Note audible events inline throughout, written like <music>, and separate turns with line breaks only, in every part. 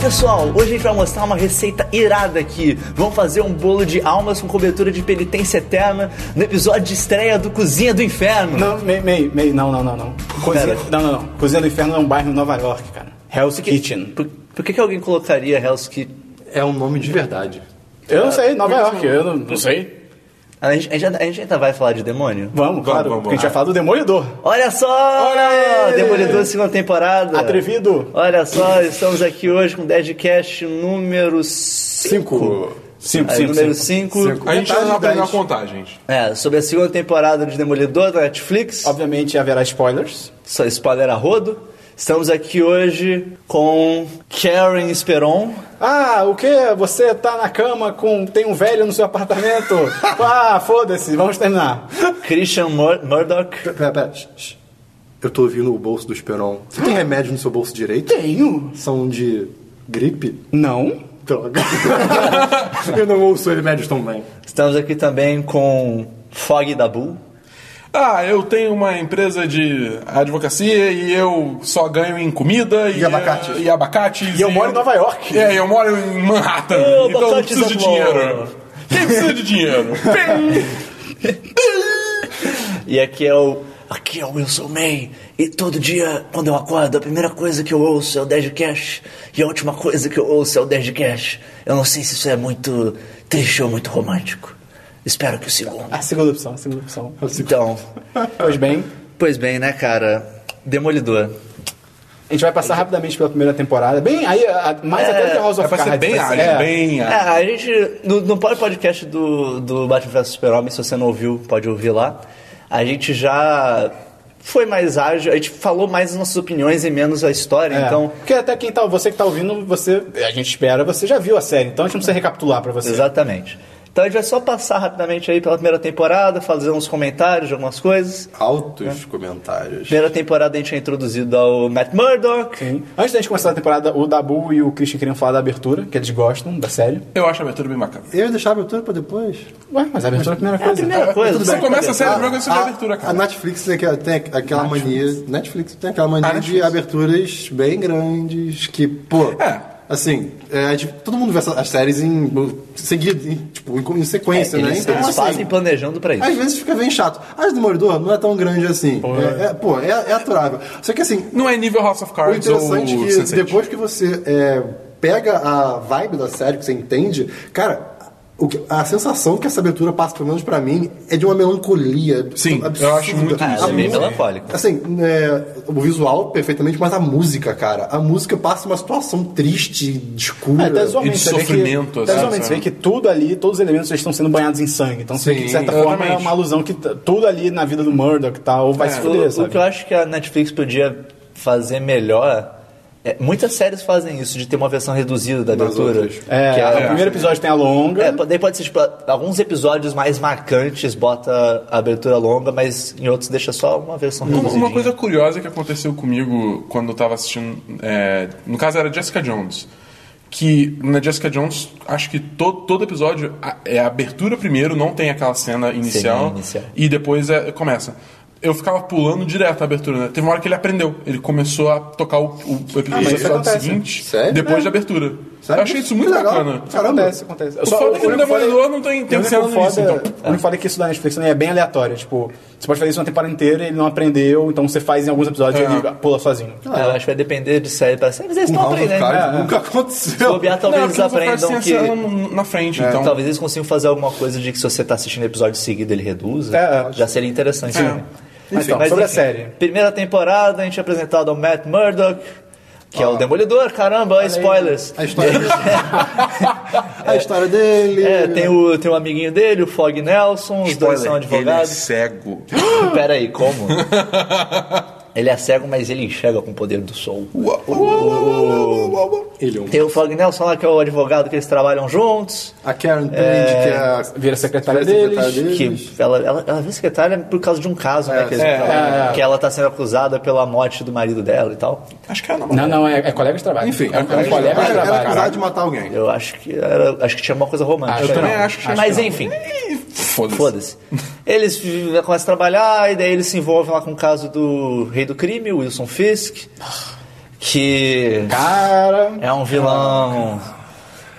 pessoal, hoje a gente vai mostrar uma receita irada aqui. Vamos fazer um bolo de almas com cobertura de penitência eterna no episódio de estreia do Cozinha do Inferno.
Não, meio, meio, meio, não, não, não, não. Cozinha,
Pera.
não, não, não. Cozinha do Inferno é um bairro em Nova York, cara. Hell's Kitchen.
Por, por que, que alguém colocaria Hell's Kitchen?
É um nome de verdade.
Eu não sei, Nova York, eu não, não sei.
A gente, a, gente, a gente ainda vai falar de demônio?
Vamos, claro,
vamos,
porque a gente vai falar do Demolidor.
Olha só!
Olha aí!
Demolidor segunda temporada.
Atrevido.
Olha só, estamos aqui hoje com o Deadcast número 5.
Cinco.
Cinco, cinco,
Número
cinco.
5.
A gente ainda não
Metade
aprendeu a
das-
contar, gente.
É, sobre a segunda temporada de Demolidor da Netflix.
Obviamente haverá spoilers.
Só spoiler a rodo. Estamos aqui hoje com Karen Esperon.
Ah, o que? Você tá na cama com. tem um velho no seu apartamento? ah, foda-se, vamos terminar.
Christian Mur Murdoch.
Pera, pera. shh, shh. Eu tô ouvindo o bolso do Esperon. Você tem remédio no seu bolso direito?
Tenho?
São de gripe?
Não.
Droga. <laughs> Eu não ouço remédios tão bem.
Estamos aqui também com Fog da Bull.
Ah, eu tenho uma empresa de advocacia e eu só ganho em comida e, eh,
E abacates.
E abacates.
E eu moro em Nova York.
<laughs> É, eu moro em Manhattan.
Eu,
então eu
abacates
preciso de
é bom.
dinheiro. Quem precisa de dinheiro?
<laughs>
E aqui é o. Aqui é o Wilson May. E todo dia, quando eu acordo, a primeira coisa que eu ouço é o Deadcast. E a última coisa que eu ouço é o Deadcast. Eu não sei se isso é muito triste ou muito romântico. Espero que o segundo.
A Ah, segunda opção, a segunda opção.
Então,
Pois bem,
pois bem, né, cara? Demolidor.
a gente vai passar rapidamente pela primeira temporada. Bem, aí, a- mais até do que House of
É pra ser
Cards,
bem
vai ser-
ágil,
é.
bem
É,
ágil.
a gente. No, no podcast do, do Batman vs Super-Homem, se você não ouviu, pode ouvir lá. A gente já foi mais ágil, a gente falou mais as nossas opiniões e menos a história,
É.
então.
Porque até quem tá, você que tá ouvindo, você, a gente espera, você já viu a série, então a gente não precisa recapitular pra você.
Exatamente. Então a gente vai só passar rapidamente aí pela primeira temporada, fazer uns comentários de algumas coisas.
Altos comentários.
Primeira temporada a gente é introduzido ao Matt Murdock.
Sim. Antes da gente começar a temporada, o Dabu e o Christian queriam falar da abertura, que eles gostam da série.
Eu acho a abertura bem bacana.
Eu ia deixar a abertura pra depois.
Ué, mas a abertura é a primeira
É a
coisa.
primeira coisa.
Você
né?
começa a série, a primeira coisa
Ah,
é a abertura,
Ah, A
cara.
Netflix tem aquela, tem aquela mania. Netflix tem aquela mania
Ah,
de
Netflix.
aberturas bem grandes que, pô.
É.
Assim, é, tipo, todo mundo vê essa- as séries em seguido, em, tipo, em, em sequência, né?
Eles,
Então,
eles
assim,
fazem planejando pra isso.
Às vezes fica bem chato. As do Demolidor não é tão grande assim. Pô, é, é- pô, é, é aturável. Só que assim,
Não é nível House of
o
Cards ou
interessante é que
Sense8.
depois que você é, pega a vibe da série, que você entende, cara. o que- a sensação que essa abertura passa, pelo menos pra mim, é de uma melancolia.
Sim, eu
absurda.
acho muito
Ah, ela
isso.
é
A
meio
música-
melancólica.
Assim, né, o visual perfeitamente, mas a música, cara. A música passa uma situação triste, escura.
É, até visualmente,
E de
você vê que-
sofrimento,
até
assim,
visualmente, você
sabe?
vê que tudo ali, todos os elementos eles estão sendo banhados em sangue. Então, você vê que, de
Sim,
certa forma, é
exatamente. É,
uma alusão que t- tudo ali na vida do Murdoch tá, ou vai se
O-
fuder,
o, que eu
sabe?
acho que a Netflix podia fazer melhor. é, muitas séries fazem isso, de ter uma versão reduzida da
Das
abertura.
outras.
É,
que a-
o primeiro episódio tem a longa.
É, po- daí pode ser, tipo, a- alguns episódios mais marcantes bota a abertura longa, mas em outros deixa só uma versão
Uma-
reduzida.
Uma coisa curiosa que aconteceu comigo quando eu tava assistindo. é, no caso era Jessica Jones. Que na Jessica Jones, acho que to, todo episódio a- é a abertura primeiro, não tem aquela cena inicial.
inicial.
E depois é- começa. Eu ficava pulando direto a abertura, né? Teve uma hora que ele aprendeu. Ele começou a tocar o, o epi-
Ah, mas
o
isso
episódio
acontece.
seguinte
Sério?
depois
É.
da abertura.
Sério?
Eu achei isso muito
Que legal.
bacana.
Isso Acontece, acontece.
O foda é que no Demolidor não tem- tem
o único
cena no início,
foda-
então.
O único foda é que isso da Netflix também é bem aleatório. Tipo, você pode fazer isso uma temporada inteira e ele não aprendeu, então você faz em alguns episódios e
É.
ele pula sozinho.
É, eu acho que vai depender de série pra série, mas eles
Um
estão
House of
aprendendo.
Cards
né?
nunca
Se
aconteceu.
bobear,
Não,
é, talvez
porque
eles
o House of Cards
aprendam que. É,
tem a cena na frente, então.
Talvez eles consigam fazer alguma coisa de que se você tá assistindo episódio seguido ele reduza.
É, é.
já seria interessante. né?
É.
também.
Mas então, sobre a série.
Primeira temporada, a gente é apresentado ao Matt Murdock, que é
Ah.
o Demolidor, caramba, spoilers.
A história, <laughs> a história dele.
É,
né?
tem o, tem o amiguinho dele, o Fog Nelson, os dois são
Ele é
advogados.
cego.
<laughs> Pera aí,
<laughs>
como? ele é cego, mas ele enxerga com o poder do sol.
Ele é um-
Tem o Fog Nelson lá, que é o advogado que eles trabalham juntos.
A Karen Page, que é a
Vira secretária
deles.
Que ela, ela, ela vira secretária por causa de um caso, né? Que, eles
é,
falaram,
é.
que ela tá sendo acusada pela morte do marido dela e tal.
<gasps> Acho que era na
Não, não, é, é colega de trabalho.
Enfim,
é um
era,
colega de
era,
trabalho.
casado é um de matar alguém.
Eu acho que era, acho que tinha uma coisa romântica.
Eu
né?
também acho que tinha
Mas
que não.
enfim,
Foda-se.
foda-se. Eles vi- começam a trabalhar e daí eles se envolvem lá com o caso do rei do crime, Wilson Fisk. que
Cara.
é um vilão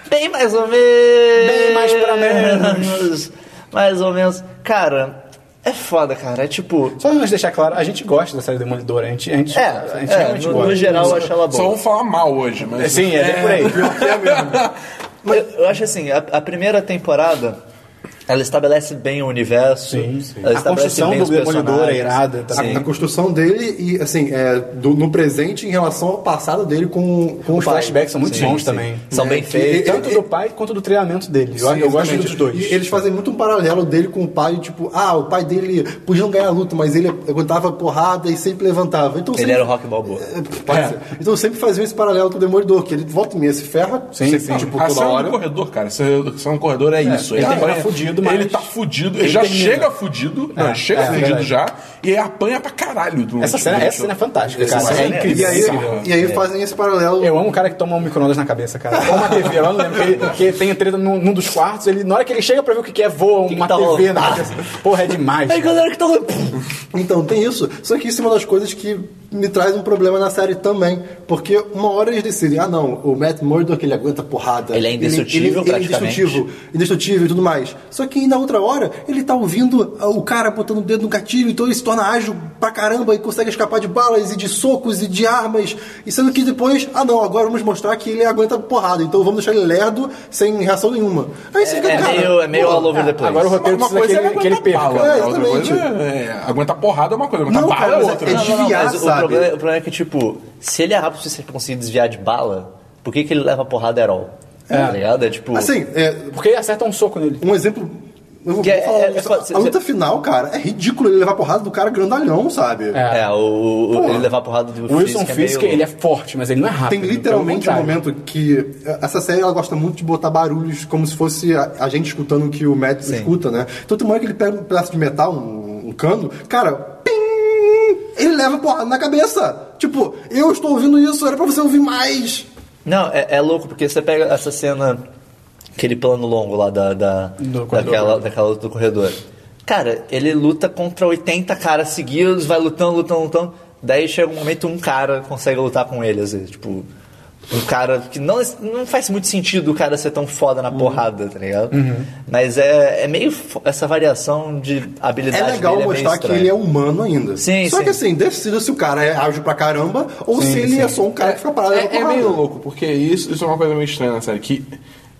bem mais ou menos.
Bem mais pra menos.
Mais ou menos. Cara, é foda, cara. É tipo.
Só pra nos deixar claro, a gente gosta da série Demolidora. A gente, a gente,
É,
a gente
é
realmente
no,
gosta.
no geral eu acho ela
Só um
boa.
vão falar mal hoje, mas.
Sim, é, bem por aí. <laughs>
Eu, eu acho assim, a, a primeira temporada, ela estabelece bem o universo.
Sim, sim.
Ela
A
estabelece
construção
bem
do
os
Demolidor
personagens.
é irada, tá?
Sim.
A, a construção dele e, assim, é, do- no presente em relação ao passado dele com, com
Os
o pai.
flashbacks são muito
Sim,
bons
sim.
também.
São
É,
bem
que-
feitos.
Tanto do pai quanto do treinamento dele. Eu,
Sim,
eu gosto
exatamente.
dos dois.
E eles fazem muito um paralelo dele com o pai, tipo, ah, o pai dele podia não ganhar a luta, mas ele aguentava porrada e sempre levantava. Então,
Ele
sempre-
era o rock balboa.
Pode
É.
ser. Então sempre faziam esse paralelo com o Demolidor, que ele volta e meia se ferra,
Sim,
sempre,
sim.
tipo,
a
toda
cena
hora.
do é um corredor, cara. A cena do corredor é, isso.
ele tem que
apanha-
ficar fudido, mas-
Ele tá fudido. Ele,
Ele
já
termina.
chega fudido. não,
É,
chega
é,
fudido
verdade.
já. E apanha pra caralho. Do
Essa cena, essa cena é fantástica, cara.
cena
é
é
incrível.
E aí,
Bizarro.
e aí fazem esse paralelo.
Eu amo o cara que toma um micro-ondas na cabeça, cara. Ou uma TV, eu não lembro. Porque, porque tem treta num, num dos quartos, ele, na hora que ele chega pra ver o que, que é, voa
que
uma
tá
TV
rolando?
na cabeça. Porra, é demais.
Aí
cara.
galera que tá lá.
Então tem isso. Só que isso é uma das coisas que me traz um problema na série também. Porque uma hora eles decidem, ah não, o Matt Murdock ele aguenta porrada.
Ele é indestrutível,
ele, ele, ele é
praticamente.
indestrutível, indestrutível e tudo mais. Só que na outra hora ele tá ouvindo ah, o cara botando o dedo no gatilho, então ele se torna ágil pra caramba e consegue escapar de balas e de socos e de armas. E sendo que depois, ah não, agora vamos mostrar que ele aguenta porrada, então vamos deixar ele lerdo sem reação nenhuma. Aí você fica,
É
cara,
meio, é meio all over the place.
Agora o roteiro
Uma
precisa
coisa
que
é
ele, que ele
aguentar
perca.
bala,
cara.
né? outra
É,
coisa é, é aguentar porrada é uma coisa, aguentar
Não,
bala
cara,
é
mas é-
outra.
é
né?
de- desviar,
mas o
sabe?
problema, o problema é que, tipo, se ele é rápido o suficiente pra conseguir desviar de bala, por que, que ele leva porrada herol? É. Tá ligado? É tipo.
assim, é,
Porque ele acerta um soco nele.
Um exemplo. Eu vou
Que é-
falar
é-
isso.
é- cê-
a luta final, cara, é ridículo ele levar porrada do cara grandalhão, sabe?
é, o, o- ele levar porrada do
O Wilson Fisk,
meio-
ele é forte, mas ele não é rápido.
Tem
Então
literalmente um
pelo
né?
contrário.
momento que. é, Essa série ela gosta muito de botar barulhos como se fosse a, a gente escutando o que o Matt escuta, né? Então tem uma hora que ele pega um pedaço de metal, um, um cano, cara, pim! Ele leva porrada na cabeça. Tipo, eu estou ouvindo isso, era pra você ouvir mais.
Não, é, é louco, porque você pega essa cena, aquele plano longo lá da, da,
Do corredor.
daquela, daquela luta do corredor. Cara, ele luta contra 80 caras seguidos, vai lutando, lutando, lutando. Daí chega um momento um cara consegue lutar com ele, às vezes. Tipo, um cara que não, não faz muito sentido o cara ser tão foda na
Uhum.
porrada, tá ligado? Mas é, é meio fo- essa variação de
É
habilidade
legal
dele é meio
mostrar que
estranha.
ele é humano ainda.
Sim,
Só
sim.
que assim, decida se o cara é ágil pra caramba ou se ele é só um cara que fica parado e leva
É, é
porrada.
meio louco, porque isso, isso é uma coisa meio estranha na série. Que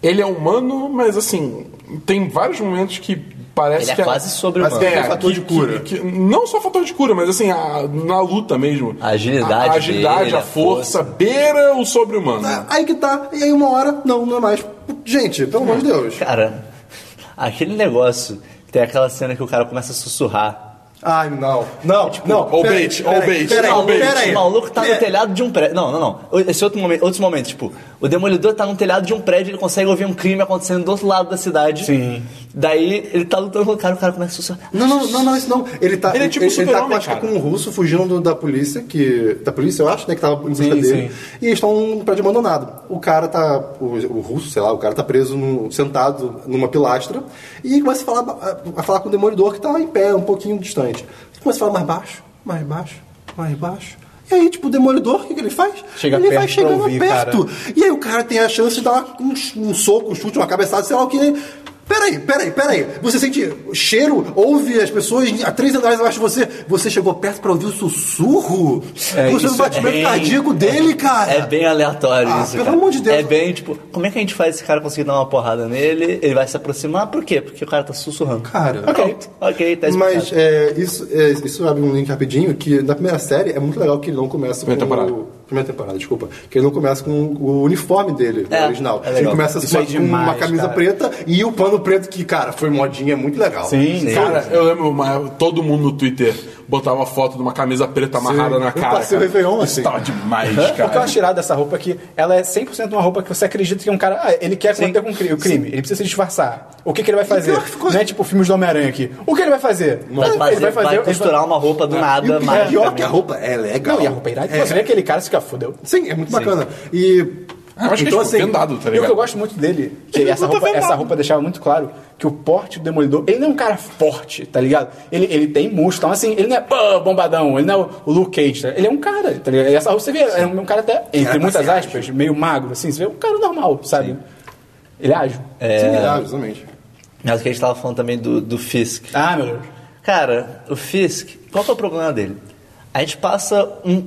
ele é humano, mas assim, tem vários momentos que parece
Ele é
que.
quase sobre-humano.
Mas que
É fator
que-
de cura.
que- que- não só fator de cura, mas assim, a- na luta mesmo.
A agilidade
A, a agilidade,
dele,
a
a
força, beira o sobre-humano.
Ah, Aí que tá, e aí uma hora, não, não é mais. Gente, pelo amor de Deus.
Cara, <laughs> aquele negócio, tem aquela cena que o cara começa a sussurrar. Tipo,
Ai, não. Não, não.
ou
pera-
bait,
pera-
ou bait,
pera-
não, bait.
pera aí.
O maluco tá no
Pera-
telhado de um prédio. Não, não, não. O- Esse outro momento, outros momentos, tipo, o demolidor tá no telhado de um prédio, ele consegue ouvir um crime acontecendo do outro lado da cidade.
Sim.
Daí ele tá lutando com o cara, o cara começa a sussurrar.
Não, não, não, não, isso não. Ele tá,
Ele é tipo
ele tá
super-homem,
com, acho que
cara.
com um russo fugindo do- da polícia, que. Da polícia, eu acho, né? Que tava em busca
Sim,
dele.
sim.
E eles estão num prédio abandonado. O cara tá. O, o russo, sei lá, o cara tá preso num- sentado numa pilastra e começa a falar, a, a falar com o demolidor que tá em pé, um pouquinho distante. Começa a falar mais baixo, mais baixo, mais baixo. E aí, tipo, o demolidor, o que, que ele faz?
Chega
ele vai
perto pra
chegando
ouvir,
perto. E aí o cara tem a chance de dar um, um soco, um chute, uma cabeçada, sei lá o que. Peraí, peraí, peraí. Você sente cheiro, ouve as pessoas a três andares abaixo de você. Você chegou perto pra ouvir o sussurro?
É,
você
isso
no um batimento
bem-
cardíaco dele, cara.
É bem aleatório
Ah,
isso.
pelo
cara.
amor de Deus.
É bem tipo, como é que a gente faz esse cara conseguir dar uma porrada nele? Ele vai se aproximar, por quê? Porque o cara tá sussurrando.
Cara.
ok. Ok, tá explicado.
Mas é, isso, é, isso abre um link rapidinho, que na primeira série é muito legal que ele não começa
Primeira
com
temporada.
o... Primeira temporada, desculpa. Que ele não começa com o uniforme dele,
É,
o original.
é
ele
legal.
começa
Isso
com,
é demais,
uma camisa
cara.
preta e o pano preto, que, cara, foi modinha, é muito legal.
Sim, sim.
Cara, eu lembro, uma- todo mundo no Twitter botava foto de uma camisa preta amarrada na
Eu
cara.
passei o
cara.
Réveillon
Isso
assim.
tava demais,
O que eu
cara.
acho irado dessa roupa é que ela é 100% uma roupa que você acredita que é um cara. Ah, ele quer combater com o cri- o crime, ele precisa se disfarçar. O que, que ele vai fazer?
pior que ficou-
Não é tipo filmes do Homem-Aranha aqui. O que ele vai fazer?
Vai,
Ele
fazer, vai,
ele
costurar um uma roupa do
Ah, E
nada, né?
o pior,
mas.
que a roupa é legal.
Não, e a roupa irada.
É.
Você vê aquele cara e você fica, fudeu.
Sim, é muito bacana. E
Ah, eu acho que é, tipo, vendado, tá
e o
ligado?
que eu gosto muito dele, que
Ele
essa
luta
roupa,
vendado.
essa roupa deixava muito claro que o porte do Demolidor, ele não é um cara forte, tá ligado? Ele, ele tem músculo, então, assim, ele não é pô, bombadão, ele não é o- o Luke Cage, tá? ele é um cara, tá ligado? E essa roupa você vê, é um, um cara até, entre muitas aspas, meio magro, assim, você vê um cara normal, sabe? Ele é ágil.
Sim, é, exatamente.
Mas o que a gente tava falando também do, do Fisk.
Ah, meu Deus.
Cara, o Fisk, qual que é o problema dele? A gente passa um,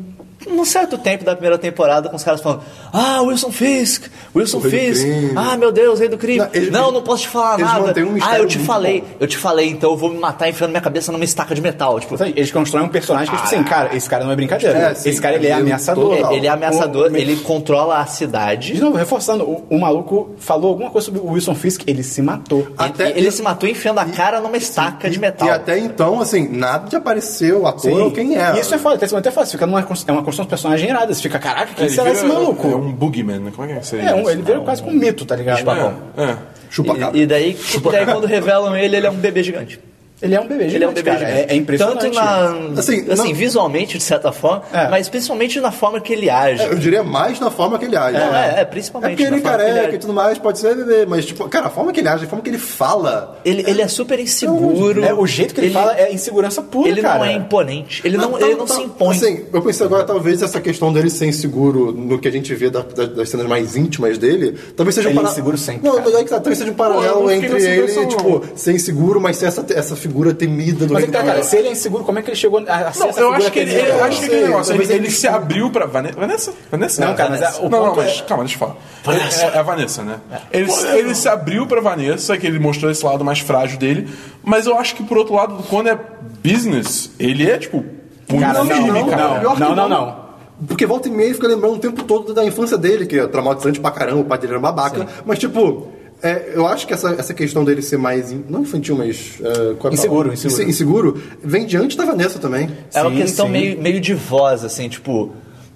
um certo tempo da primeira temporada com os caras falando: Ah, Wilson Fisk, Wilson
O rei do
Fisk,
crime."
ah, meu Deus, rei do crime.
Não,
Não,
eles-
não, posso te falar
eles
nada.
mantêm um
ah,
mistério
eu te
muito
falei,
bom.
eu te falei, então eu vou me matar enfiando minha cabeça numa estaca de metal. Tipo,
Sabe, Eles constroem um personagem que, tipo
Ah.
assim, cara, esse cara não é brincadeira.
É, sim,
esse cara, ele é
ele é
ameaçador.
total.
ele é ameaçador,
O- o-
ele controla a
De
cidade.
novo, reforçando, o, o maluco falou alguma coisa sobre o Wilson Fisk, ele se matou.
Até
Até-
ele, se matou enfiando a cara numa estaca
E-
de metal.
E até então, assim, nada de aparecer o ator ou quem é.
E Isso é foda, até é foda. Você fica numa, cons- é uma construção de personagem irada. Você fica, caraca, quem
Ele
será
vira-
esse maluco?
É um bugman, né? Como é que seria
É, um-
isso?
ele veio quase com um mito, tá ligado?
Espapão.
É, é.
Chupa cabra.
E, e daí, e daí quando revelam ele, ele é um bebê gigante.
Ele é um bebê gigante,
Ele é um bebê
cara.
gigante.
É, é impressionante.
Tanto na, assim,
Assim, não-
visualmente, de certa forma,
É.
mas principalmente na forma que ele age.
É, Eu diria mais na forma que ele age.
Não, é, é,
É
principalmente.
porque ele
na
é
forma que
careca
age.
e tudo mais, pode ser bebê, mas tipo, cara, a forma que ele age, a forma que ele fala.
Ele, ele é super inseguro.
É, o jeito que ele, fala é insegurança pura,
Ele
cara.
não é imponente. Ele não, ele não
tá-
se impõe.
Assim, eu pensei agora, talvez essa questão dele ser inseguro no que a gente vê da- da- das cenas mais íntimas dele, talvez seja um
Ele é
para-
inseguro sempre,
Não,
cara.
não é que tá, talvez seja um
Pô, eu
paralelo
não fiquei
entre
nessa
ele,
impressão,
tipo, ser inseguro, mas ser essa, essa figura temida do
Mas é
reino
que tá,
do
cara,
mal.
se ele é inseguro, como é que ele chegou a, a ser
Não,
essa
eu
figura é?
acho que ele,
temida?
eu acho que
sei,
aquele negócio, ele,
talvez
ele se abriu pra Vane- Vanessa. Vanessa?
Não, cara, mas
Vanessa.
a- o
não, não,
ponto
mas
é-
calma, deixa eu falar. É, é a Vanessa, né? Ele, ele se abriu pra Vanessa, que ele mostrou esse lado mais frágil dele, mas eu acho que por outro lado, quando é business, ele é tipo. punho
Cara,
firme,
não, não,
cara.
Pior que
não, não, não.
Porque volta e meia ele fica lembrando o tempo todo da infância dele, que é traumatizante pra caramba, o pai dele era babaca. Mas, tipo, é, eu acho que essa, essa questão dele ser mais. in- não infantil, mas. é, qual é a
Inseguro, inseguro.
palavra? Inse- inseguro, vem diante da Vanessa também.
É uma
Sim,
questão
sim.
meio, meio de voz, assim, tipo.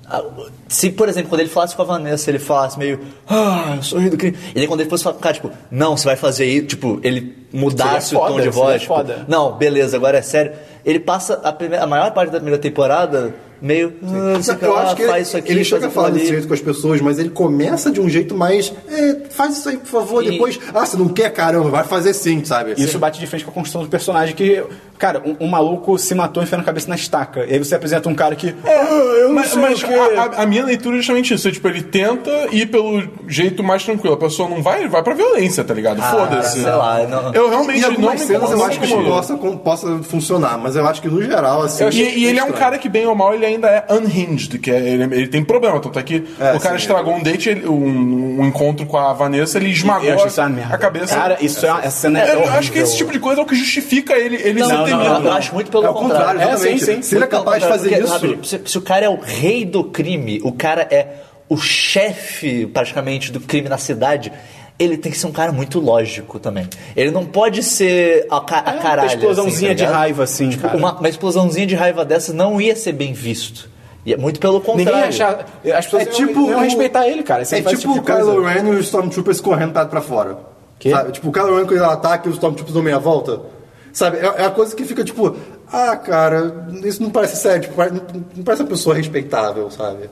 a- Se, por exemplo, quando ele falasse com a Vanessa, ele falasse meio. Ah, eu sou o rei do crime. E aí, quando ele fosse falar com o cara, tipo, não, você vai fazer isso, tipo, ele mudasse
Seria
o tom
foda,
de
seria
voz. tipo,
foda.
não, beleza, agora é sério. Ele passa a, primeira- a maior parte da primeira temporada meio. Ah, não sei o que
eu
lá,
acho que
faz
ele,
isso aqui,
ele
faz
chega a
aquilo
falar desse
ali.
jeito com as pessoas, mas ele começa de um jeito mais. "É, faz isso aí, por favor,
E-
depois. Ah, você não quer? Caramba, vai fazer sim, sabe?
Isso bate de frente com a construção do personagem que, cara, um, um maluco se matou enfiando a cabeça na estaca. E aí você apresenta um cara que.
mas, mas a, a- a minha leitura é justamente isso. É, tipo, ele tenta ir pelo jeito mais tranquilo. A pessoa não vai, ele vai pra violência, tá ligado?
Ah,
Foda-se.
né?
sei lá, não-
Eu realmente
Em
não me
algumas cenas eu
incomodo,
acho que
não me
isso
incomodo.
possa, como- possa funcionar, mas eu acho que no geral, assim.
Eu achei- e ele é um
estranho.
cara que, bem ou mal, ele ainda é unhinged, que é, ele, ele tem problema. Tanto é que
É,
o cara
sim,
estragou um date, ele- um, um encontro com a Vanessa, ele esmagou
Eu acho
a-
isso uma merda.
a cabeça.
Cara, isso é uma essa cena.
eu
horrível.
acho que esse tipo de coisa é o que justifica ele, ele
Não,
ser
não,
tem
não,
medo,
temido.
eu
não.
acho muito pelo
É o
contrário.
contrário,
É, sim,
exatamente.
sim.
Se ele é
Muito pelo
capaz de
contrário,
fazer
porque,
isso.
Rabi, se, se o cara é o rei do crime, o cara é o chefe praticamente do crime na cidade. Ele tem que ser um cara muito lógico também. Ele não pode ser a, ca a
É, uma
caralho.
explosãozinha
assim, tá
de
ligado?
raiva, assim,
Tipo,
cara.
Uma, uma explosãozinha de raiva dessa não ia ser bem visto. E é muito pelo contrário.
Ninguém ia achar. As pessoas
É tipo.
iam, iam respeitar ele, cara. Se
é
ele faz esse
tipo o
tipo de coisa.
Kylo Ren e os Stormtroopers correndo pra, pra fora.
Quê?
Sabe? Tipo, o Kylo Ren quando ele ataca e os Stormtroopers dão meia volta. Sabe? É, é a coisa que fica tipo. Ah, cara, isso não parece sério. Tipo, pare- não, não parece uma pessoa respeitável, sabe?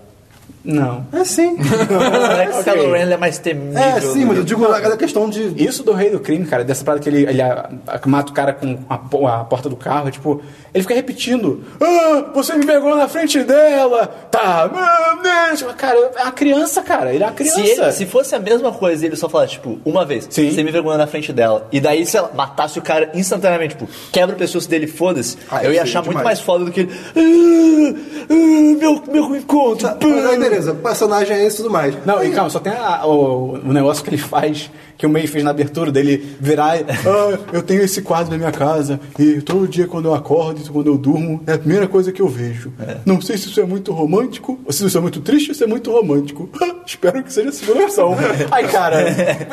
Não.
É <laughs> sim.
Não é
<laughs>
que o Kylo
Ok.
Ren ele é mais temível.
é sim,
do
mas
que-
eu digo a a questão de.
Isso do rei do crime, cara, dessa parada que ele, ele a- a- mata o cara com a, po- a porta do carro, tipo, ele fica repetindo: Ah, você me pegou na frente dela! Tá, ah, né?" Tipo, cara, é uma criança, cara, ele é uma criança.
Se, ele- se fosse a mesma coisa e ele só falasse, tipo, uma vez,
Sim.
você me vergonha na frente dela, e daí, sei lá, matasse o cara instantaneamente, tipo, quebra o pescoço dele, foda-se,
Ah,
eu ia
isso
achar
seria
muito
demais.
mais foda do que ele. "Ah, ah, meu, meu encontro. pã."
Mas aí, beleza, personagem é esse e tudo mais.
Não,
Aí,
e calma, só tem a- o, o negócio que ele faz, que o meio fez na abertura dele virar. e, Ah, eu tenho esse quadro na minha casa e todo dia quando eu acordo e quando eu durmo é a primeira coisa que eu vejo. Não sei se isso é muito romântico, ou se isso é muito triste ou se é muito romântico. <laughs> Espero que seja a segunda <laughs> opção. Ai, cara,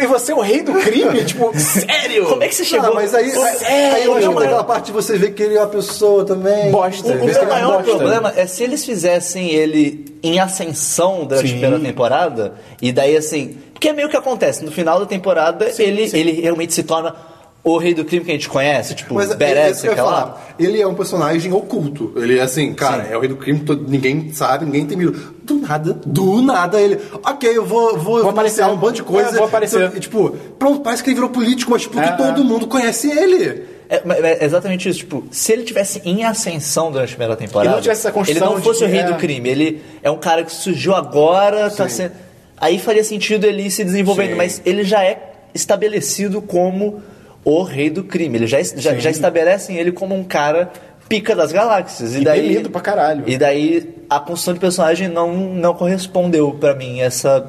e você é o rei do crime? tipo, sério?
Como é que você
Ah,
chegou?
mas aí, aí,
Sério?
aí eu acho que daquela parte de você ver que ele é uma pessoa também.
é, Bosta.
O, o
Vê
meu
se tem uma
maior
bosta.
problema é se eles fizessem ele em ascensão durante a
Sim.
primeira temporada, e daí assim. Porque é meio que acontece, no final da temporada ele, ele realmente se torna o rei do crime que a gente conhece, tipo,
Mas é- é isso
Beres,
que eu ia
aquela
falar.
lá.
Ele é um personagem oculto. Ele é assim, cara, é o rei do crime, todo- ninguém sabe, ninguém tem medo. Do nada, do nada ele. Ok, eu vou, vou,
aparecer.
financiar um bando de coisa.
É, vou aparecer.
E, tipo, pronto, parece que ele virou político, mas porque
É,
todo
é.
mundo conhece ele.
É, mas é exatamente isso, tipo, se ele tivesse em ascensão durante a primeira temporada,
Ele não tivesse essa construção
ele não
de
fosse
que
o rei
é-
do crime, ele é um cara que surgiu agora, tá sendo... Aí faria sentido ele ir se desenvolvendo,
Sim.
mas ele já é estabelecido como o rei do crime, ele já, já, já estabelecem ele como um cara pica das galáxias. E, daí,
temido pra caralho.
E daí a construção de personagem não, não correspondeu pra mim essa,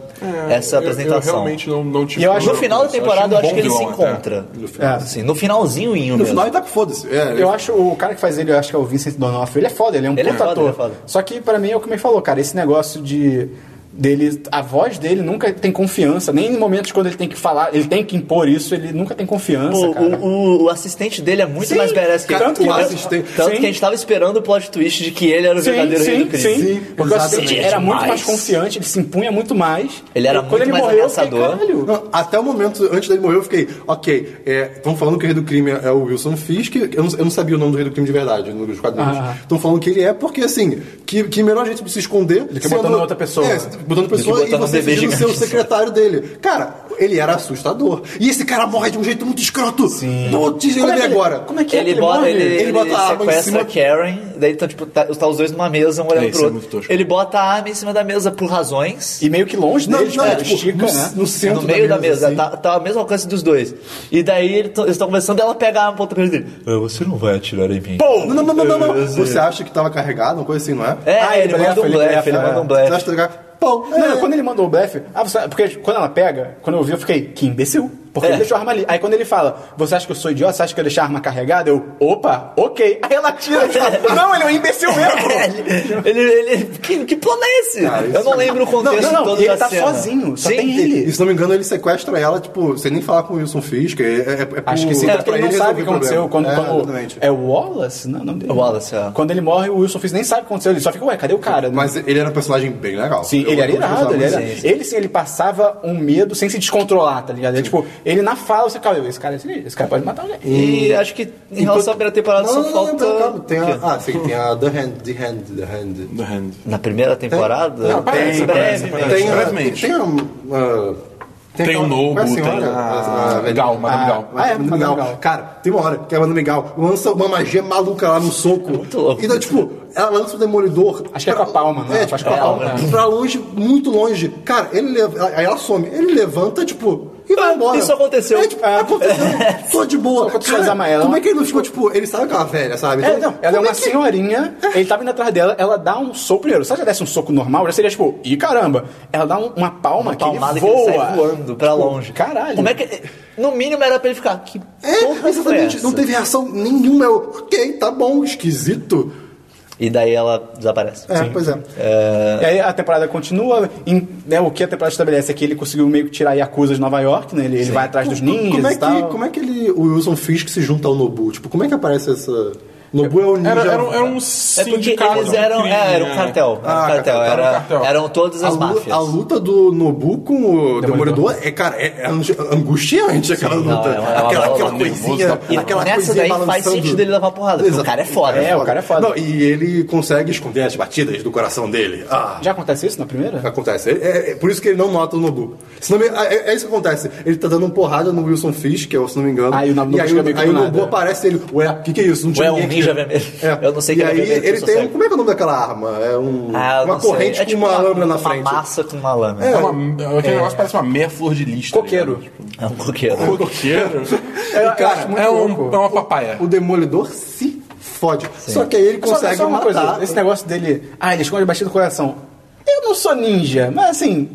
essa
É, Eu-
apresentação.
Eu, realmente não, não tive
E eu acho-
No final da temporada eu acho
um
que ele
bom
se
vilão até.
encontra.
É.
Assim, no finalzinho
No
mesmo.
final ele tá com foda-se. É, ele-
Eu acho o cara que faz ele, eu acho que é o Vincent D'Onofrio, ele é foda, ele é um
Ele é
puta
foda,
ator.
ele é foda.
Só que pra mim é o que me falou, cara, esse negócio de dele, a voz dele nunca tem confiança, nem em momentos quando ele tem que falar, ele tem que impor isso, ele nunca tem confiança,
Pô,
cara.
o, o- o assistente dele é muito
Sim,
mais badass que
tanto que
ele.
o assistente-
Tanto
sim.
que a gente tava esperando o plot twist de que ele era o verdadeiro rei do crime.
Sim,
Porque o assistente
exatamente.
era muito mais
Demais.
confiante, ele se impunha muito mais.
Ele era
E quando
muito
ele
mais
morreu, eu fiquei,
ameaçador.
"Caralho".
Não, até o momento, antes dele morrer, eu fiquei, ok, estão falando que o rei do crime é o Wilson Fisk, eu não, eu não sabia o nome do rei do crime de verdade nos quadrinhos.
Ah.
Estão falando que ele é porque, assim, que, que melhor jeito de se esconder... Do
que botando outra pessoa.
É, botando
que
pessoa e
botando um
você
bebê
fingindo ser o
gigante.
secretário dele. Cara, ele era assustador. E esse cara morre de um jeito muito escroto. Sim. Putz, eu
Como é que
lembrei
ele-
agora.
Como é que é que
Ele,
ele
bota,
morre?
ele, ele,
Ele bota a arma em
sequestra
cima.
a Karen, daí tá, tipo, tá, tá os dois numa mesa, um olhando
isso
pro
é
outro.
muito tosco.
ele bota a arma em cima da mesa por razões.
E meio que longe
Não,
dele, tipo,
não,
ele
tipo,
estica,
no-
né?
no centro
no meio da mesa,
assim.
tá, tá ao mesmo alcance dos dois. E daí ele t- eles estão conversando, ela pega a arma pra outra pessoa dele. "Ah, Você não vai atirar em mim.
Não, não, não, não, não, não. Você acha que tava carregado, uma coisa assim, não é?
É,
Ah,
ele,
ele
manda
blefa,
um
ele
blefe,
blefa,
ele
é.
manda um
Você acha
blefe.
que tá carregado? Pô,
Não,
é.
quando ele mandou o blefe, ah, você- porque quando ela pega, quando eu vi, eu fiquei, que imbecil. Porque
É.
ele deixou a arma ali. Aí quando ele fala, você acha que eu sou idiota? Você acha que eu deixei a arma carregada? Eu, opa, ok. Aí ela tira e fala, não, ele é um imbecil
<laughs>
mesmo.
Ele, ele, que, que plano é esse?
Cara, isso
Eu não lembro o contexto
Não, não, não,
todo
e ele
da
tá
cena.
sozinho, só
Sim.
tem
E,
ele.
e se não me engano, ele sequestra ela, tipo, sem nem falar com o Wilson Fisk. É, é, é
Acho
pro-
que sim,
É,
tanto que
pra
ele não
resolver
sabe o que
problema.
aconteceu. Quando,
é,
quando,
exatamente.
é o Wallace? Não, o nome dele.
Wallace, é.
Quando ele morre, o Wilson Fisk nem sabe o que aconteceu. Ele só fica, ué, cadê o cara?
Mas ele era um personagem bem legal.
Sim,
Eu-
ele era
eu gostava
irado, ele
muito
era.
sim, sim.
Ele sim, ele passava um medo sem se descontrolar, tá ligado? Ele, tipo, ele na fala, você cara, esse cara, esse, esse cara pode matar alguém.
E acho que em relação à primeira temporada
Não,
só
não, não,
falta.
não, calma, tem
o
a,
quê?
ah, sim, tem a The Hand, The Hand, The Hand.
The Hand.
Na primeira temporada? né?
Não, aparece, aparece,
Brevemente.
aparece.
Tem, a,
brevemente.
tem a... ah,
Tem
aquela-
o
qual é a
Nobu,
senhora?
tem
A-
a...
a velha-
Gal, Madame Gal.
Ah, é,
Madame
Madame
Gal.
Gal.
Tá Cara, tem uma hora que a Madame Gal lança uma magia maluca lá no soco.
muito louco.
E daí, tipo, ela lança o demolidor.
Acho que é
pra-
com a palma, né?
É,
Ela
tipo,
faz com a
é,
palma.
ela-
né?
pra longe, muito longe. Cara, ele leva, aí ela some. Ele levanta, tipo, e vai
Ah,
embora.
isso aconteceu.
É, tipo,
Ah.
aconteceu. Tô de boa.
Só aconteceu
Cara,
usar amarelo.
Como é que ele não ficou, tipo, ele sabe que é uma velha, sabe?
É,
Então,
não, ela é
como
uma
que-
senhorinha, ele tava indo atrás dela, ela dá um soco primeiro. Se ela já desse um soco normal, já seria tipo, ih caramba. Ela dá um- uma palma que ele
Palmada que
voa.
ele sai voando pra
Tipo,
longe.
Caralho.
Como é que. No mínimo era pra ele ficar. Que porra
É,
foi
exatamente.
essa?
Não teve reação nenhuma. Eu, ok, tá bom, esquisito.
E daí ela desaparece.
É, pois é.
E aí a temporada continua, em- né, o que a temporada estabelece é que ele conseguiu meio que tirar Yakuza de Nova York, né? Ele, ele vai atrás dos ninjas
Como é
e
que,
tal.
como é que ele, o Wilson Fisk se junta ao Nobu? Tipo, como é que aparece essa... Nobu é o ninja...
Era, era, um- era
É
um
porque
sindicato.
eles
de
eram.
crime,
É, era um
né?
cartel. Era um
Ah,
cartel.
cartel,
era um
era-
cartel.
Eram todas
A
as
lu-
máfias.
a luta do Nobu com o Demolidor, é, cara, é, é angu- angustiante aquela luta.
não, é uma- é uma
aquela,
bola
aquela
nervosa
coisinha,
da porra.
aquela
E nessa
coisinha
daí faz
balançando.
sentido ele levar porrada, porque o cara é foda.
É, o cara é foda.
Não, e ele consegue esconder as batidas do coração dele. Ah,
Já acontece isso na primeira?
Acontece. É, é- é por isso que ele não nota o Nobu. Se não me- é, é isso que acontece. Ele tá dando uma porrada no Wilson Fisk, que é, o- se não me engano.
Ah, e o Nobu
e aí,
chega meio que
aí
do
o Nobu
nada.
aparece e ele. Ué, o que, que é isso? Não tinha
Ué,
ninguém
um
aqui."
ninja vermelho. Eu não sei
e
que é
aí
vermelho,
ele
eu só
tem.
sei.
um- Como é que é o nome daquela arma? É um,
Ah, eu
uma
não sei.
corrente
É tipo
com uma, lâmina na
uma
frente.
massa com uma lâmina.
É uma- Aquele negócio parece uma meia flor de lixo. tá
Coqueiro.
ligado?
É um coqueiro.
Coqueiro?
Eu- eu
cara,
acho muito
É, um,
louco.
é uma papaya.
O Demolidor se fode. Só que aí ele
é
Só-
consegue
só, uma
matar.
coisa, esse negócio dele, ah, ele esconde bastante do coração. Eu não sou ninja, mas assim.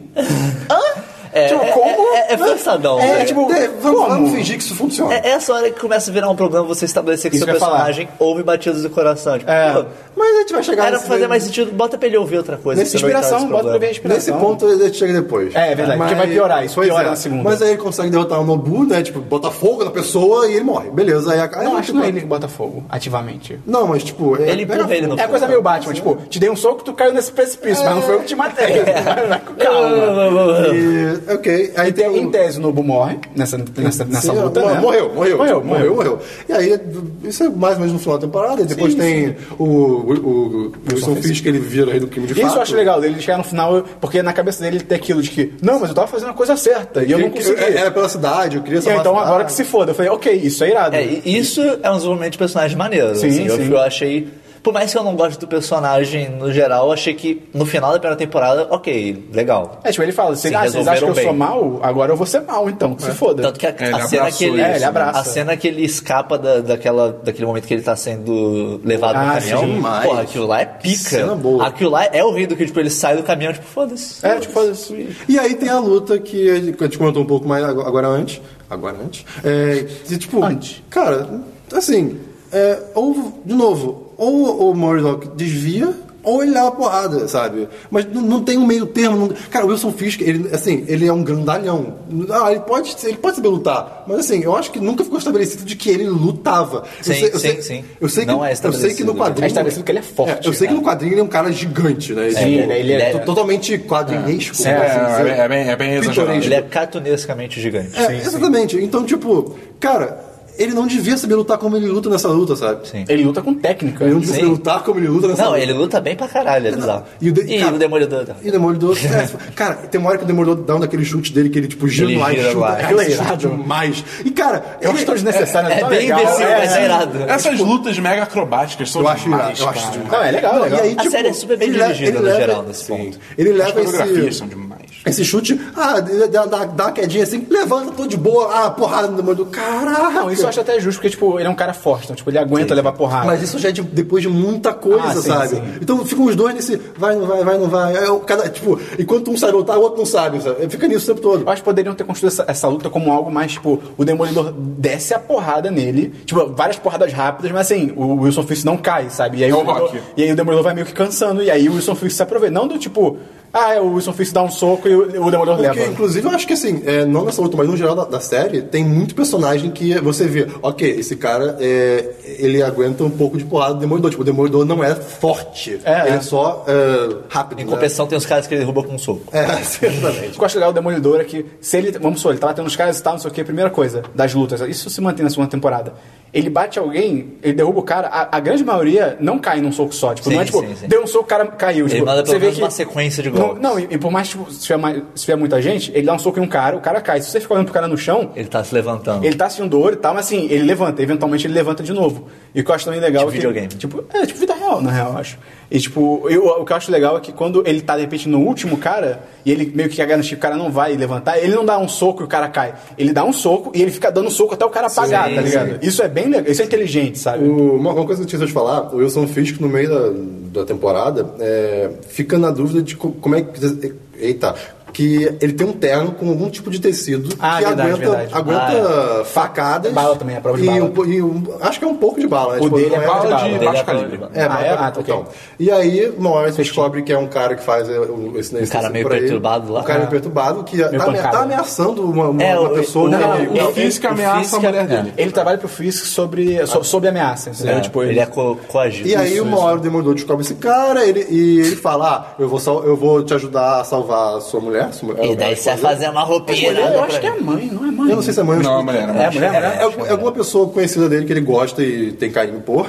hã?
É,
tipo,
é-
como?
é- é forçadão,
É,
né?
tipo,
É, vamos,
como?
vamos fingir que isso funciona.
É essa hora que começa a virar um problema você estabelecer que
Isso
seu
que eu ia falar.
personagem ouve batidas do coração. Tipo,
É.
pô,
Mas a gente vai chegar
era pra
nesse
fazer
meio-
mais sentido, bota pra ele ouvir outra coisa.
Nessa
que você vai evitar
inspiração,
esse
bota pra ver a
problema.
inspiração.
Nesse ponto ele chega depois.
É, é verdade, porque vai piorar isso,
Pois
piora
é.
na segunda.
Mas aí ele consegue derrotar o Nobu, né? Tipo, bota fogo na pessoa e ele morre. Beleza, aí a aí
Não,
ele,
acho que
tipo,
não é ele que bota fogo, ativamente.
Não, mas tipo.
Ele
pega
empurra ele
fogo.
no
É a coisa meio Batman,
É.
<laughs> tipo, te dei um soco, tu caiu nesse precipício, mas não foi eu que te matei. Vai com calma.
E- beleza, ok. Aí
Em te-
tem
Em
um-
tese, o Nobu morre nessa, nessa, nessa
Sim,
luta,
mor-
né?
morreu, morreu, tipo,
Morreu,
morreu,
morreu.
morreu, E aí, isso é mais ou menos no final da temporada. E depois
Sim,
tem o, o, o Wilson
Fisk.
Fisk, que ele vira rei do crime de
E
fato.
isso eu acho legal dele chegar no final, porque na cabeça dele tem aquilo de que, não, mas eu tava fazendo a coisa certa e eu não
Que- que-
consegui.
Era é, pela cidade, eu queria
E aí,
salvar
então
a cidade.
agora que se foda. Eu falei, ok, isso é irado.
É, e isso é um desenvolvimento de personagem maneiro.
Sim,
assim. Eu,
sim.
eu achei. Por mais que eu não goste do personagem no geral, eu achei que no final da primeira temporada, ok, legal.
É, tipo, ele fala, se
Sim,
ah, vocês acham que eu
resolveram
sou
bem.
mal, agora eu vou ser mal, então, que se foda.
Tanto que a,
É, ele
a cena
abraçou
que ele,
isso,
É, ele abraça.
a cena que ele escapa da, daquela, daquele momento que ele tá sendo levado
Ah,
no caminhão,
sim,
demais.
porra, aquilo lá é pica.
Cena boa.
Aquilo lá é horrível, que tipo, ele sai do caminhão, tipo, foda-se.
É, tipo, fazer isso.
E aí tem a luta que a gente que a gente comentou um pouco mais ago- agora antes. Agora antes. É, que, tipo,
Antes.
Cara, assim, é, ou, de novo, ou o Murdoch desvia, ou ele leva a porrada, sabe? Mas não, não tem um meio termo. não- Cara, o Wilson Fisk, ele, assim, ele é um grandalhão. Ah, ele pode, ser- ele pode saber lutar, mas assim, eu acho que nunca ficou estabelecido de que ele lutava.
Sim,
eu sei, eu
sim,
sei-
sim.
Eu sei
Não
que,
é
eu sei que no
estabelecido.
quadrinho...
É estabelecido que ele é forte,
eu sei que no quadrinho ele é um cara gigante, né?
Sim,
Tipo,
ele- ele é-
to- Totalmente quadrinhesco.
É,
por assim
é,
dizer.
é bem- é bem exagerado.
Pitoresco.
Ele é cartunescamente gigante.
É, exatamente. Então, tipo, cara, ele não devia saber lutar como ele luta nessa luta, sabe?
Sim.
Ele luta com técnica.
Ele não devia
Sim.
saber lutar como ele luta nessa
Não,
luta.
ele luta bem pra caralho, é bizarro.
E o, de-
E
cara,
o Demolidor. tá-
E o Demolidor.
<laughs>
é, cara, tem uma hora que o Demolidor dá um daquele chute dele que ele, tipo, gira
Ele
no ar e
gira
chuta.
no ar.
Cara,
Aquilo é
esse chute
irado.
demais. E, cara,
Eu acho tão desnecessário,
É
tão
bem
legal.
imbecil,
é,
mas é irado.
Essas lutas mega acrobáticas são
Eu acho
demais,
irado, eu acho
cara.
demais.
Não, é legal,
Não,
legal.
e aí, tipo,
A série é super bem
ele leva-
dirigida
ele
no
leva-
geral nesse
sim.
ponto.
Ele
As
leva
coreografias
esse...
são demais.
Esse chute, ah, dá, dá, dá uma quedinha assim, levanta, tô de boa, ah, porrada no Demolidor. Caraca!
Não, isso eu acho até justo, porque, tipo, ele é um cara forte, então, tipo, ele aguenta levar porrada.
Mas isso já é de- depois de muita coisa,
Ah, sim,
sabe?
sim.
Então ficam os dois nesse vai, não vai, vai, não vai. Aí, o cada, tipo, enquanto um sabe lutar, o outro não sabe, sabe? Fica nisso o tempo todo.
Eu acho que poderiam ter construído essa, essa luta como algo mais, tipo, o Demolidor desce a porrada nele, tipo, várias porradas rápidas, mas assim, o Wilson Fisk não cai, sabe? E aí,
É
o,
o
Demolidor-
Rock.
e aí o Demolidor vai meio que cansando, e aí o Wilson Fisk se aproveita. Não do tipo, ah, é, o Wilson Fisk dá um soco e o, o Demolidor
Porque,
leva.
inclusive, eu acho que assim, é, não nessa luta, mas no geral da, da série, tem muito personagem que você vê, ok, esse cara, é, ele aguenta um pouco de porrada do Demolidor. Tipo, o Demolidor não é forte,
É,
ele
é.
é só é, rápido.
Em
né?
compensação, tem os caras que ele derruba com um soco.
É, <laughs> exatamente.
O que eu acho legal do Demolidor é que, se ele, vamos supor, ele tá batendo nos caras e tal, não sei o que, primeira coisa, das lutas, isso se mantém na segunda temporada. Ele bate alguém, ele derruba o cara, a, a grande maioria não cai num soco só. Tipo,
Sim,
não é tipo,
sim, sim.
deu um soco, o cara caiu.
Ele
tipo,
manda
você
pelo
vê
menos
que
uma sequência de
Não,
golpes.
não, e, e por mais que tipo, se, tiver mais- se tiver muita gente, ele dá um soco em um cara, o cara cai. Se você ficar olhando pro cara no chão,
Ele tá se levantando.
É. ele tá sentindo dor e tal, mas assim, ele levanta, eventualmente ele levanta de novo. E o que eu acho também legal
Tipo
é que,
videogame.
Tipo, é, tipo vida real, na real, eu acho. E tipo, eu- o que eu acho legal é que quando ele tá, de repente, no último cara, e ele meio que garantir que o cara não vai levantar, ele não dá um soco e o cara cai. Ele dá um soco e ele fica dando soco até o cara apagar, tá
sim.
ligado? Isso é bem legal, isso é inteligente, sabe?
O- uma, uma coisa que eu tinha de falar, o Wilson Fisk no meio da, da temporada é, fica na dúvida de co- como é que. Eita! Que ele tem um terno com algum tipo de tecido
Ah,
que
verdade,
aguenta,
verdade. Ah, é.
aguenta facadas.
Bala também, a prova de
e
bala.
um po- e um- acho que é um pouco de bala. né?
O dele
não
é bala de-
de
Ele
baixo
é pra-
calibre.
É,
Ah,
bala,
é? Ah, tá,
então.
ok.
E aí, uma hora você descobre que é um cara que faz é, o- esse Um
cara meio perturbado lá.
Um cara meio perturbado que tá, amea-
Ah. pancada.
tá ameaçando uma, uma-
É,
uma
o-
pessoa.
o-
né?
não,
O
É,
Fisk
o
ameaça a
Fisk
mulher
é-
dele.
Ele trabalha pro Fisk sobre, so- sob ameaça, entendeu?
É,
tipo,
ele é co coagido.
E aí uma hora o Demolidor descobre esse cara ele, e ele fala, ah, eu vou, sal- eu vou te ajudar a salvar a sua mulher. Sua mulher
E daí você vai fazer uma roupinha.
Eu,
né, pra
acho que é
mim.
a mãe, não é mãe?
Eu não sei se é mãe ou esposa.
Não, a mulher, a
É,
mulher.
a mulher, né?
É, algu- é alguma pessoa conhecida dele que ele gosta e tem carinho por.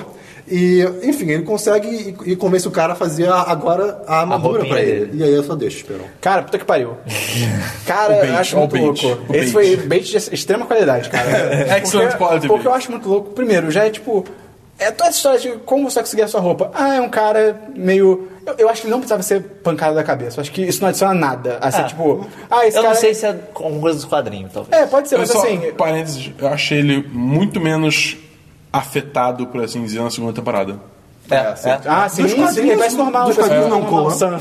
E, enfim, ele consegue e, e convence o cara a fazer a- agora a armadura
roupinha
pra ele.
dele.
E aí eu só deixo, Esperão.
Cara, puta que
<laughs>
pariu. Cara,
O bait,
eu acho
ó,
muito
o bait,
louco.
o
Esse
bait. É,
foi bait de extrema qualidade,
<laughs>
cara.
Excellent
porque,
quality
Porque
bait.
eu acho muito louco. Primeiro, já é tipo. É toda essa história de como você vai conseguir a sua roupa. Ah, é um cara meio. Eu, eu acho que ele não precisava ser pancada da cabeça. Eu acho que isso não adiciona nada. Assim,
Ah.
tipo. Ah, esse
Eu
cara.
não sei se é com coisa dos quadrinhos, talvez.
É, pode ser,
Eu
mas
só,
assim.
parênteses, eu achei ele muito menos afetado, por assim dizer, na segunda temporada.
É, é.
Ah, sim,
Dos
sim, ele
quadrinhos-
parece normal.
dos
ele parece
quadrinhos não
normal,
cola.
sã.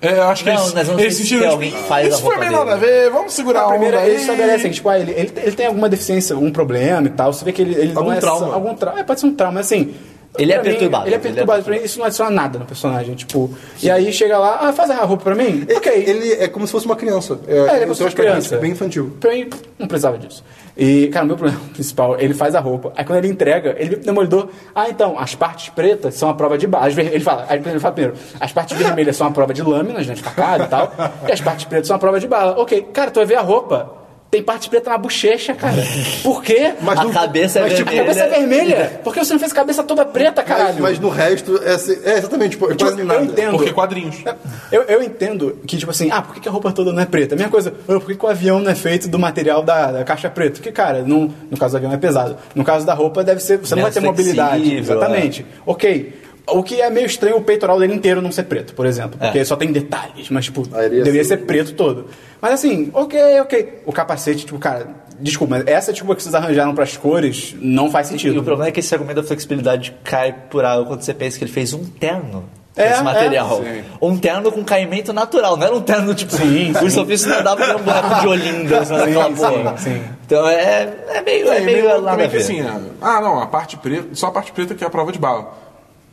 É, eu acho que
Não,
eles,
mas não
eles
sei se
sentiram,
alguém
tipo,
faz a
isso foi
roupa
meio
dele." né?
nada a ver, vamos segurar
A
a
primeira,
onda
eles
aí."
estabelecem que, tipo, ah, ele, ele, ele tem alguma deficiência, um problema e tal. Você vê que ele, ele
Algum
não é...
trauma.
Algum trauma. É, pode ser um trauma, mas assim...
Ele é
Pra mim,
perturbado.
Ele é perturbado. Pra mim, isso não adiciona nada no personagem. Tipo, e aí chega lá, ah, faz a roupa pra mim? ok.
Ele é como se fosse uma criança. É,
É, ele é como
eu
se
acho
fosse
que é
criança.
bem infantil.
Pra mim, não precisava disso. E, cara, o meu problema <laughs> principal, ele faz a roupa. Aí quando ele entrega, ele demolidor. Ah, então, as partes pretas são a prova de bala. As ver- Ele fala, aí ele fala primeiro, as partes vermelhas são a prova de lâminas, né? De facada e tal. E as partes pretas são a prova de bala. Ok, cara, tu vai ver a roupa. Tem parte preta na bochecha, cara. Por quê?
Mas
A
não-
cabeça é
mas, tipo,
vermelha.
a cabeça é vermelha. Por que você não fez a cabeça toda preta,
Mas,
Ah, caralho?
mas no resto, é, assim- é exatamente, tipo, é
Tipo,
quase nada.
eu entendo.
Porque
É,
quadrinhos.
Eu, eu entendo que, tipo assim, ah, por que que a roupa toda não é preta? A mesma coisa, ah, por que, que o avião não é feito do material da, da caixa preta? Porque, cara, não, no caso do avião é pesado. No caso da roupa, deve ser. Você não vai
Menos
ter mobilidade.
flexível, é.
Exatamente. Ok. O que é meio estranho é o peitoral dele inteiro não ser preto, por exemplo. Porque
É.
só tem detalhes, mas, tipo,
Aí ele ia
deveria
ser-
ser preto todo. Mas assim, ok, ok. O capacete, tipo, cara, desculpa, mas essa desculpa que vocês arranjaram pras cores não faz sentido.
E o problema é que esse argumento da flexibilidade cai por água quando você pensa que ele fez um terno. com
É,
esse
é,
material.
sim.
um terno com caimento natural, não era um terno tipo.
Sim, sim.
Os sofistas não davam pra um buraco de
<laughs>
Olinda, naquela
sim,
porra.
sim.
Então é, é meio. É,
e
meio
meio
nada
também
a
que
ver.
assim, né? ah, não, a parte preta, só a parte preta que é a prova de bala.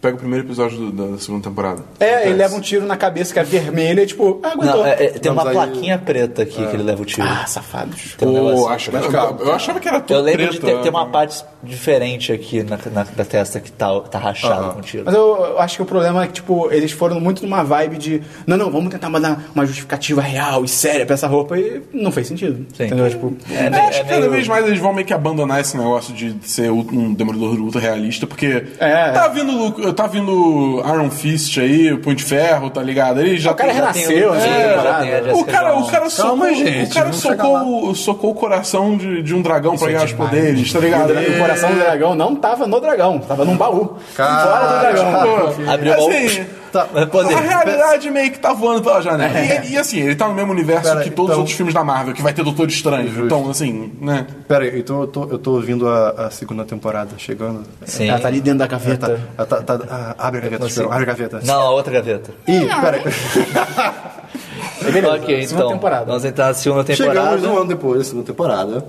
Pega o primeiro episódio do- da, da segunda temporada.
É, ele leva um tiro na cabeça que é vermelho e, tipo, ah, aguentou.
então,
Não, é- é- tem
Não,
uma
mas aí-
plaquinha preta aqui que ele leva o tiro.
Ah, safados.
Tem um
Pô,
negócio-
acho que- eu, eu achava que era tudo
Eu lembro de
preto,
ter,
né?
ter uma parte diferente aqui na, na- da testa que tá, tá rachada com o tiro.
Mas eu, eu acho que o problema é que, tipo, eles foram muito numa vibe de não, não, vamos tentar mandar uma justificativa real e séria pra essa roupa e não fez sentido.
Sim.
Entendeu? Tipo,
É,
Eu
meio-
acho
é
que cada
meio-
vez mais eles vão meio que abandonar esse negócio de ser ult- um demolidor ultra realista, porque
É.
tá vindo Lu- tá vindo Iron Fist aí, Punho de Ferro, tá ligado? Ele já
o cara
tem- já tem-
renasceu,
tem-
né?
é,
temporada.
já tem a
O
Jessica
cara, o
Jones.
cara socou,
Calma, gente,
o cara
vamos chegar
socou, socou o coração de, de um dragão
é
pra ganhar os poderes, tá ligado?
O coração do dragão não tava no dragão, tava num baú.
Cara,
fora do dragão.
<laughs>
Pô,
Abriu mão.
assim,
Tá,
Mas poder.
a realidade meio que tá voando pela janela. E, e, assim, ele tá no mesmo universo
Pera,
que todos os
então-
outros filmes da Marvel, que vai ter Doutor Estranho. Então, assim, né?
Pera aí, então eu tô, eu tô ouvindo a, a segunda temporada chegando.
Sim.
é
Ela tá ali dentro da
Tá,
gaveta.
tá, tá, ah, abre a gaveta,
Não sei.
Esperon, abre a gaveta.
Não, a outra gaveta.
Ih,
<laughs>
pera aí.
Beleza,
ok,
segunda
então.
temporada.
Vamos entrar na segunda temporada.
Chegamos um ano depois da segunda temporada.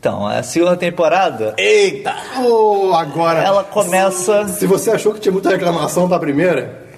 Então, a segunda temporada,
Eita!
Oh, agora.
ela começa.
Se você achou que tinha muita reclamação pra primeira,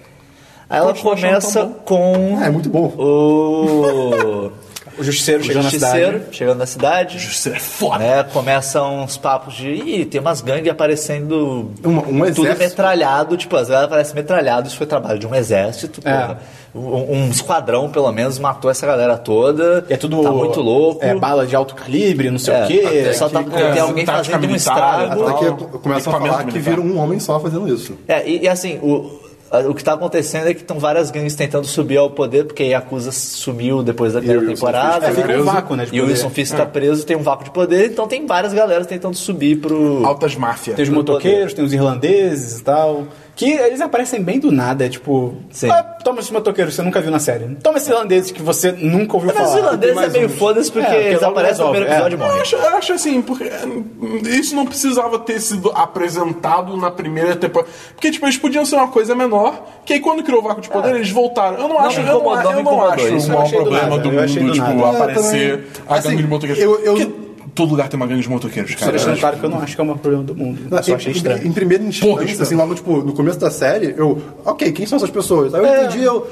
Ela
Continua achando
começa
tão
com
é muito bom.
o.
O justiceiro
o
chegando na cidade.
justiceiro chegando na cidade.
Isso é foda.
Né, começam uns papos de. Ih, tem umas gangues aparecendo.
Uma- um
Tudo
exército.
metralhado. Tipo, as galera aparecem metralhado. Isso foi trabalho de um exército.
É.
porra. Um, um esquadrão, pelo menos, matou essa galera toda.
É tudo.
Tá muito louco.
É bala de alto calibre, não sei
É,
o quê.
até só tá-
É,
tem alguém
tática
fazendo um
militar,
estrago.
tal.
Até é que começam a
Equipamento
falar que
militar.
vira um homem só fazendo isso.
É, e, e assim, o, a- o que tá acontecendo é que estão várias gangues tentando subir ao poder, porque a Yakuza sumiu depois da primeira
Wilson
temporada.
É, fica um
Preso.
vácuo, né? de
E o
poder.
Wilson Fisk tá preso, tem um vácuo de poder, então tem várias galeras tentando subir pro.
Altas máfias.
Tem os motoqueiros, tem os irlandeses e tal. Que eles aparecem bem do nada, é tipo.
Sim.
Ah, toma esses motoqueiros que você nunca viu na série. Toma esses irlandeses que você nunca ouviu
Mas os
falar.
irlandeses é
mais
meio
uns.
foda-se porque
É, porque
eles
logo
aparecem no
resolve,
primeiro episódio e
Eu
morrem.
acho, eu acho assim, porque eh, isso não precisava ter sido apresentado na primeira temporada. Porque, tipo, eles podiam ser uma coisa menor, que aí quando criou o vácuo de poder, eles voltaram. Eu não, acho,
me
eu não,
incomodou,
eu
me
não
incomodou.
acho
Isso
o
eu
maior
achei do
problema
nada,
do
eu achei
mundo,
do
tipo,
nada.
É,
aparecer
também-
a
assim,
gangue de motoqueiros.
eu- eu-
Porque todo lugar tem uma gangue de motoqueiros,
Só
cara.
deixando claro que eu não acho que é o maior problema do mundo. Eu só achei
em,
estranho.
em- em primeira instância,
Porra, estranho.
assim, logo, tipo, no começo da série, eu... Ok, quem são essas pessoas? Aí eu entendi, eu...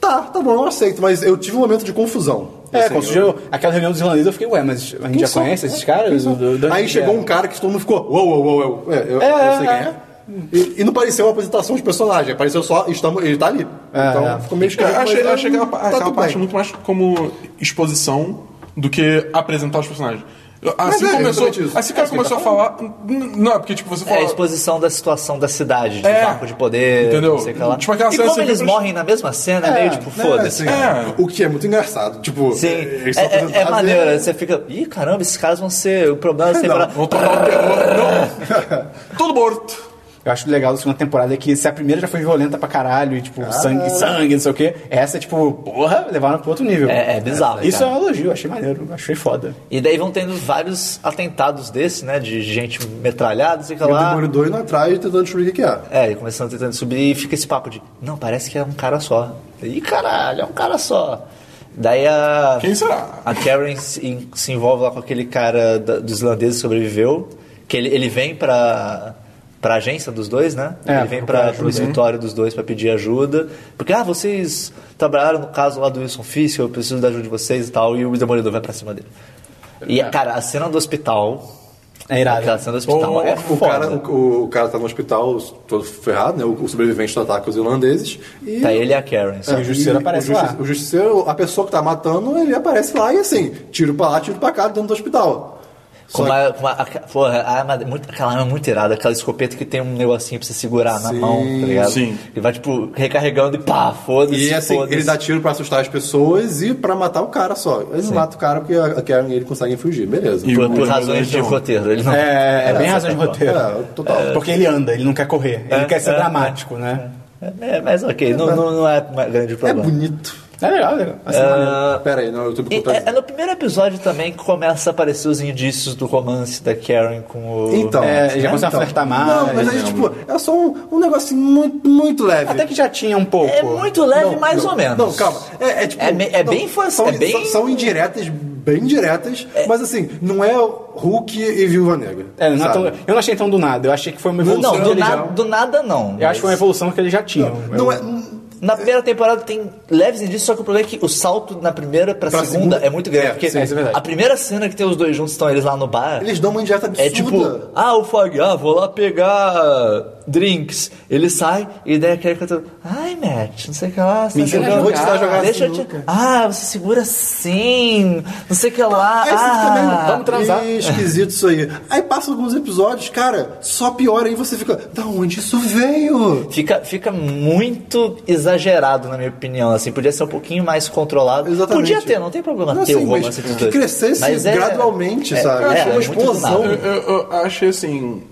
Tá, tá bom, eu aceito, mas eu tive um momento de confusão.
É,
Assim,
quando surgiu aquela reunião dos irlandeses, eu fiquei, ué, mas a gente já
são?
conhece esses caras? Do- do- do-
Aí
é.
chegou um cara que todo mundo ficou, uou, uou, uou, uou. É, eu,
É,
eu
é,
sei quem é. E, e não pareceu uma apresentação de personagem, apareceu só, estamos, ele tá ali.
É,
então
é.
ficou meio
Eu
esquisito.
achei,
mas,
eu achei
ah,
aquela,
tá
aquela
tudo
parte
bem.
muito mais como exposição do que apresentar os personagens. Assim
é,
que começou,
exatamente isso. tá
assim que ela começou a falar. n- Não, é porque tipo, você
É a
falou.
exposição da situação da cidade, de
É.
vácuo de poder,
Entendeu?
não sei o que lá.
Tipo aquela
e
cena
como
assim que
eles
eu-
morrem na mesma cena, é meio tipo,
É,
foda-se.
assim,
É.
O que é muito engraçado. Tipo,
Sim, é,
eles são
é- é
apresentados,
maneiro,
é-
você fica, ih, caramba, esses caras vão ser, o problema é ser
Vão tocar o terror.
<laughs>
Não. Tudo morto.
Eu acho legal da segunda temporada é que se a primeira já foi violenta pra caralho, e tipo, sangue, sangue, não sei o quê, essa é tipo, porra, levaram pro outro nível.
É, é bizarro,
Isso
cara.
é um elogio, achei maneiro, achei foda.
E daí vão tendo vários atentados desse, né? De gente metralhada, sei
E
lá.
o Demolidor indo atrás tentando descobrir o que que é.
É, e começando tentando subir e fica esse papo de. Não, parece que é um cara só. Ih, caralho, é um cara só. Daí a.
Quem será?
A Karen se, se envolve lá com aquele cara da- dos irlandeses que sobreviveu. Que ele, ele vem pra. pra agência dos dois, né?
É,
ele vem
procurar
pra,
ajuda,
pro escritório dos dois pra pedir ajuda. Porque, ah, vocês trabalharam no caso lá do Wilson Fisk, eu preciso da ajuda de vocês e tal. E o Demolidor vai pra cima dele. E,
É.
cara, a cena do hospital.
É irado.
Aquela cena do hospital
Ou-
é
O
foda.
cara, o, o cara tá no hospital todo ferrado, né? O, o sobrevivente do ataque aos irlandeses. E
Tá ele e a Karen.
Sim, o justiceiro aparece
o,
lá.
justi- o justiceiro, a pessoa que tá matando, ele aparece lá e assim, tiro pra lá, tiro pra cá, dentro do hospital.
Com
Só
uma, com uma- a- porra, a arma, é muito, aquela arma é muito irada, aquela escopeta que tem um negocinho pra você segurar na
Sim,
mão, tá ligado?
sim.
Ele vai, tipo, recarregando e pá, foda-se.
E assim,
foda-se.
ele dá tiro pra assustar as pessoas e pra matar o cara só. Ele não mata o cara porque a a Karen e ele conseguem fugir, beleza.
E
Por,
o-
por
o
razões de
Demolidor.
roteiro. Ele não...
É, é bem razão de
sacou?
roteiro.
É, total.
Porque ele anda, ele não quer correr. Ele
É,
quer ser
é,
dramático, né?
É, mas ok, não, não, não é um grande
É
problema.
bonito. tá
É legal, legal. Assim, maneiro.
Ah,
Pera aí, não, eu tô me
e é, é
contando.
no primeiro episódio também que começa a aparecer os indícios do romance da Karen com o.
Então.
É, ele já começa a flertar mais. né?
Não, mas aí, tipo, é só um, um negocinho muito, muito leve.
Até que já tinha um pouco.
É muito leve,
Não,
mais
não,
ou menos.
Não, calma. É, é tipo.
É me- é
não,
bem fã-
São,
é bem-
são- são indiretas, bem diretas, mas assim, não é Hulk e Viúva Negra.
É, não é tão-
sabe?
eu não achei tão do nada. Eu achei que foi uma
Não,
evolução
não,
que
do,
ele
na,
né?
já...
do nada não.
Eu acho que foi uma evolução que ele já tinha.
Não é.
Na primeira temporada tem leves indícios, só que o problema é que o salto na primeira pra,
Pra
segunda,
segunda-
é muito grande.
é,
porque
sim, isso é verdade.
a primeira cena que tem os dois juntos, estão eles lá no bar.
Eles dão uma indireta absurda.
É tipo, ah, o Fog, ah, vou lá pegar drinks. Ele sai e daí aquele cara cantando, ai, Matt, não sei o que lá, você tá
Mentira,
jogando-
vou te dar jogar
Deixa eu te...
sinuca."
Ah, você segura assim, não sei o que lá.
Aí você fica é meio,
ah,
vamos transar. Que esquisito isso aí. Aí passa alguns episódios, cara, só piora. Aí você fica, da onde isso veio?
Fica, fica muito exagerado, na minha opinião. Assim, podia ser um pouquinho mais controlado.
Exatamente.
Podia ter, não tem problema
Não,
ter
assim,
o romance
mas
dos dois. é-
que crescesse gradualmente, sabe? Eu achei uma
muito do
explosão.
nada.
Eu, eu- eu achei assim.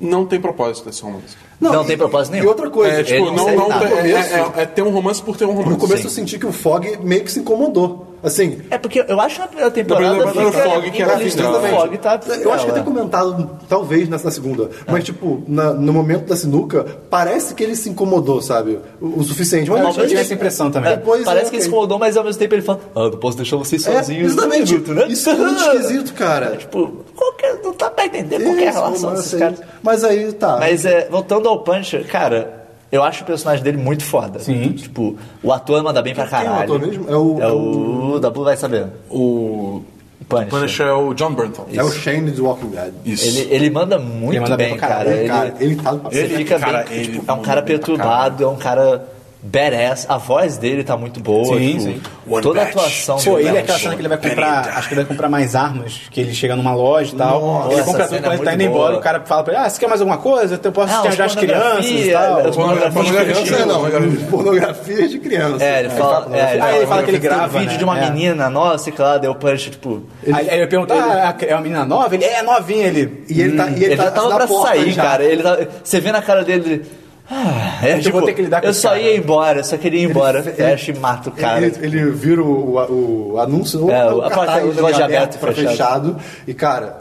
Não tem propósito esse romance.
Não, tem propósito nenhum.
E outra coisa,
É, tipo,
não
não,
serve
não
nada.
tem- é,
Começo.
é- é ter um romance por ter um romance.
no começo
Sim.
eu senti que o Fog meio que se incomodou. Assim,
É porque eu acho na primeira temporada.
Na primeira temporada era o
fica
Fog que era assim, né?
implícito
a
do
final.
Fog, tá?
Eu acho que eu
ela.
tenho comentado, talvez, nessa segunda. Mas, tipo, na- no momento da sinuca, parece que ele se incomodou, sabe? O, o suficiente. Mas,
Eu
mas-
eu tinha essa impressão também.
É,
Depois,
parece
é,
que ele se
ok.
incomodou, mas ao mesmo tempo ele fala: Ah, não posso deixar vocês
É,
sozinhos. um
exatamente.
minuto, né?
Isso é muito esquisito, cara.
<laughs> Tipo, qualquer, não tá pra entender qualquer
Esse
relação
romance
desses
aí.
caras.
Mas aí, tá.
Mas é, voltando ao Puncher, cara, eu acho o personagem dele muito foda.
Sim.
Tipo, o ator manda bem pra
Quem é o
caralho.
ator mesmo? É o-
É o. o Dabu vai saber.
O
Punisher.
Punisher é o John Burnthal.
é o Shane do Walking Dead.
Isso.
Ele, ele manda muito
Ele manda bem
bem,
pra
cara.
caralho, tá
Ele,
Cara, ele tá no
você
Ele-
fica
cara,
bem.
ele
tipo, é um
manda
cara
bem pra
perturbado, é um cara badass. A voz dele tá muito boa.
Sim,
tipo,
sim.
Toda a atuação
Pô,
dele
ele é
muito
aquela cena que ele vai comprar. Acho que ele vai comprar mais armas. Que ele chega numa loja e tal. ele
essa
compra
cena
tudo quando
é
ele tá
muito
indo embora.
boa.
O cara fala pra ele: Ah, você quer mais alguma coisa? Eu posso
Ah,
te
os
ajudar as crianças e
pornografia, é,
tal.
os pornografia
pornografia,
infantil.
não,
Não, pornografia de criança.
É, ele fala, é,
Aí ele fala que ele
tem
grava,
um vídeo
né?
de uma
É.
menina nossa, sei lá, deu punch, tipo.
Aí aí eu pergunto: Ah, é uma menina nova? Ele é novinha. Ele.
E ele tá, e ele
Ele,
tá
já tava
na
pra
porta
sair,
já.
cara. Ele tava- você vê na cara dele. ele- Ah, é,
Eu
tipo,
vou ter que lidar com
eu
esse
só
cara.
ia embora, eu só queria ir embora. Fecha e mata o cara.
Ele, ele vira o, o- o anúncio,
É,
o,
a porta-
cartaz
o
de
negócio de
aberto
aberto
pra fechado.
fechado.
E, cara,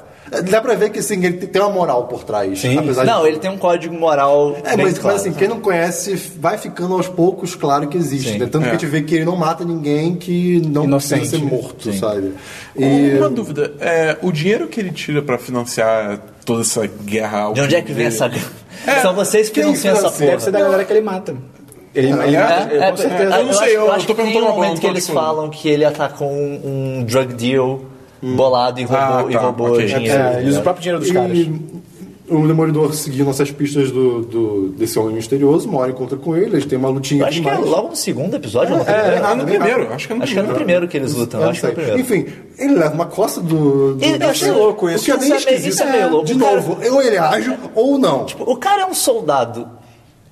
dá pra ver que sim, ele tem uma moral por trás.
Sim.
Apesar
não,
de...
ele tem um código moral.
É,
bem
mas,
claro.
mas assim, quem não conhece vai ficando aos poucos claro que existe.
Sim.
né? Tanto que
É.
a gente vê que ele não mata ninguém que não
Inocente.
precisa ser morto, sabe? E
Uma dúvida, é, o dinheiro que ele tira pra financiar toda essa guerra...
De onde é que vem essa. São vocês que
quem
financiam essa
financia?
porra.
assim, Deve ser da galera que ele mata. Ele, ele mata,
É,
com
é,
certeza.
eu não sei,
acho-
eu- eu
acho que tem
tô perguntando
um
agora,
momento que
eu tô
eles
descobrindo.
falam que ele atacou um, um drug deal bolado e roubou,
Ah,
e
tá,
roubou
ok.
dinheiro.
É, ele usa o próprio dinheiro dos caras.
E o Demolidor seguindo essas pistas do, do- desse homem misterioso, uma hora encontra com ele, eles têm uma lutinha
Eu acho
aqui
que é
embaixo.
logo no segundo episódio. ou Tá no
é,
primeiro?
Ah, no
Bem
primeiro,
rápido.
acho que é no
acho que é
primeiro.
no primeiro que eles
Eu
lutam.
não
Acho que é
sei.
no primeiro.
Enfim, ele leva uma coça do. do
Ele-
do-
eu achei louco
O
isso.
que é bem
Isso é meio-
esquisito.
isso é meio louco.
De
O cara-
novo, ou ele age ou não.
O cara é um soldado.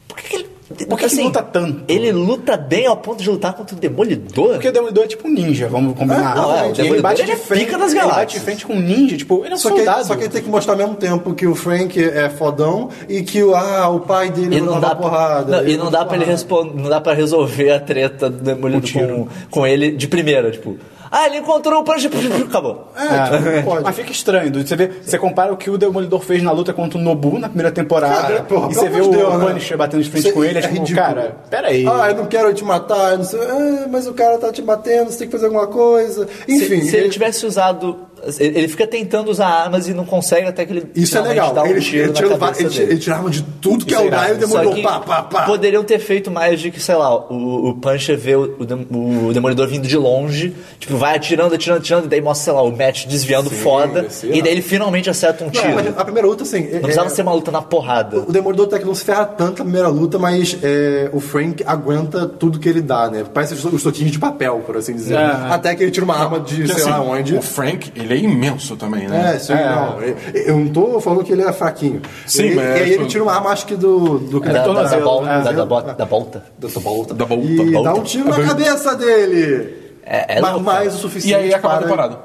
Por que, que ele. assim,
Por que ele luta tanto?
Ele luta bem ao ponto de lutar contra o Demolidor?
Porque o Demolidor é tipo um ninja, vamos combinar.
não, é, o
ele
Demolidor,
bate
ele
de
é
frente,
pica das
Ele bate de
galáxias.
frente com um ninja, tipo, ele é um
Só que,
soldado.
só que ele tem que mostrar ao mesmo tempo que o Frank é fodão e que o- ah, o pai dele
E não,
dava
dá
porrada.
não, e não dá pra ele
porrada.
responder, não dá para resolver a treta do Demolidor com, com ele de primeira, tipo. Ah, ele encontrou o Punch, <laughs> acabou.
É,
É.
tipo, pode.
Mas fica estranho, dude. você vê, você compara o que o Demolidor fez na luta contra o Nobu na primeira temporada,
Cara, porra,
e
pelo
você vê
amor
o
de Deus, né?
Punisher batendo de frente
Isso
com
é-
ele, é
é
tipo,
ridículo.
cara, peraí.
Ah, eu não é, quero te matar, eu não sei. Ah, mas o cara tá te batendo, você tem que fazer alguma coisa.
Se-
Enfim.
se, ele tivesse usado Ele ele fica tentando usar armas e não consegue até que ele.
Isso é
finalmente
legal.
Dá um
Eles
tiro
ele
na
tirando va-
cabeça
ele ti-
dele.
ele tirava de tudo que é o raio e
Só
demorou
que
pá, pá, pá.
Poderiam ter feito mais de que, sei lá, o, o Puncher vê o, o dem- o Demolidor vindo de longe, tipo, vai atirando, atirando, atirando, e daí mostra, sei lá, o Matt desviando foda,
sei
e
lá.
daí ele finalmente acerta um
Não,
tiro.
mas
Não,
a primeira luta, assim. é-
precisava
é-
ser uma luta na porrada.
O Demolidor até que não se ferra tanto na primeira luta, mas é, o Frank aguenta tudo que ele dá, né? Parece os, os toquinhos de papel, por assim dizer.
É.
Até que ele tira uma arma de
Porque,
sei lá
assim,
onde.
O Frank, ele é imenso também, né?
É, sim, não. Eu- Eu não tô falando que ele é fraquinho.
Sim,
ele,
mas
E aí
tipo-
ele tira uma arma, acho que do. do
Da, da, da,
tornozelo,
bol-
né?
da, da, bo- da volta.
Da
<laughs>
volta.
Da volta,
E
volta.
dá um tiro na cabeça dele.
É- é
mas
louco,
mais
né?
o
E
suficiente.
aí acaba a
para-
temporada.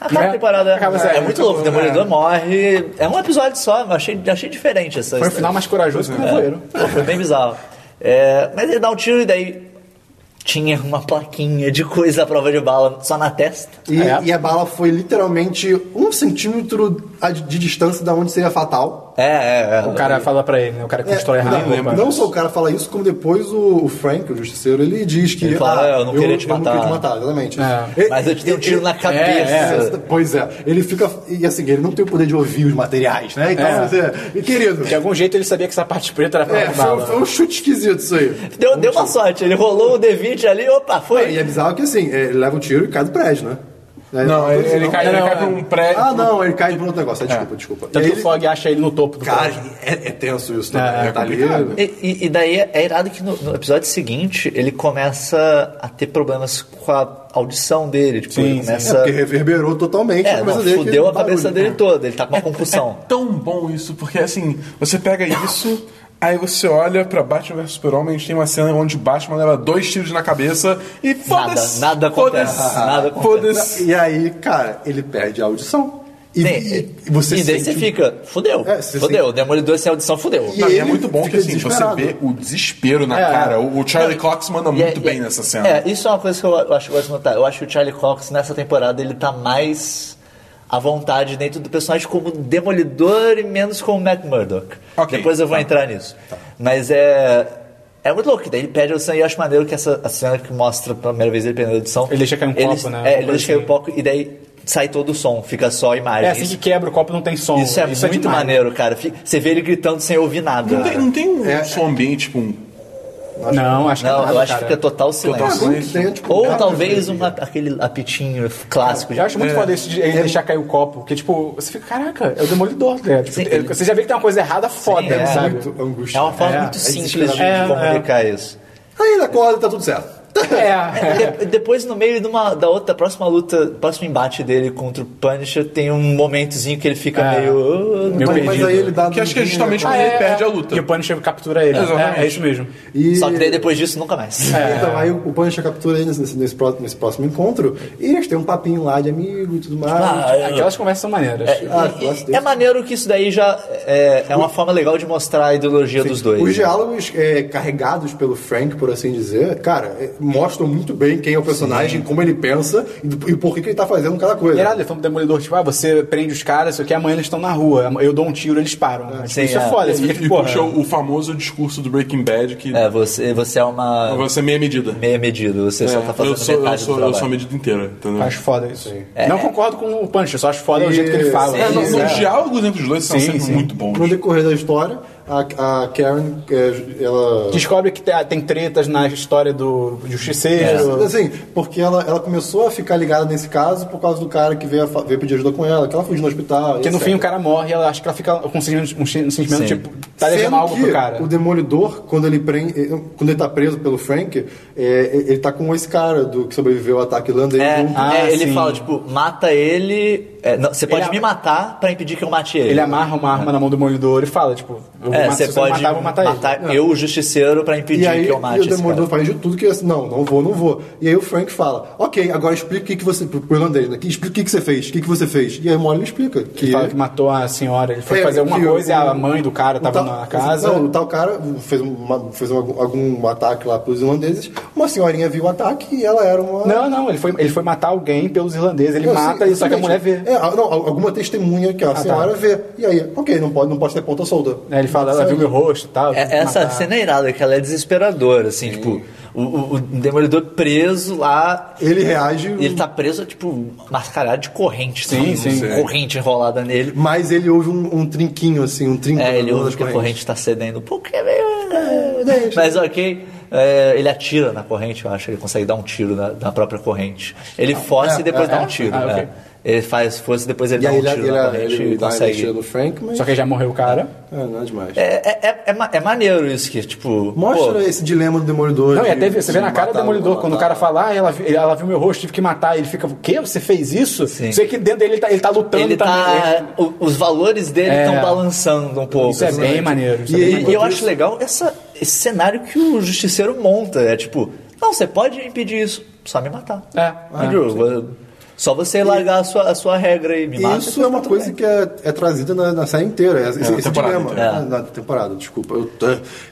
Acaba
Né?
a temporada.
Acaba
é,
sério,
muito
muito
louco. O
bom, né?
Demolidor morre. É um episódio só, eu achei, achei diferente essa
Foi um
essa-
final mais corajoso que o Nevoeiro.
É. Pô, Foi bem bizarro. É, mas ele dá um tiro e daí tinha uma plaquinha de coisa à prova de bala só na testa.
E,
É.
e a bala foi literalmente um centímetro a- de distância da onde seria fatal.
É, é, é.
O cara fala pra ele, né? O cara
É,
constrói errado.
não,
roupa.
não só o cara fala isso, como depois o, o Frank, o justiceiro, ele diz que.
Ele fala, "Ah, eu não queria te matar."
queria te matar, exatamente.
É.
E-
Mas eu te dei um
e-
tiro na
É,
cabeça.
pois é, ele fica. E assim, ele não tem o poder de ouvir os materiais, né? Então,
É.
quer dizer, e querido.
é
De algum jeito ele sabia que essa parte preta era pra
É,
é,
foi,
bala.
um- foi um chute esquisito isso aí.
Deu, um deu uma sorte, ele rolou o D20 ali, opa,
E
foi.
é bizarro que assim, é, ele leva um tiro e cai do prédio, né? É,
Não, ele, ele cai, ele
não,
cai
é.
pra um prédio.
Ah, não, ele cai de outro negócio. Ah,
É.
Desculpa, desculpa.
Tanto
E aí
que o
ele-
Fog acha ele no topo do
Cara,
prédio.
é, é tenso isso, né?
É, é
tá ali.
complicado.
E, e- e daí é irado que no, no episódio seguinte ele começa a ter problemas com a audição dele. Tipo, ele
Sim, sim.
É,
começa.
porque reverberou totalmente
É,
a
não,
cabeça dele.
fudeu a
aquele
cabeça
barulho. né?
dele toda, ele tá com uma
É
concussão.
tão bom isso, porque assim, você pega isso, aí você olha pra Batman vs Super-Homem, a gente tem uma cena onde Batman leva dois tiros na cabeça e foda-se.
nada acontece,
foda-se,
nada acontece.
Foda-se.
E aí, cara, ele perde a audição. <laughs> E,
Tem-
e- e você
e daí você
sente-
fica, fudeu,
É, você
fudeu,
sente-
o Demolidor sem audição fudeu.
E
Não, e é
ele
muito bom que
fica
assim, você
desesperado.
vê o desespero na
É.
cara. O o Charlie Cox manda
E é-
muito
e
bem
é-
nessa cena.
É, isso é uma coisa que eu, eu acho que eu gosto de notar. Eu acho que o Charlie Cox nessa temporada ele tá mais à vontade dentro do personagem como demolidor e menos como Matt Murdock.
Ok,
Depois eu vou
tá.
entrar nisso. Mas é. É muito louco, que daí ele perde a audição e eu acho maneiro que essa a cena que mostra pela primeira vez ele perdendo a audição.
Ele deixa cair um
ele-
copo, né?
É,
Uma
ele
coisa
deixa cair um
assim.
pouco e daí sai todo o som, fica só a imagem.
É assim que quebra, o copo não tem som.
isso é muito
demais.
maneiro, cara. Fica- Você vê ele gritando sem ouvir nada.
Não tem, não tem um som ambiente, tipo um.
Não, acho que
Não,
nada,
eu acho que
cara.
fica total
Ah,
silêncio.
como que tem, tipo,
Ou
cara,
talvez
eu-
uma- aquele apitinho clássico. de-
Eu acho muito foda isso de
É.
ele deixar cair o copo, porque, tipo, você fica, caraca, é o demolidor, né? Tipo,
Sim,
ele-
ele-
Você já vê que tem uma coisa errada foda,
é.
sabe?
Muito angústia.
É uma forma
É,
muito
é
simples de, de
desesperado. É,
comunicar isso.
Aí ele acorda e tá tudo certo.
É.
De- depois, no meio de uma- da outra próxima luta, próximo embate dele contra o Punisher, tem um momentozinho que ele fica
É.
meio.
Meio
Mas, mas
perdido.
aí ele dá
Que acho que é
doidinho,
justamente
né?
quando ele perde a luta.
Ah, E o Punisher captura ele.
Exatamente.
É, é isso mesmo.
E-
Só que daí depois disso nunca mais.
Então, aí o Punisher captura ele nesse, nesse pró- nesse próximo encontro e eles têm um papinho lá de amigo e tudo mais.
<laughs> Ah, é.
Aquelas conversas são maneiras.
E-
Ah, eu gosto
e- é
desse.
maneiro que isso daí já é, é uma forma legal de mostrar a ideologia dos dois.
Os
né?
diálogos é, carregados pelo Frank, por assim dizer, cara, é, mostram muito bem quem é o personagem, como ele pensa e, do- e por que, que ele tá fazendo cada coisa.
E era ele falando pro demolidor, tipo, ah, você prende os caras, isso aqui, amanhã eles estão na rua, eu dou um tiro, eles param. Tipo,
Sim,
isso é,
é.
foda, você
E,
fica tipo,
e
porra.
puxa o, o famoso discurso do Breaking Bad que
É, você, você é uma
você é meia medida.
meia medida, você só tá fazendo
eu sou, eu
metade
sou,
do
eu
trabalho.
sou a medida inteira, entendeu?
Acho foda isso.
É.
Não concordo com o Punisher, só acho foda o jeito que ele fala.
É, no-
Isso,
Os
é.
diálogos entre os dois são
Sim,
sempre
sim.
muito Tipo, bons.
No decorrer da história, a, a Karen, é, ela...
Descobre que tem, tem tretas na história do Justiceiro.
Assim, porque ela, ela começou a ficar ligada nesse caso por causa do cara que veio, a fa- veio pedir ajuda com ela, que ela fugiu no hospital.
Porque no
etc.
fim o cara morre, ela acha que ela fica com um sentimento, um sentimento
É. Sim.
tipo, tá devendo
Sendo
algo
que
pro cara.
O Demolidor, quando ele, prende, quando ele tá preso pelo Frank, é, ele tá com esse cara do que sobreviveu ao ataque Lander.
É,
junto.
Ah,
é, ele
sim.
fala, tipo, mata ele. é, não, você pode
Ele-
me matar pra impedir que eu mate ele.
Ele amarra uma arma na mão do Demolidor e fala, tipo, eu vou
É,
matar,
você
se você
pode
matar, eu vou matar, ele. É.
eu, o justiceiro, pra impedir
E aí
que eu
e
mate
o
esse
Demolidor
cara.
faz de tudo que assim, não, não vou, não vou. E aí o Frank fala, ok, agora explica o que, que você. Pro pro irlandês, né? Que- Explica o que, que você fez, o que, que você fez. E aí o Morley explica. Que,
Ele fala que matou a senhora, ele foi
É,
fazer alguma
que o-
coisa e a mãe do cara
o
tava
tal- um,
na casa.
Não, o tal cara fez, uma- fez algum, algum ataque lá pros irlandeses. Uma senhorinha viu o ataque e ela era uma.
Não, não, ele foi, ele foi matar alguém pelos irlandeses, ele
Eu
mata
sei,
e só que a
exatamente.
mulher vê.
É, ah, não, al- alguma testemunha que a senhora vê. E aí, ok, não pode, não pode ter ponta solta.
Aí É, ele fala, ela viu meu rosto e tal.
É- Essa
matar.
cena é irada, que ela é desesperadora, assim, tipo, o, o- o Demolidor preso lá.
Ele reage.
E ele tá preso, tipo, mascarado de corrente,
Sim,
sabe?
sim.
Corrente enrolada nele.
Mas ele ouve um, um trinquinho, assim, um trinco
É, ele
nas
ouve que a
correntes.
corrente tá cedendo um pouco. é meio- Mas ok, é, ele atira na corrente, eu acho. Ele consegue dar um tiro na, na própria corrente. Ele
Ah, é,
força e depois dá um tiro.
Ah, ok.
é. Ele faz força e depois ele
E
dá
aí
um
ele,
tiro
ele,
na
ele,
corrente e
dá ele tira
consegue.
no Frank, mas.
Só que aí já morreu o cara.
É, não é demais.
É, é, é, é ma- é maneiro isso que, tipo.
Mostra
pô,
esse dilema do Demolidor.
Não, e
de-
até vê- você
de
vê na cara do
matar ou
demolidor,
não
quando o
matar.
cara fala, ah, ela, vi- ela viu meu rosto, tive que matar, ele fica, o quê? Você fez isso?
Sim.
Você vê que dentro dele ele tá, ele tá
Então,
lutando
ele
também.
é.
tá. o- os valores dele
É.
estão balançando um pouco.
Isso é
assim.
bem maneiro. isso é
E,
bem
e
maneiro.
eu acho legal essa- esse cenário que o justiceiro monta. É tipo, não, você pode impedir isso, só me matar. Ah,
É, é.
Andrew, vo- só você largar a sua, a sua regra e me mata.
Isso
tá
é uma
tudo
coisa
bem.
que é, é trazida na, na série inteira. Esse,
na
esse
temporada
dilema. Ah,
inteira.
Na- Na temporada, desculpa. Eu tô-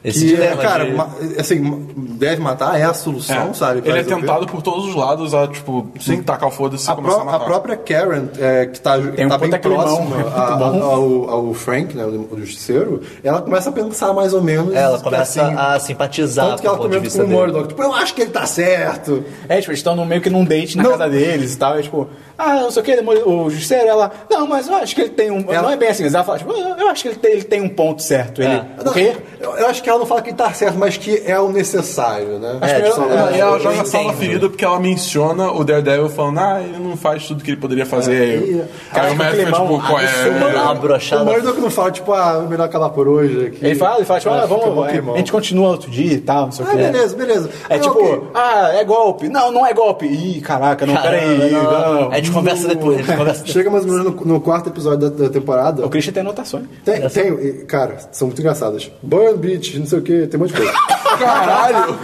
Esse
que, é,
dilema
Cara,
de-
ma- assim, ma- deve matar é a solução, sabe? pra
Ele é
resolver.
tentado por todos os lados a, tipo, sem tacar o foda-se e
A,
começar
pró-
a
a
matar.
própria Karen, é, que tá, que
um
tá bem
puta climão,
próxima
é muito
a-
bom.
a- ao, ao Frank, né, o justiceiro, ela começa a pensar mais ou menos.
Ela
que,
começa
assim,
a simpatizar
Tanto que ela
do ponto de
comenta com
vista
o
dele.
Mordog. Tipo, eu acho que ele tá certo.
É, tipo, eles estão no- meio que num date na
Não.
casa deles e tal. É tipo, ah, não sei o que, o justiceiro, ela, não, mas eu acho que ele tem um.
Ela-
Não é bem assim, mas ela fala, tipo, eu eu acho que ele tem, ele tem um ponto certo. Ele,
É. Não,
o quê?
Eu, eu acho que ela não fala que ele tá certo, mas que é o necessário, né?
Acho que
tipo,
ela-
Aí ela joga
entendo.
sal na ferida porque ela menciona o Daredevil falando, ah, ele não faz tudo que ele poderia fazer.
Cara,
Aí o
que
Matt fica
climão.
tipo, qual
Dá uma
é?
né? O
brochada.
Murdoch não fala, tipo, ah, é melhor acabar por hoje aqui.
Ele fala, ele fala, tipo,
Ela
ah,
fica
vamos,
com climão.
a gente continua outro dia e tal, não sei o
Ah,
que.
beleza, beleza.
É
Ah,
tipo,
ok.
ah, é golpe. Não, não é golpe. Ih, caraca, não,
Caramba,
peraí.
não.
Não.
A
É
gente conversa depois. a gente conversa depois.
Chega mais ou menos no, no quarto episódio da, da temporada.
O Christian tem anotações.
Tem, tem, e, cara, são muito engraçadas. Burn Beach, não sei o que, tem um monte
<laughs>
de coisa. Caralho!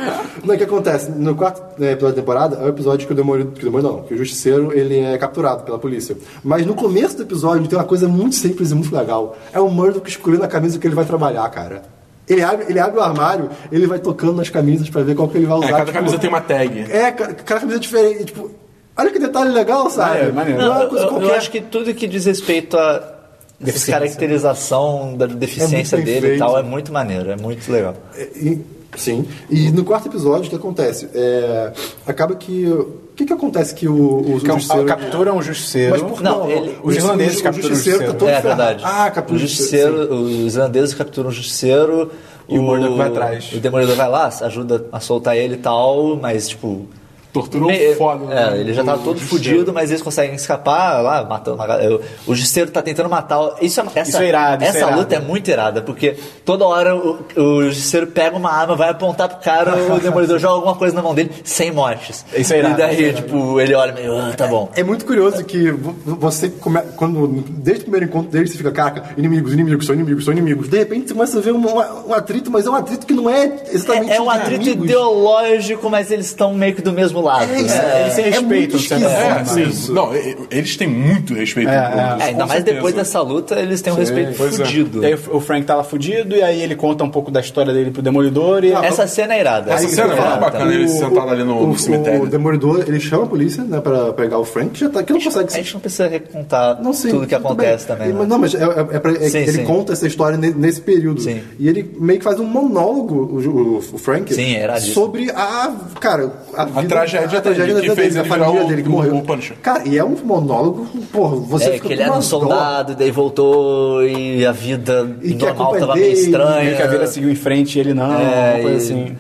Não, o que acontece? No quarto né, episódio da temporada é o episódio que o Demolidor. Que o Demolidor não, que o Justiceiro ele é capturado pela polícia. Mas no começo do episódio tem uma coisa muito simples e muito legal. É o Murdoch escolhendo a camisa que ele vai trabalhar, cara. Ele abre, ele abre o armário, ele vai tocando nas camisas pra ver qual que ele vai usar.
É, cada
tipo,
camisa tem uma tag.
É, ca- cada camisa é diferente. Tipo, olha que detalhe legal, sabe?
Maneiro, maneiro.
Não é uma
Não,
coisa
eu, eu
qualquer.
acho que tudo que diz respeito a
Deficiência.
caracterização da deficiência
É muito bem
dele e
feito.
tal é muito maneiro, é muito legal.
E- sim. E no quarto episódio, o que acontece? É, acaba que. O que, que acontece que o, o, o
Que é um-
justiceiro-
capturam o justiceiro.
Mas por
Não,
não,
ele-
o-
os irlandeses
o, o
capturam o
justiceiro tá
justiceiro.
todo
é
ferrado.
verdade.
Ah, captura
o justiceiro, os irlandeses capturam o justiceiro.
E o Murdoch vai atrás.
O demolidor vai lá, ajuda a soltar ele e tal, mas tipo.
Torturou
me-
foda, né,
É, ele já tá
o
todo
justiceiro.
fudido, mas eles conseguem escapar lá, matando uma galera. O justiceiro tá tentando matar. o- Isso é, essa,
Isso é irado, isso
Essa
é irado.
luta é muito irada, porque toda hora o, o justiceiro pega uma arma, vai apontar pro cara, o demolidor joga alguma coisa na mão dele, sem mortes.
Isso é irado,
E daí,
isso é
tipo, ele olha meio, ah, tá bom.
É muito curioso que vo- você come- quando desde o primeiro encontro deles você fica, caraca, inimigos, inimigos, são inimigos, são inimigos. De repente você começa a ver um, um atrito, mas é um atrito que não é exatamente
É, é um atrito
inimigos.
ideológico, mas eles estão meio que do mesmo lado. né?
É, isso-
Eles se
é muito
respeitam, de certa
esquisito.
forma.
É,
mas
sim.
isso.
Não, e- e- eles têm muito respeito
É,
por todos,
É, ainda
com
mais
certeza.
depois dessa luta, eles têm um respeito
pois é.
fudido.
E aí o o Frank tá lá fudido, e aí ele conta um pouco da história dele pro Demolidor e.
Essa cena é irada.
Essa
Aí-
cena é muito
irada.
bacana, ele sentado ali no, no
o,
cemitério.
O Demolidor, ele chama a polícia, né, pra pegar o Frank, já tá, que não consegue
A gente não precisa recontar
Não, sim,
tudo que
tudo
acontece
bem.
também.
Mas,
né?
Não, mas é, é- é pra- é-
Sim,
ele
sim.
conta essa história ne- nesse período.
Sim.
E ele meio que faz um monólogo, o, Ju- o- o Frank,
Sim, é iradíssimo.
sobre a. Cara, a,
A
vida-
tragédia
a tragédia
dele,
da
que
vida
fez
dele,
ele
a
virar
família
o-
dele que
o-
morreu.
o Punisher.
Cara, e é um monólogo, porra, você
É,
fica
que ele
com
era
uma
um
dó.
soldado, daí voltou e a vida
E que a
normal
culpa é
tava meio
dele,
estranha.
Meio que a vida seguiu em frente e ele não,
É,
uma coisa
e-
assim.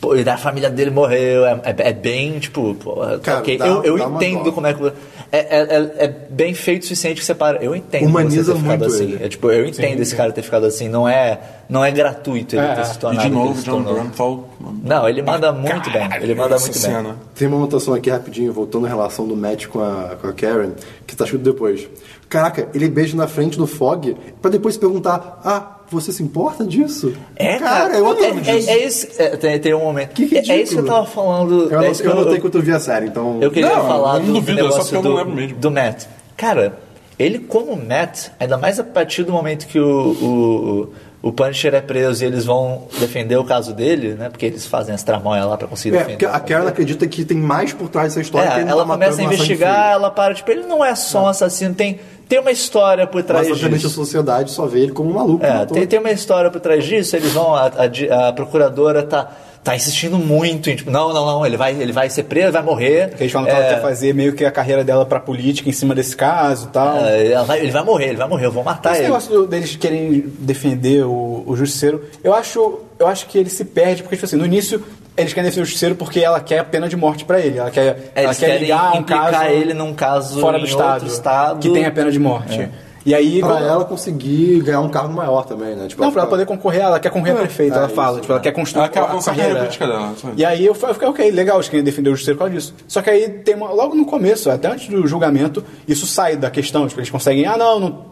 pô, e da família dele morreu. É, é- é bem, tipo. pô, é-
Cara,
ok,
dá-
eu eu
dá uma
entendo
dó.
como é que. É, é- é- é bem feito o suficiente que você para. Eu entendo
Humaniza
você ter ficado
muito
assim.
ele.
É, tipo, eu entendo esse cara ter ficado assim. Não é, não é gratuito ele
É,
ter
é.
se
E
tornado.
de
ele
novo,
se
John
tornou.
Bernthal.
Não, ele manda muito bem. Ele manda
essa
muito bem.
cena.
Tem uma anotação aqui rapidinho, voltando à relação do Matt com a, com a Karen, que tá escrito depois. Caraca, ele beija na frente do Fog pra depois perguntar: Ah, você se importa disso?
É, cara,
cara, eu adoro
é,
disso.
é, é isso. é, tem, tem um momento.
Que
é, é isso que eu
ridículo.
tava falando.
Eu,
é
anotei-
isso que
eu anotei quando eu vi a série, então.
Eu queria
Não,
falar
não
do
duvido, é só
negócio
porque eu não
do,
lembro mesmo.
do Matt. Cara, ele como Matt, ainda mais a partir do momento que o, o, o Punisher é preso e eles vão defender o caso dele, né? Porque eles fazem essa tramoia lá pra conseguir
É, porque
defender.
a Karen acredita que tem mais por trás dessa história. que
É,
ele
ela
tá matando
começa a
uma sangue
investigar,
fria.
ela para, tipo, ele não é só um assassino, tem, tem uma história por trás
Mas, obviamente, a
disso.
sociedade só vê ele como um maluco.
É,
né,
tem, tem uma história por trás disso, eles vão, a, a di- a procuradora tá, tá insistindo muito em, tipo, não, não, não, ele vai, ele vai ser preso, vai morrer. É,
Que eles falam que ela quer fazer meio que a carreira dela pra política em cima desse caso e tal.
é, ela vai- ele vai morrer, ele vai morrer, eu vou matar
um- Esse
ele.
negócio do- deles querem defender o, o justiceiro, eu acho, eu acho que ele se perde, porque, tipo assim, no início eles querem defender o justiceiro porque ela quer a pena de morte pra ele. Ela quer,
É,
ela
eles
quer
querem
ligar um
implicar
caso
ele num caso
fora do
em
estado,
outro estado. É.
que tem a pena de morte. E aí.
Pra
quando-
ela conseguir ganhar um cargo maior também, né? Tipo,
Não, pra ela
fica-
poder concorrer, ela quer concorrer a prefeito,
é
ela
isso,
fala. tipo, ela
é.
quer construir
Ela quer
a
avançar a carreira
carreira.
política dela. sabe?
E aí eu fa- eu fiquei, ok, legal, eles querem defender o justiceiro por causa disso. Só que aí tem uma- logo no começo, até antes do julgamento, isso sai da questão, tipo, eles conseguem, ah não, não-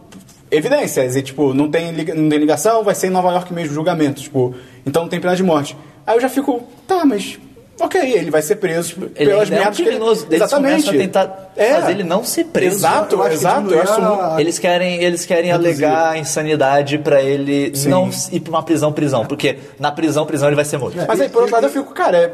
evidências, e tipo, não tem, liga- não tem ligação, vai ser em Nova York mesmo o julgamento, tipo, então não tem pena de morte. Aí eu já fico, tá, mas ok, ele vai ser preso tipo,
Ele
pelas
ainda é um
merdas que ele... É,
criminoso, eles começam a tentar fazer ele não ser preso.
Exato,
Eu acho que
exato, eu
diminuir
acho
a-
muito...
Eles querem, eles querem alegar a insanidade pra ele não ir pra uma prisão, prisão. Porque na prisão, prisão ele vai ser morto.
Mas aí, por outro lado, eu fico, cara, é...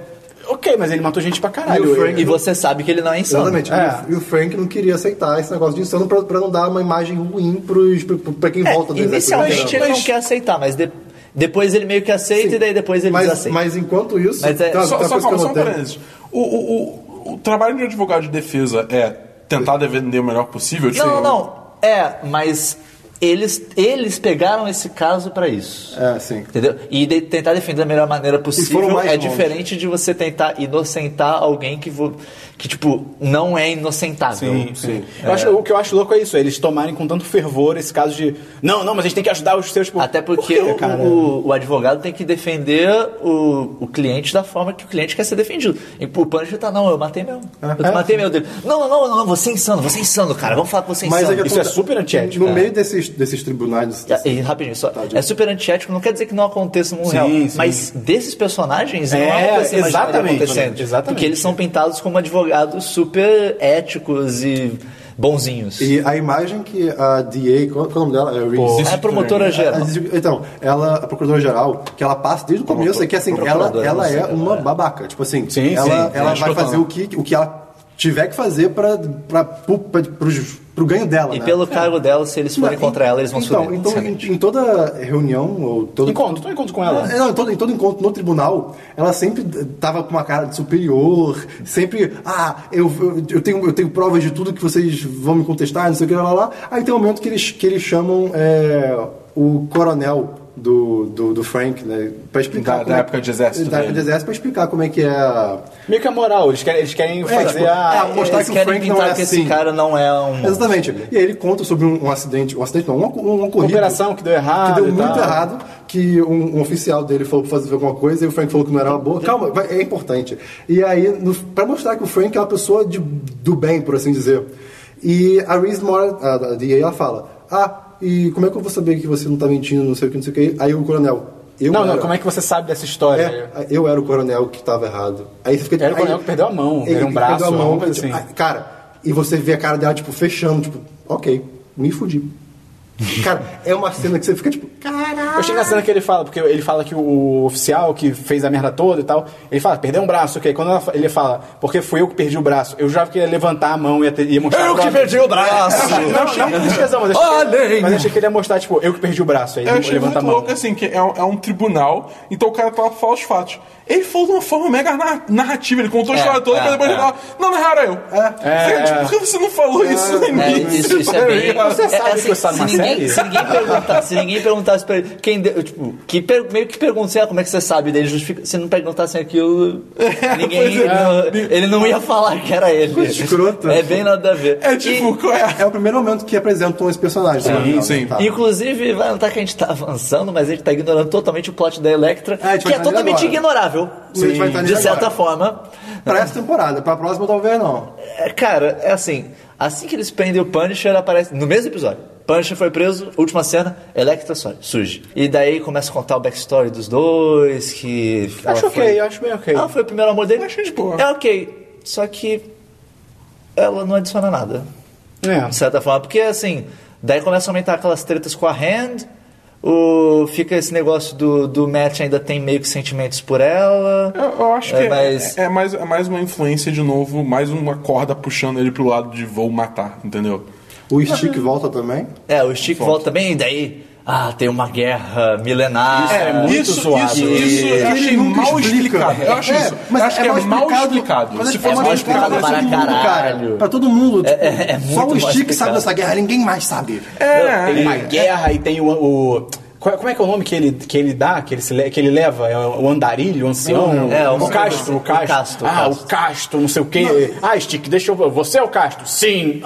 ok, mas ele matou gente pra caralho.
E o Frank-
E você sabe que ele não é insano.
Exatamente.
É.
E o Frank não queria aceitar esse negócio de insano pra, pra não dar uma imagem ruim pros, pra, pra quem
É,
volta né? do
inicialmente
exército.
ele não quer aceitar, mas de- depois ele meio que aceita e daí depois ele
mas,
desaceita.
mas enquanto isso,
Mas é-
tem uma-
Só,
tem uma coisa
só,
que eu
só, só um
notei.
parênteses. O, o, o, o trabalho de um advogado de defesa é tentar defender o melhor possível? tipo,
Não, não. É, mas eles, eles pegaram esse caso pra isso.
É, sim.
Entendeu? E de- tentar defender da melhor maneira
foram
possível
mais
é
longe.
diferente de você tentar inocentar alguém que, vo- que tipo, não é inocentável.
Sim, sim. Eu acho, o que eu acho louco é isso, é eles tomarem com tanto fervor esse caso de. Não, não, mas a gente tem que ajudar os seus. Tipo,
Até
por
porque
quê,
o-
cara?
o, o advogado tem que defender o, o cliente da forma que o cliente quer ser defendido. E o Punisher tá, não, eu matei meu. eu
é?
matei meu dele. Não, não, não, não, você é insano, você é insano, cara. Vamos falar que você é
Mas
insano.
que
Isso é
acontece-
super antiético,
No
é.
meio desses, desses tribunais,
E, e rapidinho, só. é super antiético, não quer dizer que não aconteça no mundo
Sim,
real.
Tá, sim.
Mas desses personagens não
É,
é o que você imaginaria
exatamente,
acontecendo.
exatamente.
Porque eles são pintados como advogados super éticos e bonzinhos.
E a imagem que a DA, qual, qual é o nome dela? É Reese.
é a promotora
A-
geral.
a- Então, ela, a procuradora-geral, que ela passa desde o começo, é que assim, ela,
procuradora,
ela
não sei,
é uma
é.
babaca. Tipo assim,
Sim,
ela,
sim,
ela
sim.
vai fazer o que, o que ela tiver que fazer pra, pra, pro, pra- pros- pro ganho dela.
É,
E
né?
pelo cargo dela, se eles forem contra ela, eles vão
então,
subir.
Então, em, em toda reunião, ou todo.
Encontro, tô em encontro com ela.
É, não, em, todo, em todo encontro no tribunal, ela sempre d- tava com uma cara de superior, sempre, ah, eu, eu, eu tenho, eu tenho provas de tudo que vocês vão me contestar, não sei o que, lá, lá, lá. Aí tem um momento que eles, que eles chamam é, o coronel do, do, do Frank, né, pra explicar.
Da-
como
da
é-
época de exército
Da época de
dele.
exército, pra explicar como é que é. a-
Meio que a moral, eles querem, eles querem
É,
fazer
tipo,
a.
ah, mostrar
eles
que o
querem
Frank não
pintar
é
que
assim.
esse cara não é um.
Exatamente. E aí ele conta sobre um, um acidente, um acidente não, um, um
Uma
ocorrido.
operação que deu errado.
Que deu
e
muito
tal.
errado, que um, um oficial dele falou pra fazer alguma coisa e o Frank falou que não era uma boa. Calma, vai- é importante. E aí, no, pra mostrar que o Frank é uma pessoa de, do bem, por assim dizer. E a Reese Mora, a, a DA, ela fala: Ah, e como é que eu vou saber que você não tá mentindo, não sei o que, não sei o que. Aí o coronel. Eu
Não, não,
era-
como é que você sabe dessa história?
é, eu era o coronel que tava errado. Aí você fica
Era o
aí-
coronel que perdeu a mão, era um
que
braço,
perdeu a mão,
alguma coisa
tipo,
assim.
ah, Cara, e você vê a cara dela, tipo, fechando, tipo, ok,
<laughs>
me fudi. Cara, é uma cena que você fica tipo,
Eu achei engraçado que ele fala, porque ele fala que o oficial que fez a merda toda e tal, ele fala, perdeu um braço, ok. Quando ela fa- ele fala, porque fui eu que perdi o braço, eu já queria levantar a mão e ia, ter- ia mostrar. a prova.
o braço!
Não, não, não, esqueçam, mas achei,
Olhem!
mas achei que ele ia mostrar, tipo, eu que perdi o braço. Aí
Eu
ele
achei
levanta
muito
a mão.
louco, assim, que é um, é um tribunal, então o cara tá lá pra falar os fatos. Ele falou de uma forma mega na- narrativa, ele contou a
É,
história toda,
é,
pra depois
é.
ele falar, não, não era eu.
É.
Fica, tipo, por que você não falou isso no
É,
início? Tá
isso,
<laughs>
isso é bem.
Você
é- é
sabe
assim,
que eu estava
se
numa série?
ninguém, se ninguém perguntar, se ninguém perguntasse pra ele, quem deu, tipo, que per- meio que perguntasse, ah, como é que você sabe dele, justifica, se não perguntasse
<laughs>
aquilo, ninguém,
pois é.
não- ele não ia falar que era ele.
escroto.
É bem nada a ver.
É tipo, qual é a
É o primeiro momento que apresentam esse personagem. sabe? Não,
sim.
tá.
E, inclusive, vai notar que a gente tá avançando, mas a gente tá ignorando totalmente o plot da Electra,
É, a
que
gente vai
é
entrar
totalmente
nele
ignorável,
Sim, a gente vai entrar
de
nele
certa
agora.
forma.
Pra essa temporada, pra próxima talvez não.
É, Cara, é assim, assim que eles prendem o Punisher, aparece no mesmo episódio. Punisher foi preso, última cena, Electra su- surge. E daí começa a contar o backstory dos dois, que...
Acho
ela
ok,
foi-
acho bem ok.
Ela foi o primeiro amor dele.
Achei de boa.
É ok, só que ela não adiciona nada,
É.
de certa forma. Porque, assim, daí começa a aumentar aquelas tretas com a Hand, o, o, fica esse negócio do, do Matt ainda tem meio que sentimentos por ela.
Eu, eu acho
É,
que é,
mas-
é, é mais, é mais uma influência de novo, mais uma corda puxando ele pro lado de vou matar, entendeu?
O Stick volta também.
É, o Stick volta também, e daí. Ah, tem uma guerra milenar.
É
É. isso, isso, isso,
E-
eu achei
Ele nunca
mal
explica.
explicado. Eu acho
É,
isso.
mas
eu acho
é
que é
mal
mal
explicado,
explicado.
mas
Se
é
fosse
mal explicado
explicado,
pra
ia ser muito-
caralho.
Pra todo mundo. tipo,
é- é
só
muito
o
mais
Stick sabe
complicado.
dessa guerra, ninguém mais sabe.
É,
Tem uma guerra e tem o. o- qual- como é que é o nome que ele, que ele dá, que ele, se le- que ele leva? É o andarilho, o ancião?
É,
o,
o-
Castro, o
o
Castro.
Castro, o
ah,
Castro.
o Castro, não sei o quê. Ah, Stick, deixa eu. Você é o Castro? Sim.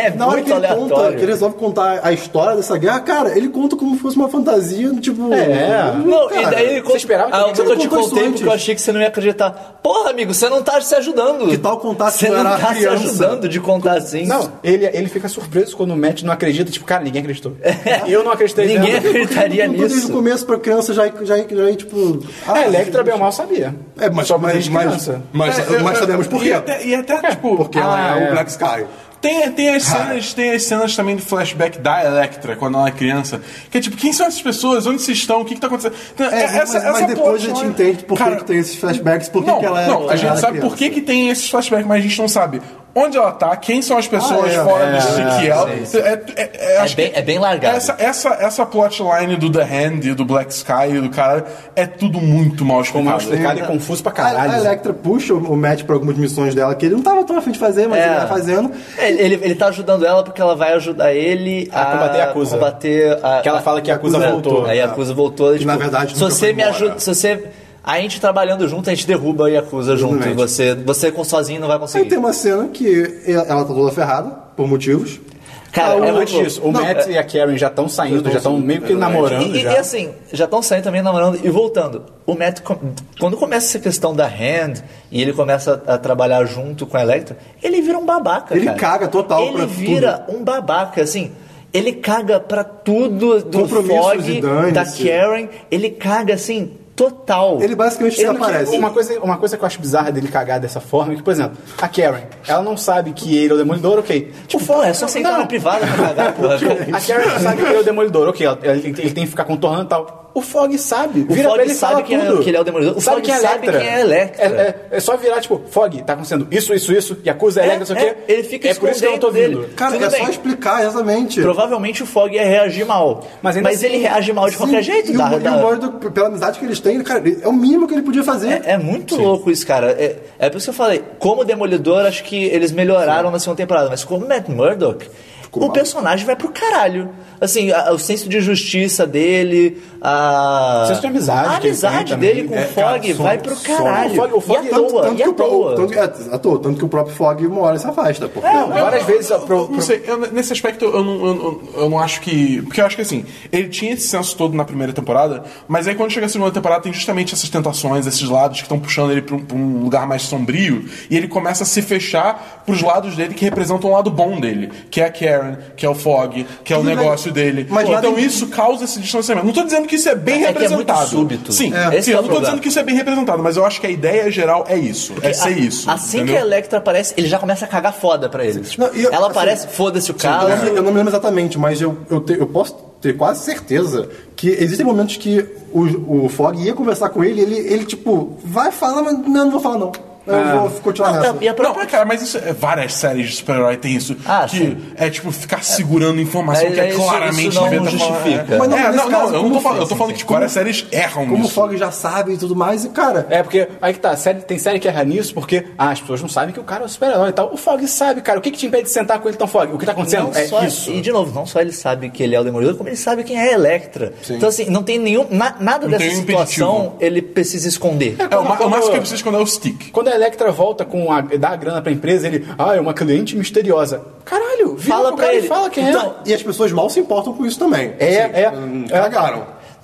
É
<laughs> Na hora que
muito
ele conta,
aleatório.
que ele resolve contar a história dessa guerra, cara, ele conta como se fosse uma fantasia, tipo.
É.
Não,
cara,
e daí ele conta.
esperava que
ah,
alguém
eu
me
te
contou isso
contei porque eu
antes.
achei que você não ia acreditar. Porra, amigo, você não tá se ajudando.
Que tal contar que
Você
eu
não
era
tá se
criança?
ajudando de contar assim.
Não, ele, ele fica surpreso quando o Matt não acredita. Tipo, cara, ninguém acreditou.
É.
Eu não acreditei
Ninguém
nela.
acreditaria
contou desde o
nisso.
começo pra criança já, já, já, tipo.
A
ah,
Electra bem ou mal sabia.
É, mas,
Só
mas,
desde
mas,
criança.
mas,
É,
mas
é,
sabemos por quê.
E até, e até, tipo,
Porque ela
Ah,
é,
é.
o Black Sky.
Tem, tem, as cenas, tem as cenas também de flashback da Electra, quando ela é criança. Que é tipo, quem são essas pessoas? Onde vocês estão? O que, que tá acontecendo? Então,
É, mas, mas depois a
plot
gente
line-
entende por que
Cara,
que tem esses flashbacks, por que
não,
que ela é.
não, a gente sabe por que, que tem esses flashbacks, mas a gente não sabe onde ela tá, quem são as pessoas
Ah, é,
fora
é,
do stick
é,
ela.
sim,
É, é, é, acho
bem-
que
é bem largado.
Essa, essa, essa plotline do The Hand e do Black Sky e do cara é tudo muito mal
Ficou mal
explicado.
explicado e confuso pra
A,
caralho.
a Electra puxa o, o Matt pra algumas missões dela que ele não tava tão afim de fazer, mas
É.
ele tá fazendo.
É, Ele, ele tá ajudando ela porque ela vai ajudar ele a,
A combater a Yakuza.
combater a-
Que ela fala que a Yakuza
Yakuza
voltou.
Aí a Yakuza voltou.
Que,
tipo,
na verdade,
se
nunca
você
foi
me
embora.
ajuda, se você. A gente trabalhando junto, a gente derruba a Yakuza junto.
Exatamente. Então,
Você, você com- sozinho não vai
Aí
conseguir.
tem uma cena que ela ela tá toda ferrada, por motivos. tá
Cara,
Ah,
é
antes
muito-
disso, o
Não,
Matt e a Karen já estão saindo, já estão meio que namorando
E,
já.
e assim, já estão saindo também namorando e voltando. O Matt, com- quando começa essa questão da hand e ele começa a, a trabalhar junto com a Electra, ele vira um babaca.
Ele
cara.
caga total
Ele
pra
vira um babaca, assim. Ele caga pra tudo do
Compromissos
Fog,
e dane-se.
da Karen. Ele caga, assim, total.
Ele basicamente tá
Ele-
desaparece.
Uma coisa, uma coisa que eu acho bizarra dele cagar dessa forma é que, por exemplo, a Karen, ela não sabe que ele é o Demolidor, ok.
Tipo, pô, é só sentar
Não.
na privada pra cagar,
<laughs>
porra.
A Karen não sabe
<laughs>
que ele é o Demolidor, ok. ela- ele, ele tem que ficar contornando e tal. O Fog sabe.
O
Vira
Fog
pra ele e
sabe
fala
quem é-
tudo.
que ele é o Demolidor. O
sabe
Fog
quem é a
sabe
Electra.
quem é a Electra.
É, é- é só virar, tipo, Fog, tá acontecendo isso, isso, isso, e acusa a
É,
Electra, não sei o
é,
quê.
ele fica
É por isso que eu não tô
escondendo
vindo.
dele.
Cara,
Tudo
é
bem.
só explicar exatamente.
Provavelmente o Fog ia reagir mal.
Mas
Mas,
ainda assim-
ele reage mal de qualquer
Sim,
jeito,
e o-
dá-
e o
dá-
Mordo, pela amizade que eles têm, cara, é o mínimo que ele podia fazer.
É, é muito louco isso, cara. É, é por isso que eu falei, como Demolidor, acho que eles melhoraram na segunda temporada, mas como Matt Murdock, o
mal.
personagem vai pro caralho. Assim, a- o senso de justiça dele, a.
O senso de amizade
A
que ele
amizade
tem também.
dele com
É,
o Fog
cara,
vai
som-
pro
som.
caralho.
O Fogg- o Fogg-
e à
é um
toa,
tanto,
e à
que o, pro-
toa. É.
tanto, que- é, à toa, tanto que o próprio Fog uma hora se afasta. Porque...
Não, várias vezes. ó, pro-
Eu Não
pro-
sei, eu- nesse aspecto eu não, eu, não- eu não acho que. Porque eu acho que assim, ele tinha esse senso todo na primeira temporada, mas aí quando chega a segunda temporada tem justamente essas tentações, esses lados que estão puxando ele pra um, pra um lugar mais sombrio, e ele começa a se fechar pros lados dele que representam o lado bom dele, que é a Karen, que é o Fog, que é o
Tudo bem.
negócio dele.
Mas nada
então
em-
isso causa esse distanciamento. Não tô dizendo que isso é bem
É que é muito
representado.
súbito.
Sim,
É. Esse
sim
que é
eu
o
não tô
problema.
dizendo que isso é bem representado, mas eu acho que a ideia geral é isso. é
A-
ser isso.
Assim
entendeu?
que a Electra aparece, ele já começa a cagar foda pra ele.
Não, e eu-
Ela
assim,
aparece, foda-se o
Eu,
cara.
não
é.
sei- eu não me lembro exatamente, mas eu, eu, te- eu posso ter quase certeza que existem momentos que o, o Fog ia conversar com ele, ele, ele tipo, vai falar, mas não, não vou falar não. Eu vou continuar nessa.
E a
Não,
própria
cara, mas isso é, várias séries de super-herói tem isso.
Ah,
que
sim.
é tipo ficar segurando informação
Mas
que é
isso-
claramente
isso não
devia ter falado.
justifica.
É.
Mas não,
É,
mas
não,
nesse
não,
caso,
eu não
como
tô falando, eu
sim,
tô falando
sim,
que várias séries erram
Como o
nisso.
Fog já sabe e tudo mais, e cara,
É, porque aí que tá, série- tem série que erra nisso porque ah, as pessoas não sabem que o cara é um super-herói e tal. O Fog sabe, cara. O que, que te impede de sentar com ele tão Fog? O que tá acontecendo?
Não
é
só-
isso.
E de novo, não só ele sabe que ele é o Demolidor, como ele sabe quem é a Electra. Então, assim, não tem nenhum. na- nada
Não
dessa
tem um
situação
impeditivo.
ele precisa esconder.
É, o, ma-
Como-
o máximo que eu preciso quando é o stick.
Quando a Electra volta com a, dá a grana pra empresa, ele, ah, é uma cliente misteriosa. Caralho, vira
Fala
pro
pra
cara
ele.
e fala quem
Então,
e as pessoas mal se importam com isso também.
é. É, é.
Hum,
é.
Cagaram.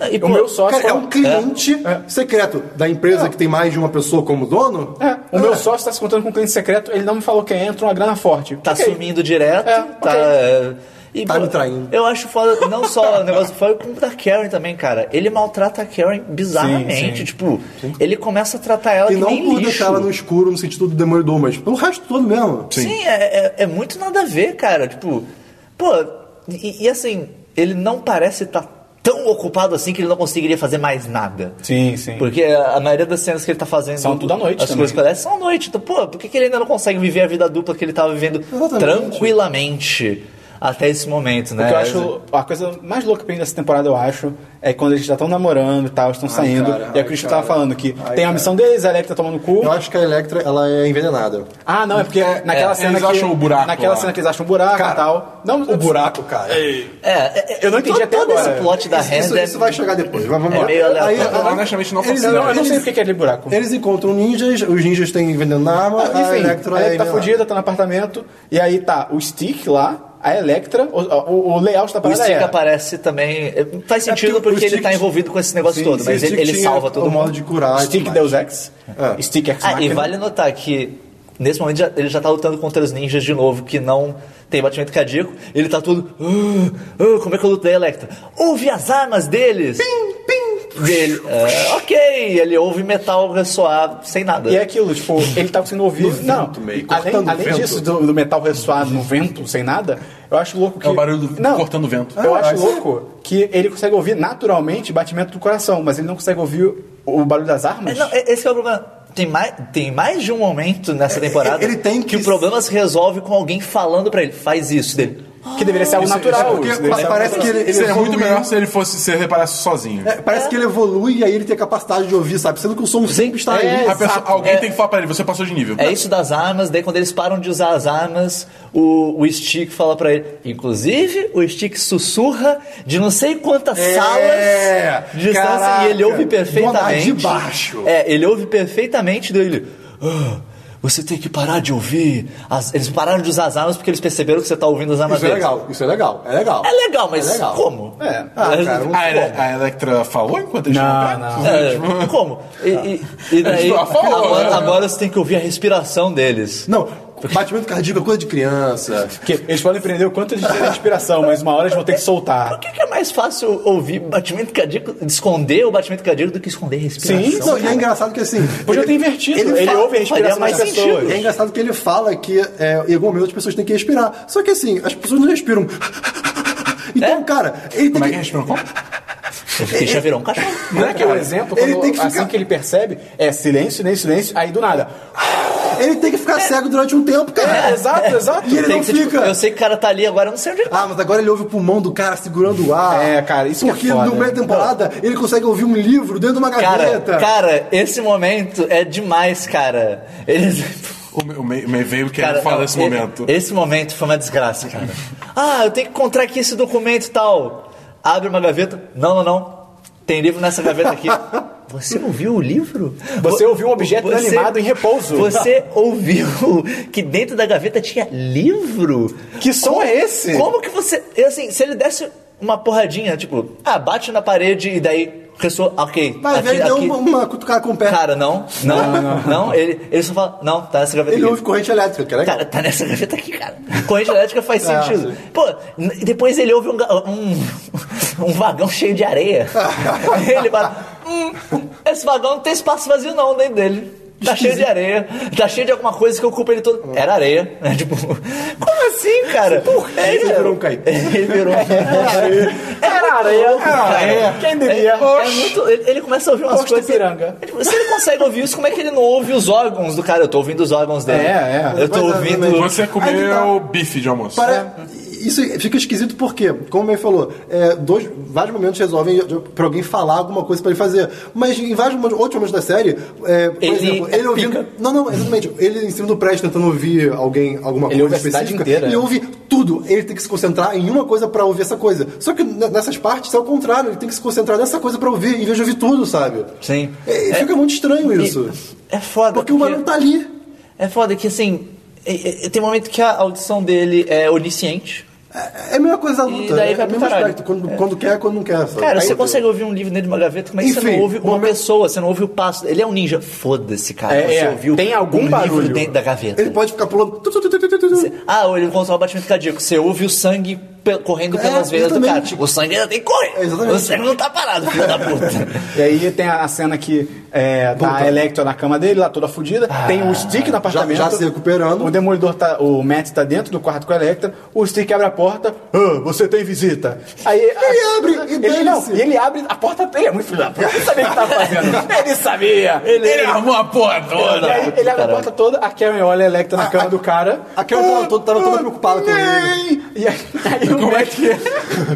E, pô,
O meu sócio
Cara, é
tá-
um cliente secreto da empresa que tem mais de uma pessoa como dono?
é, o meu sócio tá se contando com um cliente secreto, ele não me falou quem é, entrou uma grana forte.
Tá
Ok.
sumindo direto.
É,
tá.
ok.
é, e,
Tá
pô,
me traindo.
Eu acho foda, não só o negócio do Fog, como da Karen também, cara. Ele maltrata a Karen bizarramente. Tipo, ele começa a tratar ela
E
que
não
nem
por
lixo.
deixar ela no escuro no sentido do demolidor, mas pelo resto todo mesmo.
Sim, é, é, é muito nada a ver, cara. Tipo, pô, e, e assim, ele não parece estar tão ocupado assim que ele não conseguiria fazer mais nada.
Sim, sim.
Porque a a maioria das cenas que ele tá fazendo.
São tudo à noite
As
também.
coisas que ele são à noite. Então, pô, por que, que ele ainda não consegue viver a vida dupla que ele tava vivendo tranquilamente até esse momento, né?
O que eu acho, a coisa mais louca pra mim dessa temporada, eu acho, é quando eles já estão namorando e tal, estão saindo.
cara,
e a
ai,
Christian
cara.
tava falando que
Ai,
tem a
cara.
missão deles, a Electra tomando cu.
Eu acho que a Electra, ela é envenenada.
Ah, não, é porque naquela
É,
cena
eles
que,
acham o buraco
Naquela
lá.
cena que eles acham o buraco e tal. Não,
O buraco, cara.
É, é, é,
Eu não entendi
todo,
até
todo
agora.
esse plot da
Isso,
Hand
isso vai chegar depois. Mas vamos
É
lá.
meio aleatório.
Honestamente, não
eles-
faço
Não, eu não
eles-
sei o que que é aquele buraco.
Eles encontram ninjas, os ninjas têm vendendo na arma,
Enfim, a
a Electra,
Electra
é
tá
envenenada.
fudida, tá no apartamento. E aí tá o Stick lá, a Electra, o, o, o layout da
O
parada
Stick
é...
aparece também. é, Faz sentido
porque o
porque, ele
Stick
tá envolvido com esse negócio
Sim,
todo,
sim,
mas ele,
o Stick
ele
tinha
salva todo
o
mundo.
modo de curar. e
Stick
tudo mais.
Deus Ex.
É.
Stick Ex
Ah, e
Machina.
vale notar que nesse momento já- ele já tá lutando contra os ninjas de novo, que não tem batimento cardíaco. Ele tá todo. "Ah, ah, como é que eu luto da Electra? Ouve as armas deles! Pim, pim! Dele. É, ok, ele ouve metal ressoar sem nada.
E é aquilo, tipo, ele tá conseguindo ouvir. não,
meio, cortando
além,
o
além
vento.
disso, do, do metal ressoar no vento, sem nada, eu acho louco que.
É o barulho do- cortando é. o vento.
Eu
Ah,
acho
mas-
louco que ele consegue ouvir naturalmente batimento do coração, mas ele não consegue ouvir o, o barulho das
É,
armas.
não, é- esse que é o problema. Tem mais, tem mais de um momento nessa temporada
É, ele tem que-
o problema se resolve com alguém falando pra ele, faz isso dele.
Que deveria ser algo natural.
é porque
né? isso
né?
deveria ser algo
parece que
natural.
ele, ele
Seria é muito
evolui-
melhor se ele fosse se reparasse sozinho.
É, parece que ele evolui e aí ele tem a capacidade de ouvir, sabe? Sendo que o som sempre está
É,
aí.
A pessoa-
exato,
alguém
é.
tem que falar pra ele, você passou de nível.
É isso das armas, daí quando eles param de usar as armas, o, o Stick fala pra ele. Inclusive, o Stick sussurra de não sei quantas salas de distância
É, caraca,
e ele ouve perfeitamente.
do andar de baixo.
É, ele ouve perfeitamente daí ele. "Ah, você tem que parar de ouvir. as- eles pararam de usar as armas porque eles perceberam que você tá ouvindo as armas
Isso é
deles.
legal, isso é legal, é legal.
É legal, mas
É legal.
como?
É.
<laughs>
Ah, cara, um-
A, Ele- é- a Electra falou enquanto eles
Não,
estavam perto?
É, como? E, e-
<laughs>
e daí,
Já falou,
agora,
né?
agora você tem que ouvir a respiração deles.
Não, batimento cardíaco é coisa
<laughs>
de criança.
Porque eles podem prender o quanto eles têm de respiração, mas uma hora eles vão ter que soltar.
Por que, que é mais fácil ouvir batimento cardíaco, esconder o batimento cardíaco do que esconder a respiração?
Sim,
Não, e é engraçado que assim.
Podia
ele-
ter invertido.
ele
Ele,
fala-
ouve a
faria
respiração
mais
das
sentido.
pessoas.
E é engraçado que ele fala que é, em algum momento as pessoas têm que respirar. Só que assim, as pessoas não respiram. <laughs> Então, cara, ele tem
Como é
que.
que respirou? Como?
Ele já virou um cachorro.
Não é que é o exemplo,
Ele
quando-
tem que ficar-
assim que ele percebe, é silêncio, silêncio, silêncio, aí do nada.
Ele tem que ficar cego durante um tempo, cara.
É, exato, exato.
E <laughs> ele
Tem
não
que ser, tipo,
fica.
eu sei que o cara tá ali agora, eu não sei onde ele tá.
Ah, mas agora ele ouve o pulmão do cara segurando o ar.
É, cara, isso que é
Porque
foda.
no meio da temporada ele consegue ouvir um livro dentro de uma
Cara,
gaveta.
cara, esse momento é demais, cara. Eles.
O me- o me- o me veio querendo
Cara,
falar
não,
desse
e-
momento.
Esse momento foi uma desgraça, cara. Ah, eu tenho que encontrar aqui esse documento e tal. Abre uma gaveta. Não, não, não. Tem livro nessa gaveta aqui. <laughs> Você ouviu o livro?
Você
Vo-
ouviu um objeto
você-
inanimado em repouso.
<laughs> Você ouviu que dentro da gaveta tinha livro?
Que som
Como-
é esse?
Como que você. Assim, se ele desse uma porradinha, tipo, ah, bate na parede e daí. Pessoa, ok.
Mas
aqui-
ele deu
aqui-
uma, uma cutucada com o pé.
Cara, não, não, não, ele, ele só fala, não, tá nessa gaveta
ele
aqui.
ouve corrente elétrica, que é legal.
Cara, tá nessa gaveta aqui, cara. Corrente elétrica faz
Ah,
sentido.
sim.
Pô, n- depois ele ouve um, ga- um, <laughs> um vagão cheio de areia. ele fala, hum, esse vagão não tem espaço vazio não dentro dele. Tá cheio de areia, tá cheio de alguma coisa que ocupa ele todo. Era areia, né? Tipo, <laughs> como assim, cara?
Ele virou um caipira.
<laughs> Ele virou um Era
areia,
louco,
era
cara.
areia. Quem diria?
É, é muito- ele, ele começa a ouvir umas
Posto
coisas.
Ipiranga.
Ele- tipo, Se ele consegue ouvir isso, como é que ele não ouve os órgãos do cara? Eu tô ouvindo os órgãos dele.
É, é.
Eu tô
Mas,
ouvindo.
mas-
Você
Aí que tá.
comeu bife de almoço.
Para-
É.
Isso fica esquisito porque, como o May falou, é, dois, vários momentos resolvem pra alguém falar alguma coisa pra ele fazer. Mas em vários momentos, outros momentos da série, é, por
Ele
exemplo, ele ouvindo.
pica.
Não, não, exatamente. Ele em cima do prédio tentando ouvir alguém, alguma
Ele ouve
coisa
a cidade
específica.
inteira.
Ele ouve tudo. Ele tem que se concentrar em uma coisa pra ouvir essa coisa. Só que n- nessas partes é o contrário, ele tem que se concentrar nessa coisa pra ouvir, em vez de ouvir tudo, sabe?
Sim.
É, fica muito estranho isso.
É
Ah,
foda.
Porque o barulho tá ali.
É foda que assim. é- é- tem momento que a audição dele é onisciente.
É é a mesma coisa da luta.
E daí
é
vai
o
pro
mesmo
caralho.
aspecto. Quando, quando quer, quando não quer. sabe?
Cara,
Aí
você
eu-
consegue ouvir um livro dentro de uma gaveta, como é que você
Enfim,
não ouve uma
momento-
pessoa, você não ouve o passo. Ele é um ninja. Foda-se, cara.
É,
você
é.
ouviu
Tem algum
um
barulho.
livro dentro da gaveta.
Ele pode ficar pulando.
um Ah, ou ele controla o batimento cardíaco. Você ouve o sangue pe- correndo
É,
pelas veias do cara.
exatamente.
Tipo, O sangue ainda tem que correr.
É, exatamente.
O sangue não tá parado, filho da
<laughs>
puta.
E aí tem a cena que é, tá a Electra na cama dele, lá toda fodida. tem o Stick no apartamento.
Ah, já se recuperando.
O Demolidor tá. O Matt tá dentro do quarto com a Electra. O Stick abre a porta. "Ah, você tem visita. Aí ele
abre e
ele, não,
dane-se.
e ele abre a porta. Ele é muito filho da puta. Ele sabia o que tava
<laughs>
fazendo. Ele sabia. Ele,
é
arrumou a é porra
e aí ele abre a
Caralho.
porta toda, a Karen olha a Electra na cama do cara.
a Karen tava toda- tava toda
Ah,
preocupada com ele.
nem! E aí, aí o
Como é
Matt-
que é?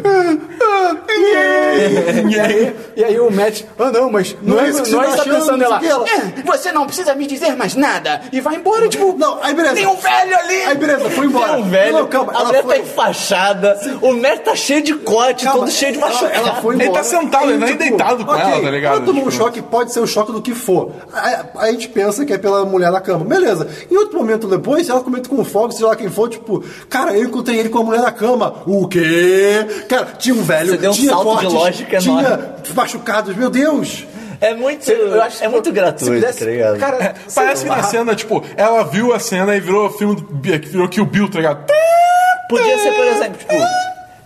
Ah, nem! e, aí, e aí o Matt, ah não, mas não, é isso que você
tá
tá
achando,
pensando
não
ela.
sei o que
"É, você não precisa me dizer mais nada. E vai embora, tipo.
Não, aí beleza.
Tem um velho ali.
Aí beleza, foi embora.
Tem um velho.
Não, não, calma,
a
ela
mulher
foi-
tá enfaixada. O Matt tá cheio de corte,
Calma,
todo cheio de
ela-
machucado.
Ela, foi
Ele
embora.
tá sentado, ele
E,
tá nem deitado com
ok,
ela, tá ligado?
Ela tomou um
Tipo-
choque, pode ser o choque do que for. A, a gente pensa que é pela mulher na cama, beleza. Em outro momento depois, ela comenta com o Fogo, seja lá quem for, tipo, cara, eu encontrei ele com a mulher na cama. O quê? Cara, tinha um velho,
Você deu um
tinha
salto de
cortes,
lógica
tinha
enorme.
machucados, meu Deus.
É muito,
Eu acho
é muito
se
gratuito,
pudesse-
tá ligado?
Cara, sei
<laughs> Parece que
lá.
na cena, tipo, ela viu a cena e virou filme do, virou Kill Bill, tá ligado?
Podia ser, por exemplo, tipo.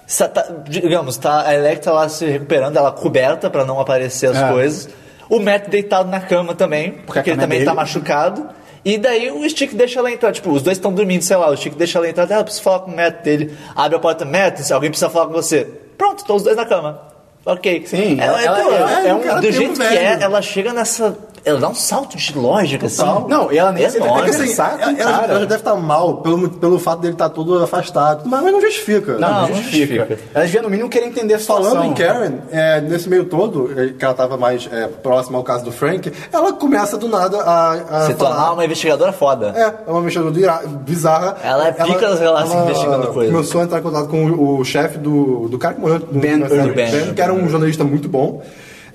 sa- tá- digamos, tá a Electra lá se recuperando, ela coberta pra não aparecer as
É.
coisas. O Matt deitado na cama também, porque,
a cama
ele
é
também tá
dele.
machucado. E daí o Stick deixa ela entrar. Tipo, os dois estão dormindo, sei lá. O Stick deixa ela entrar. Ela precisa falar com o Matt dele. Abre a porta, Matt, se alguém precisa falar com você. Pronto, estão os dois na cama. Ok.
Sim,
ela,
ela-
pô,
ela- é um-
do
ela
tem um
jeito que
velho.
é, ela chega nessa. Ela dá um salto de lógica, assim.
Não, e ela nem né? aceita
enorme.
que esse- Conversar com
É assim, ela,
o
ela-
cara.
ela já deve estar mal pelo, pelo fato dele estar todo afastado, mas não justifica.
Não, não,
não
justifica.
justifica.
Ela devia no mínimo querer entender a situação.
Falando em Karen, é, nesse meio todo, é, que ela tava mais é, próxima ao caso do Frank, ela começa do nada a, a
Se tornar uma investigadora foda.
É, é uma mistura do ira- bizarra.
Ela é pica nas relações investigando coisas.
Começou a entrar em contato com o, o chefe do, do cara que morreu. no-
Ben
na série,
Urban.
Ben, que era um jornalista muito bom.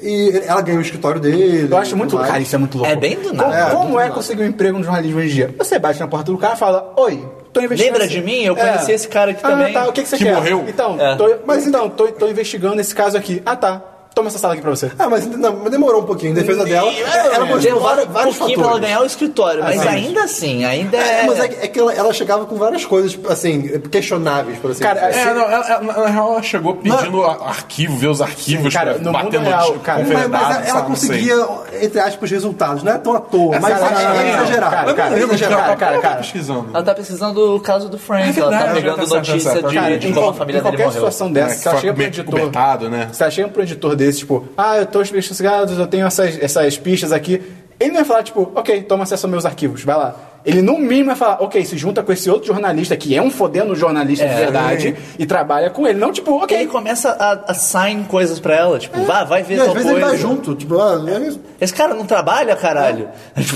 E ele- ela ganhou o escritório dele.
Eu acho muito
tudo
louco. Cara,
mais.
isso é muito louco.
É bem do
Como-
nada.
Como,
É,
é,
muito do nada.
conseguir um emprego no jornalismo hoje em dia? Você bate na porta do cara e fala: Oi, tô investigando.
Lembra
esse-
de mim? Eu conheci esse cara aqui
ah,
também."
Tá, o que, que você
Que
quer?
morreu.
Então,
É.
tô, mas então, tô, tô investigando esse caso aqui. Ah, tá. Toma essa sala aqui pra você.
Ah, mas não, mas demorou um pouquinho em defesa dela.
É,
Ela mostrou
deu
vários,
vários,
vários
pouquinho pra ela
fatores.
ganhar o escritório, mas
sim.
ainda assim, ainda é.
É, mas é, que- é que ela, ela chegava com várias coisas, assim, questionáveis, por assim
Cara,
dizer.
É, não, ela, ela- na real ela chegou pedindo a- arquivo, ver os arquivos,
Sim, cara,
pra-
no mundo
batendo
real,
tipo,
cara.
com
Mas, mas
verdade,
ela,
sabe, não sei.
conseguia, entre aspas, resultados. Não é tão à toa, mas
cara,
é,
cara,
é exagerado.
cara,
Mas
cara,
é
Eu não
exagerado.
cara,
cara,
cara,
cara,
cara.
pesquisando.
Ela tá precisando do caso do Frank,
É
ela tá
verdade,
pegando
tá certo,
notícia
tá certo.
de,
Cara,
de
em
como a
qual-
família
em
dele
qualquer
morreu.
situação
É,
dessa,
que
se ela
foi
chega pro
meio
editor.
cobertado, né?
Se ela chega pro editor um desse, tipo, ah, eu tô investigando, eu tenho essas, essas pistas aqui. Ele não vai falar, tipo, ok, toma acesso aos meus arquivos, vai lá. Ele no mínimo vai falar, ok, se junta com esse outro jornalista que é um fodendo jornalista
É.
de verdade e trabalha com ele. Não, tipo,
Porque ele
ok.
começa a, a sign coisas pra ela, tipo, vá, vai ver
E às
tal
vezes
coisa.
ele vai junto, tipo, ah, é isso.
Esse cara não trabalha, caralho.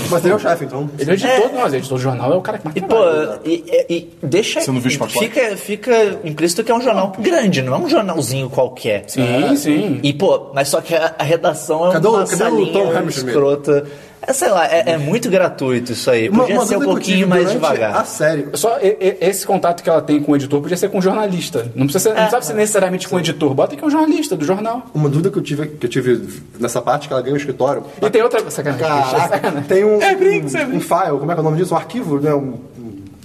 mas ele é o chefe, então.
Ele é o editor, não, mas o editor do jornal é o cara que mais
E, pô,
trabalha.
e, e- e deixa.
Você não viu os pacotes?
fica, fica implícito que é um jornal grande, não é um jornalzinho qualquer. É.
é.
Sim, sim.
E, pô, mas só que a, a redação é
Uhum. Cadê o-
uma
cadê o
salinha
Tom Hamish mesmo?
escrota. É, sei lá, é, é muito gratuito isso aí.
Uma-
Podia
uma
ser um
dúvida que eu tive
pouquinho mais
durante
devagar.
A série.
Só e- e- esse contato que ela tem com o editor podia ser com o jornalista. Não precisa ser, não
É.
precisa ser necessariamente com o editor. Bota que é um jornalista do jornal.
Uma dúvida que eu tive, que eu tive nessa parte que ela ganha o escritório.
E tem outra. <laughs> Sacanagem.
Caraca, tem um,
É brinco,
um,
é brinco.
um file, como é que é o nome disso? Um arquivo, né? Um,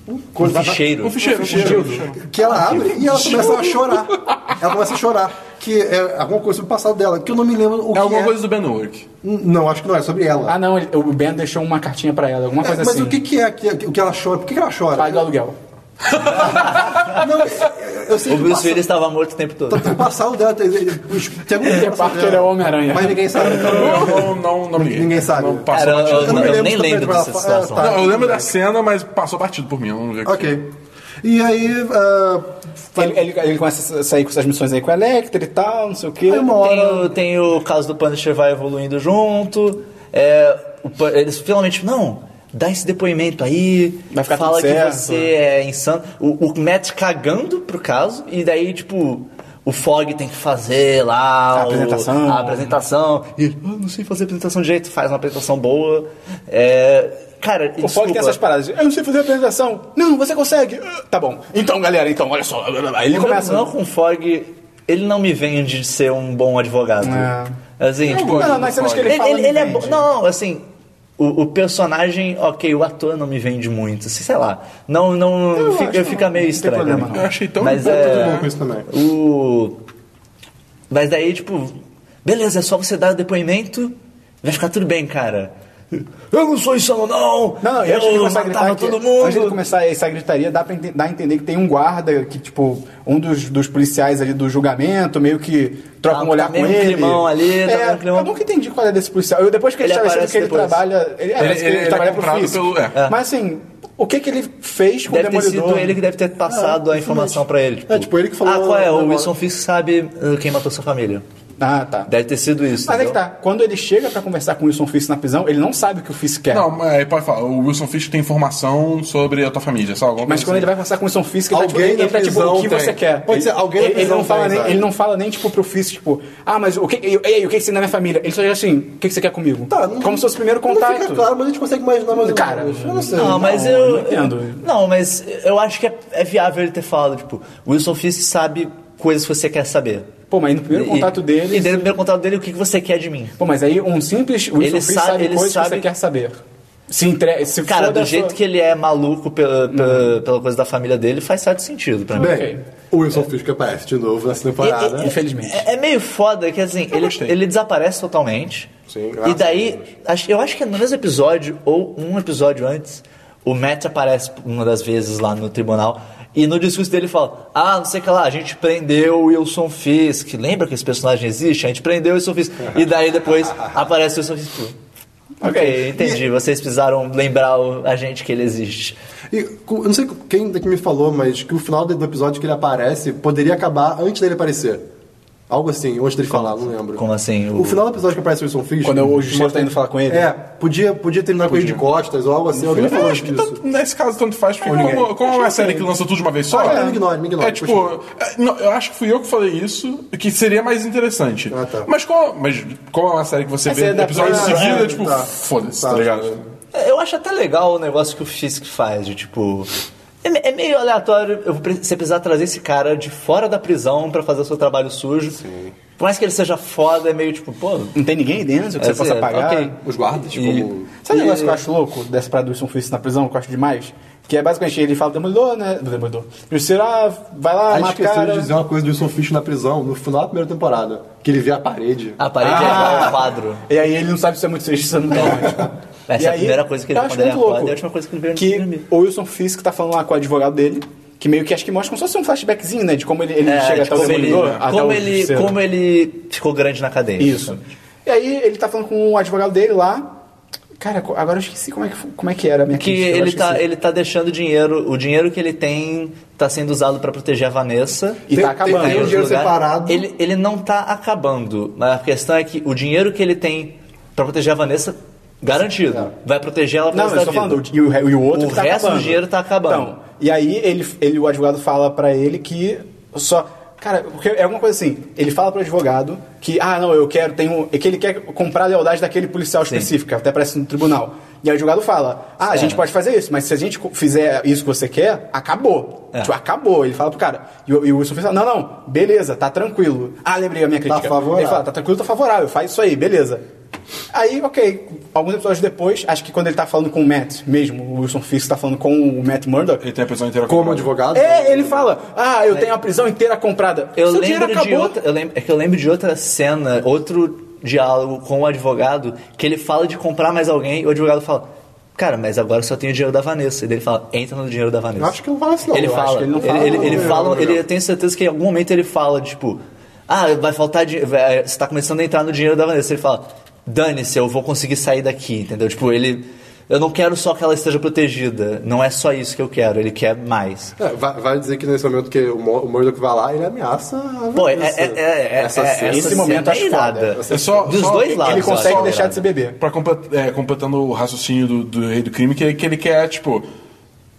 um, coisa-
Um ficheiro.
O ficheiro, o ficheiro. o ficheiro.
que ela abre e ela começa a chorar. Ela começa a chorar. Que é alguma coisa sobre o passado dela, que eu não me lembro o que
É alguma
é.
coisa do Ben Urich.
Não, acho que não é sobre ela.
Ah, não, ele- o Ben deixou uma cartinha pra ela, alguma
É,
coisa
mas
assim.
o que, que é que, o que ela chora? Por que, que ela chora?
Paga o aluguel. Ah,
Não, eu, eu sei
O
que
Bruce
passa-
Willis estava morto o tempo todo.
O passado dela tem, tem, tem algum né?
Peter Parker é o Homem-Aranha.
Mas ninguém sabe. então
Eu não, não, não liguei.
Ninguém sabe.
Não passou
Cara,
batido.
eu-
por mim.
eu- nem
se
lembro
ela
dessa
fala-
situação.
tá.
Não, eu lembro da cena, mas passou batido por mim. Eu não vi aqui.
Ok. E aí. ah,
Ele, ele- ele começa a sair com essas missões aí com a Electra e tal, não sei o quê.
Aí uma
Tem
hora.
o, tem o caso do Punisher vai evoluindo junto. é, o Pu- eles finalmente, não, dá esse depoimento aí.
Vai ficar
fala
tudo
que
certo.
você é insano. O, o Matt cagando pro caso. E daí, tipo, o Fog tem que fazer lá
A
o-
apresentação.
a apresentação. E ele, ah, não sei fazer apresentação direito, faz uma apresentação boa. É, cara,
O Fogg tem essas paradas. de, Eu não sei fazer a apresentação. Não, você consegue. Ah, Tá bom. Então, galera, então, olha só. Aí ele
O
começa.
meu problema com o Fog, ele não me vende de ser um bom advogado.
É.
Assim, tipo,
gosto
Não,
do
nas cenas que
Fogg.
ele,
Ele,
fala.
ele- ele é
vende.
bom. Não, assim. O, o personagem, ok, o ator não me vende muito, assim, sei lá. Não, não,
Eu
fica,
acho
fica
não,
meio
não tem
estranho.
problema,
pra mim.
não.
Eu achei tão
Mas
bom,
é,
tudo
bom com isso também.
O... Mas daí, tipo, beleza, é só você dar o depoimento, vai ficar tudo bem, cara. Eu não sou insano, não!
Não, eu
eu
acho que começar
matava
a gritar que,
todo
Antes de
mundo!
começar essa gritaria, dá pra ente- dar a entender que tem um guarda que, tipo, um dos, dos policiais ali do julgamento, meio que troca
Ah,
um
tá
olhar
meio
com
um
ele.
climão ali, tá
é,
meio um climão.
Eu nunca entendi qual é desse policial. Eu, depois que ele
Ele
estabeleceu
aparece
que ele
depois.
trabalha. Ele, é,
Ele-
que
ele- ele é
trabalha pro
comprado
Fisk.
pelo- é.
Mas assim, o que que ele fez com
Deve
o
ter
demolidor?
sido ele que deve ter passado a informação pra ele. Tipo,
É, tipo, ele que falou
Ah, qual é?
na
O
hora."
Wilson Fisk sabe uh, quem matou sua família.
Ah, tá.
Deve ter sido isso.
Mas é que
entendeu?
tá, quando ele chega pra conversar com o Wilson Fisk na prisão, ele não sabe o que o Fisk quer.
Não, mas aí pode falar, o Wilson Fish tem informação sobre a tua família, sabe? Alguma
Mas
coisa
quando
assim.
ele vai conversar com o Wilson Fisk, ele, tá, tipo,
Alguém
ele
na
tá tipo, o que
prisão
você
tem.
quer?
Pode ser,
Ele-
alguém na
ele, ele
prisão
não fala
tem,
nem,
sabe?
ele não fala nem tipo pro Fisk, tipo, ah, mas o que, e aí, o que que você tem na minha família? Ele só diz assim, o que que você quer comigo?
Tá, não-
Como se fosse o primeiro
Não
contato.
fica claro, mas a gente consegue imaginar mais ou
Cara,
menos. eu tá. não sei.
Não, mas eu.
não entendo.
Não, mas eu acho que é, é viável ele ter falado, tipo, Wilson Fisk sabe coisas que você quer saber.
Pô, mas no primeiro
E-
contato dele...
E dentro do primeiro contato dele, o que que você quer de mim?
Pô, mas aí um simples Wilson
Ele
Fisk
sabe-
sabe,
ele
coisas que
sabe-
você quer saber. Se entre... se
Cara,
foda
do
a
jeito
sua-
que ele é maluco pela, pela, pela coisa da família dele, faz certo sentido pra mim.
Bem, o Wilson Fisk aparece de novo nessa temporada.
E- e-
Infelizmente.
É, é meio foda que assim, ele,
gostei.
ele desaparece totalmente.
Sim, graças
e
a Deus.
daí, acho- eu acho que é no mesmo episódio, ou um episódio antes, o Matt aparece uma das vezes lá no tribunal. E no discurso dele fala: Ah, não sei o que lá, a gente prendeu o Wilson Fisk. Lembra que esse personagem existe? A gente prendeu o Wilson Fisk. E daí
<laughs>
depois aparece o Wilson Fisk. tipo, Ok, entendi. Vocês precisaram lembrar o- a gente que ele existe.
E co- eu não sei quem daqui me falou, mas que o final do episódio que ele aparece poderia acabar antes dele aparecer. Algo assim, ou antes dele falar, não lembro.
Como assim?
O final do episódio que aparece o Wilson Fisk.
Quando o Justiça tá indo falar com ele?
É, podia, podia terminar com ele de costas ou algo assim. Alguém
Eu
falou
acho que
disso.
tanto- nesse caso tanto faz, porque como, como é uma série que lança tudo de uma vez só.
Ah, é, me ignore, me ignore,
É tipo, é, não, eu acho que fui eu que falei isso, que seria mais interessante.
Ah, tá.
mas, como, mas como é uma série que você
Aí
vê
você
no episódio
adapta-
seguido,
Ah,
é tipo,
tá.
foda-se,
Tá,
tá, ligado?
tá.
É, Eu acho até legal o negócio que o Fisk faz, de tipo. É me- é meio aleatório eu vou pre- você precisar trazer esse cara de fora da prisão pra fazer o seu trabalho sujo. Por mais que ele seja foda, é meio tipo, pô.
Não tem ninguém aí dentro que
é,
você possa
é,
pagar? Tipo,
ok.
Os guardas, como.
Sabe o negócio que eu acho louco dessa parada do Wilson Fisk na prisão, que eu acho demais? Que é basicamente ele fala demolidor, né? Do demolidor. E o Ciro, ah, vai lá,
A gente
mata o
esqueceu
cara.
de dizer um uma coisa do Wilson Fisk na prisão, no final da primeira temporada. Que ele vê a parede.
A parede é um quadro.
Ah! E aí ele não sabe se é muito triste, se não tá ótimo.
Essa
E
é a
aí,
primeira coisa que ele-
eu acho
quando ele
muito
acorda,
louco
é a última coisa que ele vê no
Que
filme.
o Wilson Fisk tá falando lá com o advogado dele, que meio que acho que mostra como se fosse um flashbackzinho, né? De como ele, ele
É,
chega
de
até o
como ele,
demolidor. Ah, até
como,
o
ele,
Ciro.
como ele ficou grande na cadeia.
Isso. E aí ele tá falando com o advogado dele lá. Cara, co- agora eu esqueci como é que, fo- como é que era a minha
Que
crítica, eu
ele
esqueci.
tá, ele tá deixando dinheiro, o dinheiro que ele tem tá sendo usado pra proteger a Vanessa.
E tá
Tem- um tem-
acabando.
Em
tem
outro
dinheiro separado.
Ele, ele não tá acabando. Mas a questão é que o dinheiro que ele tem pra proteger a Vanessa, garantido. Vai proteger ela pro
Não,
resto
eu
da
estou falando,
vida.
e o, re- e o outro
O
que tá
resto do
acabando.
dinheiro tá acabando.
Então, e aí ele, ele, o advogado fala pra ele que só. Cara, porque é uma coisa assim, ele fala pro advogado que, ah, não, eu quero, tem um. é que ele quer comprar a lealdade daquele policial específico, até parece no tribunal. E aí o advogado fala, ah, a
É.
gente pode fazer isso, mas se a gente co- fizer isso que você quer, acabou.
É.
Tipo, acabou. Ele fala pro cara. E o, e o Wilson fala, não, não, beleza, tá tranquilo. Ah, lembrei a minha crítica.
favorável.
Ele fala, tá tranquilo, tá favorável, faz isso aí, beleza. Aí, ok, alguns episódios depois, acho que quando ele tá falando com o Matt mesmo, o Wilson Fisk tá falando com o Matt Murdock.
Ele tem a prisão inteira
Como
comprada.
advogado.
É, ele fala, ah, eu tenho a prisão inteira comprada.
tá Eu
Seu dinheiro
lembro de
acabou.
outra, eu lembro, é que eu lembro de outra cena, outro diálogo com o advogado que ele fala de comprar mais alguém e o advogado fala: "Cara, mas agora só tem o dinheiro da Vanessa". E daí ele fala: "Entra no dinheiro da Vanessa".
Eu acho que não fala isso, não.
Ele
Eu acho
fala,
que ele
ele,
não fala,
ele,
não,
ele
não,
fala,
não.
ele eu tenho certeza que em algum momento ele fala, tipo, ah, vai faltar dinheiro, você tá começando a entrar no dinheiro da Vanessa. Ele fala, dane-se, eu vou conseguir sair daqui, entendeu? Tipo, ele, eu não quero só que ela esteja protegida, não é só isso que eu quero, ele quer mais.
É, vai, vai dizer que nesse momento que o, Mo- o Murdoch vai lá, ele ameaça a
Pô, é, é,
Vanessa.
é, é,
Essa
é-
cena.
esse momento
cena
acho
é irada.
foda.
É só,
Dos
só-
dois
ele-
lados,
Ele
eu acho
consegue
que é
deixar
irado.
de ser bebê.
Pra complet- é, completando o raciocínio do, do rei do crime, que, que ele quer, tipo.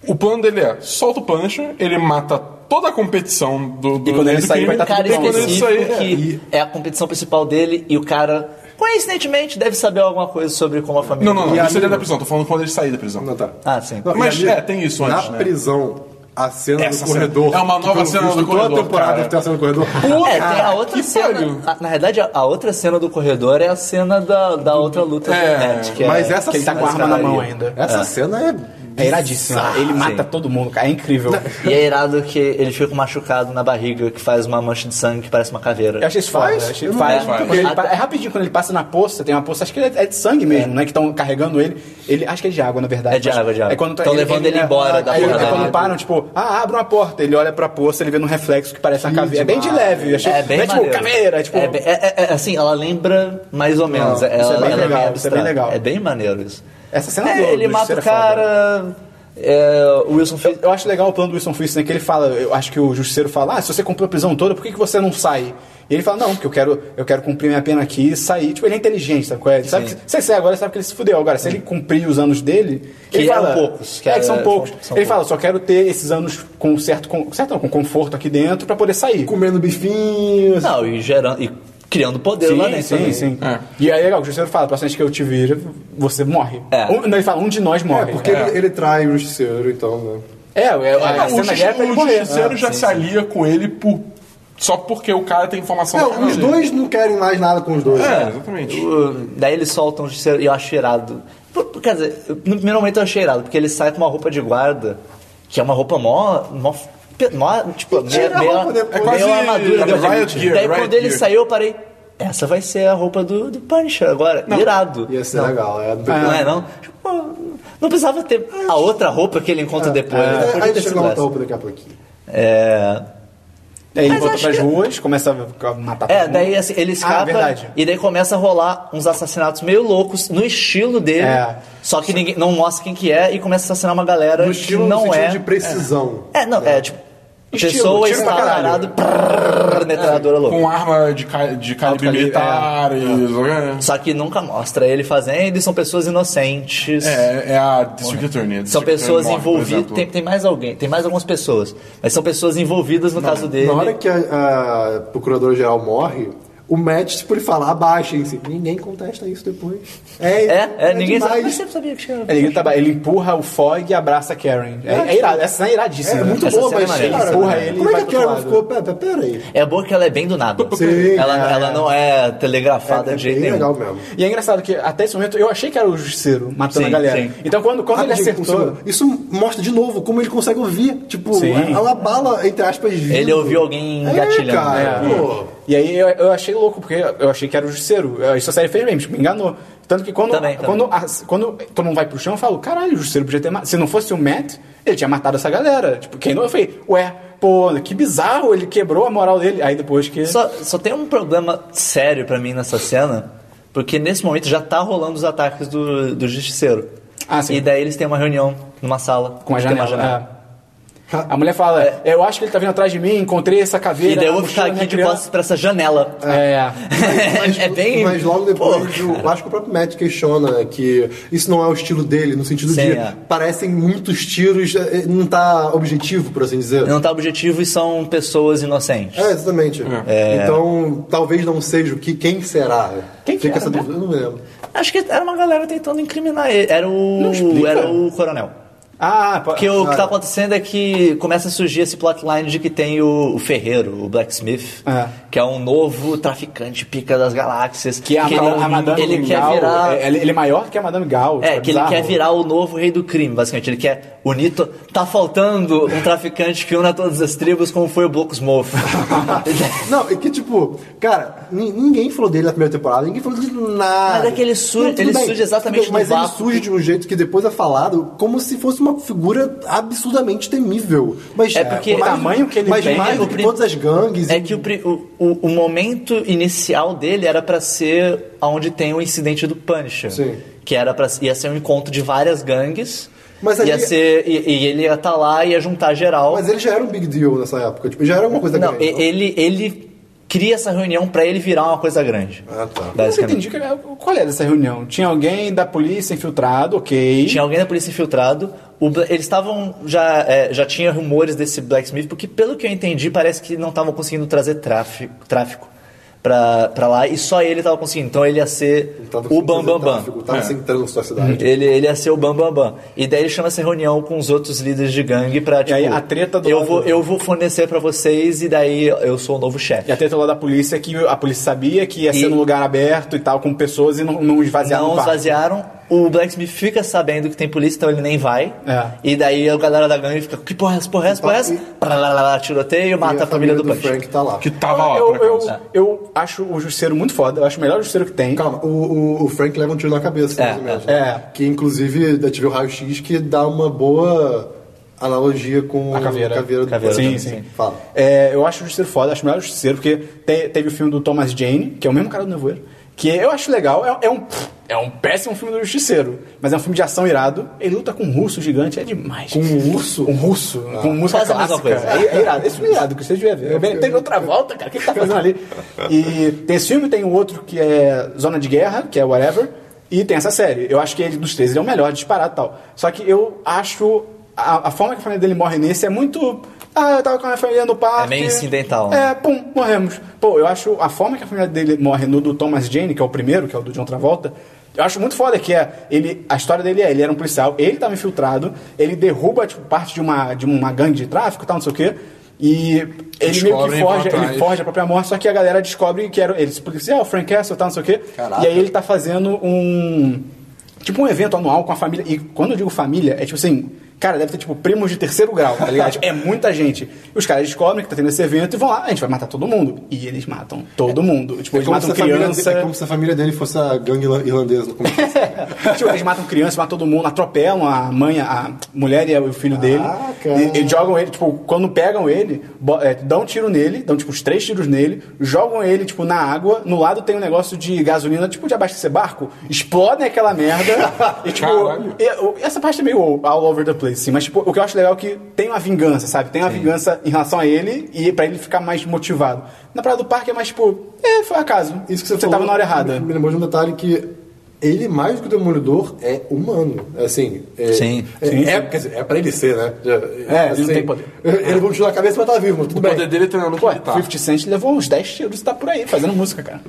O plano dele é solta o Punisher, ele mata toda a competição do, do
E quando
rei
ele
do
sair,
crime,
vai
um
tá
cara
e quando ele
específico
sair, é,
que é a competição principal dele e o cara, coincidentemente, deve saber alguma coisa sobre como a família...
Não, não,
E
não.
a
Isso ele é
mina-
da prisão. Tô falando quando ele sair da prisão.
Não tá.
Ah, sim.
Não,
Mas,
e ali,
é, tem isso
Na
antes, né?
prisão, a cena
Essa
do corredor.
cena. É uma
que,
nova
pelo
cena
visto,
do corredor,
Toda temporada
cara.
deve ter a cena do corredor.
é, tem a outra cena.
pariu.
a- na realidade, a, a outra cena do corredor é a cena da, da outra luta
É,
internet. Que
Mas
é,
essa
Que ele tá
cena.
com a arma na mão ainda.
Essa cena é.
É iradíssimo. né? Ele mata todo mundo, cara. É incrível.
E é irado que ele fica machucado na barriga, que faz uma mancha de sangue que parece uma caveira.
Eu achei isso foda.
Faz?
achei
Eu não
faz.
lembro.
Porque ele pa- é rapidinho quando ele passa na poça, tem uma poça, acho que ele é é de sangue mesmo, né? Que estão carregando ele. ele. Acho que é de água, na verdade.
É de
mas
água, é de água.
É quando tá-
Tão levando ele embora da
aí,
porra
aí
da
quando
água.
param, tipo, ah, abre uma porta. Ele olha pra poça, ele vê num reflexo que parece uma caveira. É bem de leve. eu Achei,
É bem
não é tipo
maneiro.
caveira, é tipo.
É bem- é- é- é assim, ela lembra mais ou menos.
Não, isso é
ela,
bem
ela
legal,
meio
isso é bem
abstrata.
legal.
É bem maneiro isso.
Essa cena
É,
do-
ele
do
mata
ser
o
é foda.
cara. é, o Wilson fez.
Eu, eu acho legal o plano do Wilson Fisk, né? Que ele fala, eu acho que o justiceiro fala, ah, se você cumpriu a prisão toda, por que, que você não sai? E ele fala, não, porque eu quero, eu quero cumprir minha pena aqui e sair. Tipo, ele é inteligente, sabe? qual é? Ele sabe que, se ele sair agora, ele sabe que ele se fudeu. Agora, se ele cumprir os anos dele.
Que
ele
eram
fala,
poucos, que
é,
era-
que são
são-
poucos.
são
ele
poucos.
fala, só quero ter esses anos com certo, com, certo não, com conforto aqui dentro pra poder sair.
Comendo bifinhos.
Não, e gerando. E criando poder lá
Sim,
dentro.
sim,
também.
sim.
É.
E aí é legal, o justiceiro fala, pra que eu te vir, você morre.
É.
Um- não, ele fala, um de nós
É,
morre.
porque Ele, ele trai o justiceiro, então, né?
É, é, é, a
Não, o
cena é pra ele
justi- o
morrer.
justiceiro já se alia com ele por... só porque o cara tem informação
Não,
pra caralho.
É, os dois não querem mais nada com os dois.
É,
né?
exatamente.
O- daí eles soltam o justiceiro e eu acho irado. Por- por- Quer dizer, no primeiro momento eu achei irado, porque ele sai com uma roupa de guarda, que é uma roupa mó. mó, pe- mó, tipo, meio,
tira a roupa
meio,
depois.
É quase
meio armadura.
Riot
depois dele.
Gear,
daí
Riot
quando ele
Gear.
saiu, eu parei. Essa vai ser a roupa do, do Punisher agora. Irado.
Ia ser
Não.
legal. É, do...
Não é, não? Tipo, não precisava ter a outra roupa que ele encontra depois. né?
é,
Podia
a
ter
gente
sido
chega lá
essa.
no topo daqui a pouquinho.
É.
Aí ele
Mas
volta
acho
pras
que-
ruas, começa a matar
É,
todo
daí
mundo.
assim, ele
Ah,
escapa
verdade.
e daí começa a rolar uns assassinatos meio loucos no estilo dele.
É.
Só que ninguém não mostra quem que é e começa a assassinar uma galera
No estilo,
que
no
não
sentido
é.
de precisão.
É, não, é, tipo,
Estilo,
pessoa
tiro pra
estalarada, prrr, metralhadora louca.
Com arma de, ca... de calibre
calibre,
militar
é,
e... né?
Só que nunca mostra ele fazendo e são pessoas inocentes.
É, é a District Attorney. a
São
tipo,
District
pessoas
Attorney morre, por
envolvidas.
exemplo.
Tem, tem mais alguém, tem mais algumas pessoas. Mas são pessoas envolvidas no caso dele.
Na hora que a, a procuradora-geral morre, o Matt, tipo, ele fala, abaixem-se. Ninguém contesta isso depois. É,
É, é, ninguém sabe. Mas
demais. É,
sempre sabia que tinha.
Ele, grita, ele empurra o Fog e abraça a Karen. É, é irado, essa cena é iradíssima.
É muito
Essa
boa,
cena é
mas,
maneira,
cara,
essa
cena é maneira.
como é
Ele
que a
vai pro
Carol
lado.
ficou? Pera, pera aí.
É boa que ela é bem do nada.
Sim,
ela,
é.
ela não é telegrafada
É
de jeito
bem
nenhum.
legal mesmo.
E é engraçado que até esse momento eu achei que era o Justiceiro matando
Sim,
a galera.
sim.
Então quando, quando ele
Rapidinho,
acertou.
funciona. Isso mostra de novo como ele consegue ouvir. Tipo,
Sim.
ela bala, entre aspas, vindo.
Ele ouviu alguém engatilhando,
É, cara,
né?
pô.
E aí eu, eu achei louco, porque eu achei que era o Justiceiro. Eu- Isso a série fez mesmo, tipo, me enganou. Tanto que quando,
Também, também.
quando, a- quando todo mundo vai pro chão, eu falo, caralho, o Justiceiro podia ter matado. Se não fosse o Matt, ele tinha matado essa galera. Tipo, quem não? Eu falei, ué, pô, que bizarro, ele quebrou a moral dele. Aí depois que.
Só, só tem um problema sério pra mim nessa cena, porque nesse momento já tá rolando os ataques do, do justiceiro.
Ah, sim.
E daí eles têm uma reunião numa sala.
Com a
Tem uma
janela. é. A mulher fala,
É.
eu acho que ele tá vindo atrás de mim, encontrei essa caveira.
E daí eu vou
na
ficar
mochila
aqui de
da minha
costas pra essa janela.
criança." É.
Mas,
<laughs> é bem.
mas logo
Pô,
depois, o- eu acho que o próprio Matt questiona que isso não é o estilo dele, no sentido
Sim,
de
é.
parecem muitos tiros, é, é, não tá objetivo, por assim dizer.
não tá objetivo e são pessoas inocentes.
É, exatamente. Então, talvez não seja o que quem será.
Quem que
Fica
era,
essa
né?
dúvida, eu não lembro.
Acho que era uma galera tentando incriminar ele. Era o.
explica.
Era o coronel.
Ah, pô.
Porque o que tá acontecendo é que começa a surgir esse plotline de que tem o, o Ferreiro, o Blacksmith,
É.
que é um novo traficante pica das galáxias.
Que é a,
ele,
Ma- a Madame
ele quer
Gal,
virar.
é- Ele, ele é maior que a Madame Gal.
É,
tipo,
que ele
bizarro.
quer virar o novo rei do crime, basicamente. Ele quer unir. to- Tá faltando um traficante que una todas as tribos, como foi o Blokusmolf.
<laughs>
<laughs>
Não, é que tipo, cara, ni- ninguém falou dele na primeira temporada, ninguém falou de nada.
Mas é que ele surge-
tudo
ele
bem,
surge exatamente
tudo bem,
no
Mas ele
vácuo.
surge de um jeito que depois é falado como se fosse uma figura absurdamente temível. Mas
É porque
mais-
o
tamanho que ele
mas
tem,
mais
o
do que
prim-
todas as gangues.
É que o, pri- o, o- o momento inicial dele era pra ser onde tem o incidente do Punisher.
Sim.
Que era para ia ser um encontro de várias gangues.
Mas
ia
ali-
ser e, e ele ia estar lá e ia juntar geral.
Mas ele já era um big deal nessa época, tipo, já era uma coisa
não,
grande.
e-
não?
ele ele cria essa reunião pra ele virar uma coisa grande.
Ah, tá.
Eu não
Basicamente.
entendi que- qual era essa reunião. Tinha alguém da polícia infiltrado, ok.
Tinha alguém da polícia infiltrado. o Bla- eles estavam. Já, é, já tinha rumores desse blacksmith, porque pelo que eu entendi, parece que não estavam conseguindo trazer tráfico. tráfico. pra, pra lá e só ele tava conseguindo. Então ele ia ser
Tava
o
sem
Bam Bam Bam. Uhum.
tráfego, Tava sem trânsito na cidade.
Ele, ele ia ser o Bam Bam Bam. E daí ele chama essa reunião com os outros líderes de gangue pra, tipo...
aí a treta do
eu
lado-
vou, eu vou fornecer pra vocês e daí eu sou o novo chefe.
E a treta lá da polícia é que a polícia sabia que ia ser
E-
num lugar aberto e tal, com pessoas e não, não esvaziaram
Não
o parque.
esvaziaram. O Blacksmith fica sabendo que tem polícia, então ele nem vai.
É.
E daí a galera da gangue fica, que porra é essa, porra é essa, porra é essa?
E-
Pra lá, lá, lá, tiroteio,
E
mata a família, do, Punch.
Frank tá lá.
Que tava lá,
eu,
por acaso.
eu, eu acho o justiceiro muito foda, eu acho o melhor justiceiro que tem.
Calma, o, o- o Frank leva um tiro na cabeça,
É,
mais ou menos.
é.
Que inclusive eu tive o raio-x que dá uma boa analogia com
A caveira.
do
Caveira né?
Frank.
Sim, sim.
Fala.
É, eu acho o Justiceiro foda, acho o melhor Justiceiro, porque te- teve o filme do Thomas Jane, que é o mesmo cara do Nevoeiro, que eu acho legal, é, é um, é um péssimo filme do Justiceiro, mas é um filme de ação irado, ele luta com um russo gigante, é demais. Com um urso?
É
Um russo,
Ah.
com música
Faz a mesma
clássica.
coisa.
É, é irado, esse filme é irado, que vocês devem ver. Eu bem- Tem outra volta, cara, o que ele tá fazendo ali? E tem esse filme, tem o outro que é Zona de Guerra, que é Whatever, e tem essa série. Eu acho que ele, dos três, ele é o melhor, disparado e tal. Só que eu acho... A, a forma que a família dele morre nesse é muito... Ah, eu tava com a minha família no parque.
É meio incidental, né?
É, pum, morremos. Pô, eu acho a forma que a família dele morre no do Thomas Jane, que é o primeiro, que é o do John Travolta, eu acho muito foda que é ele, a história dele é, ele era um policial, ele tava infiltrado, ele derruba tipo parte de uma de uma gangue de tráfico, e tal, não sei o quê. E ele meio que
Descobrem
forja,
pra
ele
trás.
forja a própria morte, só que a galera descobre que era ele, esse policial, "Ah, o Frank Castle, tal, não sei o quê. E aí ele tá fazendo um tipo um evento anual com a família. E quando eu digo família, é tipo assim, cara, deve ter tipo primos de terceiro grau, tá ligado? <laughs> Tipo, é muita gente. E os caras descobrem que tá tendo esse evento e vão lá, a gente vai matar todo mundo. E eles matam todo mundo. Tipo, eles
É Como se
matam
a família
criança.
dele- é como se a família dele fosse a gangue irla- irlandesa no começo.
<laughs> Tipo, eles matam criança, matam todo mundo, atropelam a mãe, a mulher e o filho dele.
Caraca.
E, e jogam ele, tipo, quando pegam ele, bo- é, dão um tiro nele, dão tipo os três tiros nele, jogam ele, tipo, na água. No lado tem um negócio de gasolina, tipo, de abastecer barco, explodem aquela merda. e, tipo,
Caralho.
e- o- essa parte é meio all over the place, sim. Mas, tipo, o que eu acho legal é que tem uma vingança, sabe? Tem uma vingança em relação a ele e pra ele ficar mais motivado. Na parada do parque é mais, tipo, é, foi um acaso.
<laughs> Isso que você,
Você
falou,
tava na hora errada.
Me lembrou de um detalhe que ele, mais do que o Demolidor, é humano. Assim, é,
Sim.
É,
Sim,
é- quer dizer, é pra ele ser, né?
É, ele não tem poder.
Ele vai tirar a cabeça, mas tá vivo, mas tudo
O
bem.
poder dele é treinar no
Pô,
militar.
50 Cent levou uns 10 tiros e tá por aí fazendo música, cara.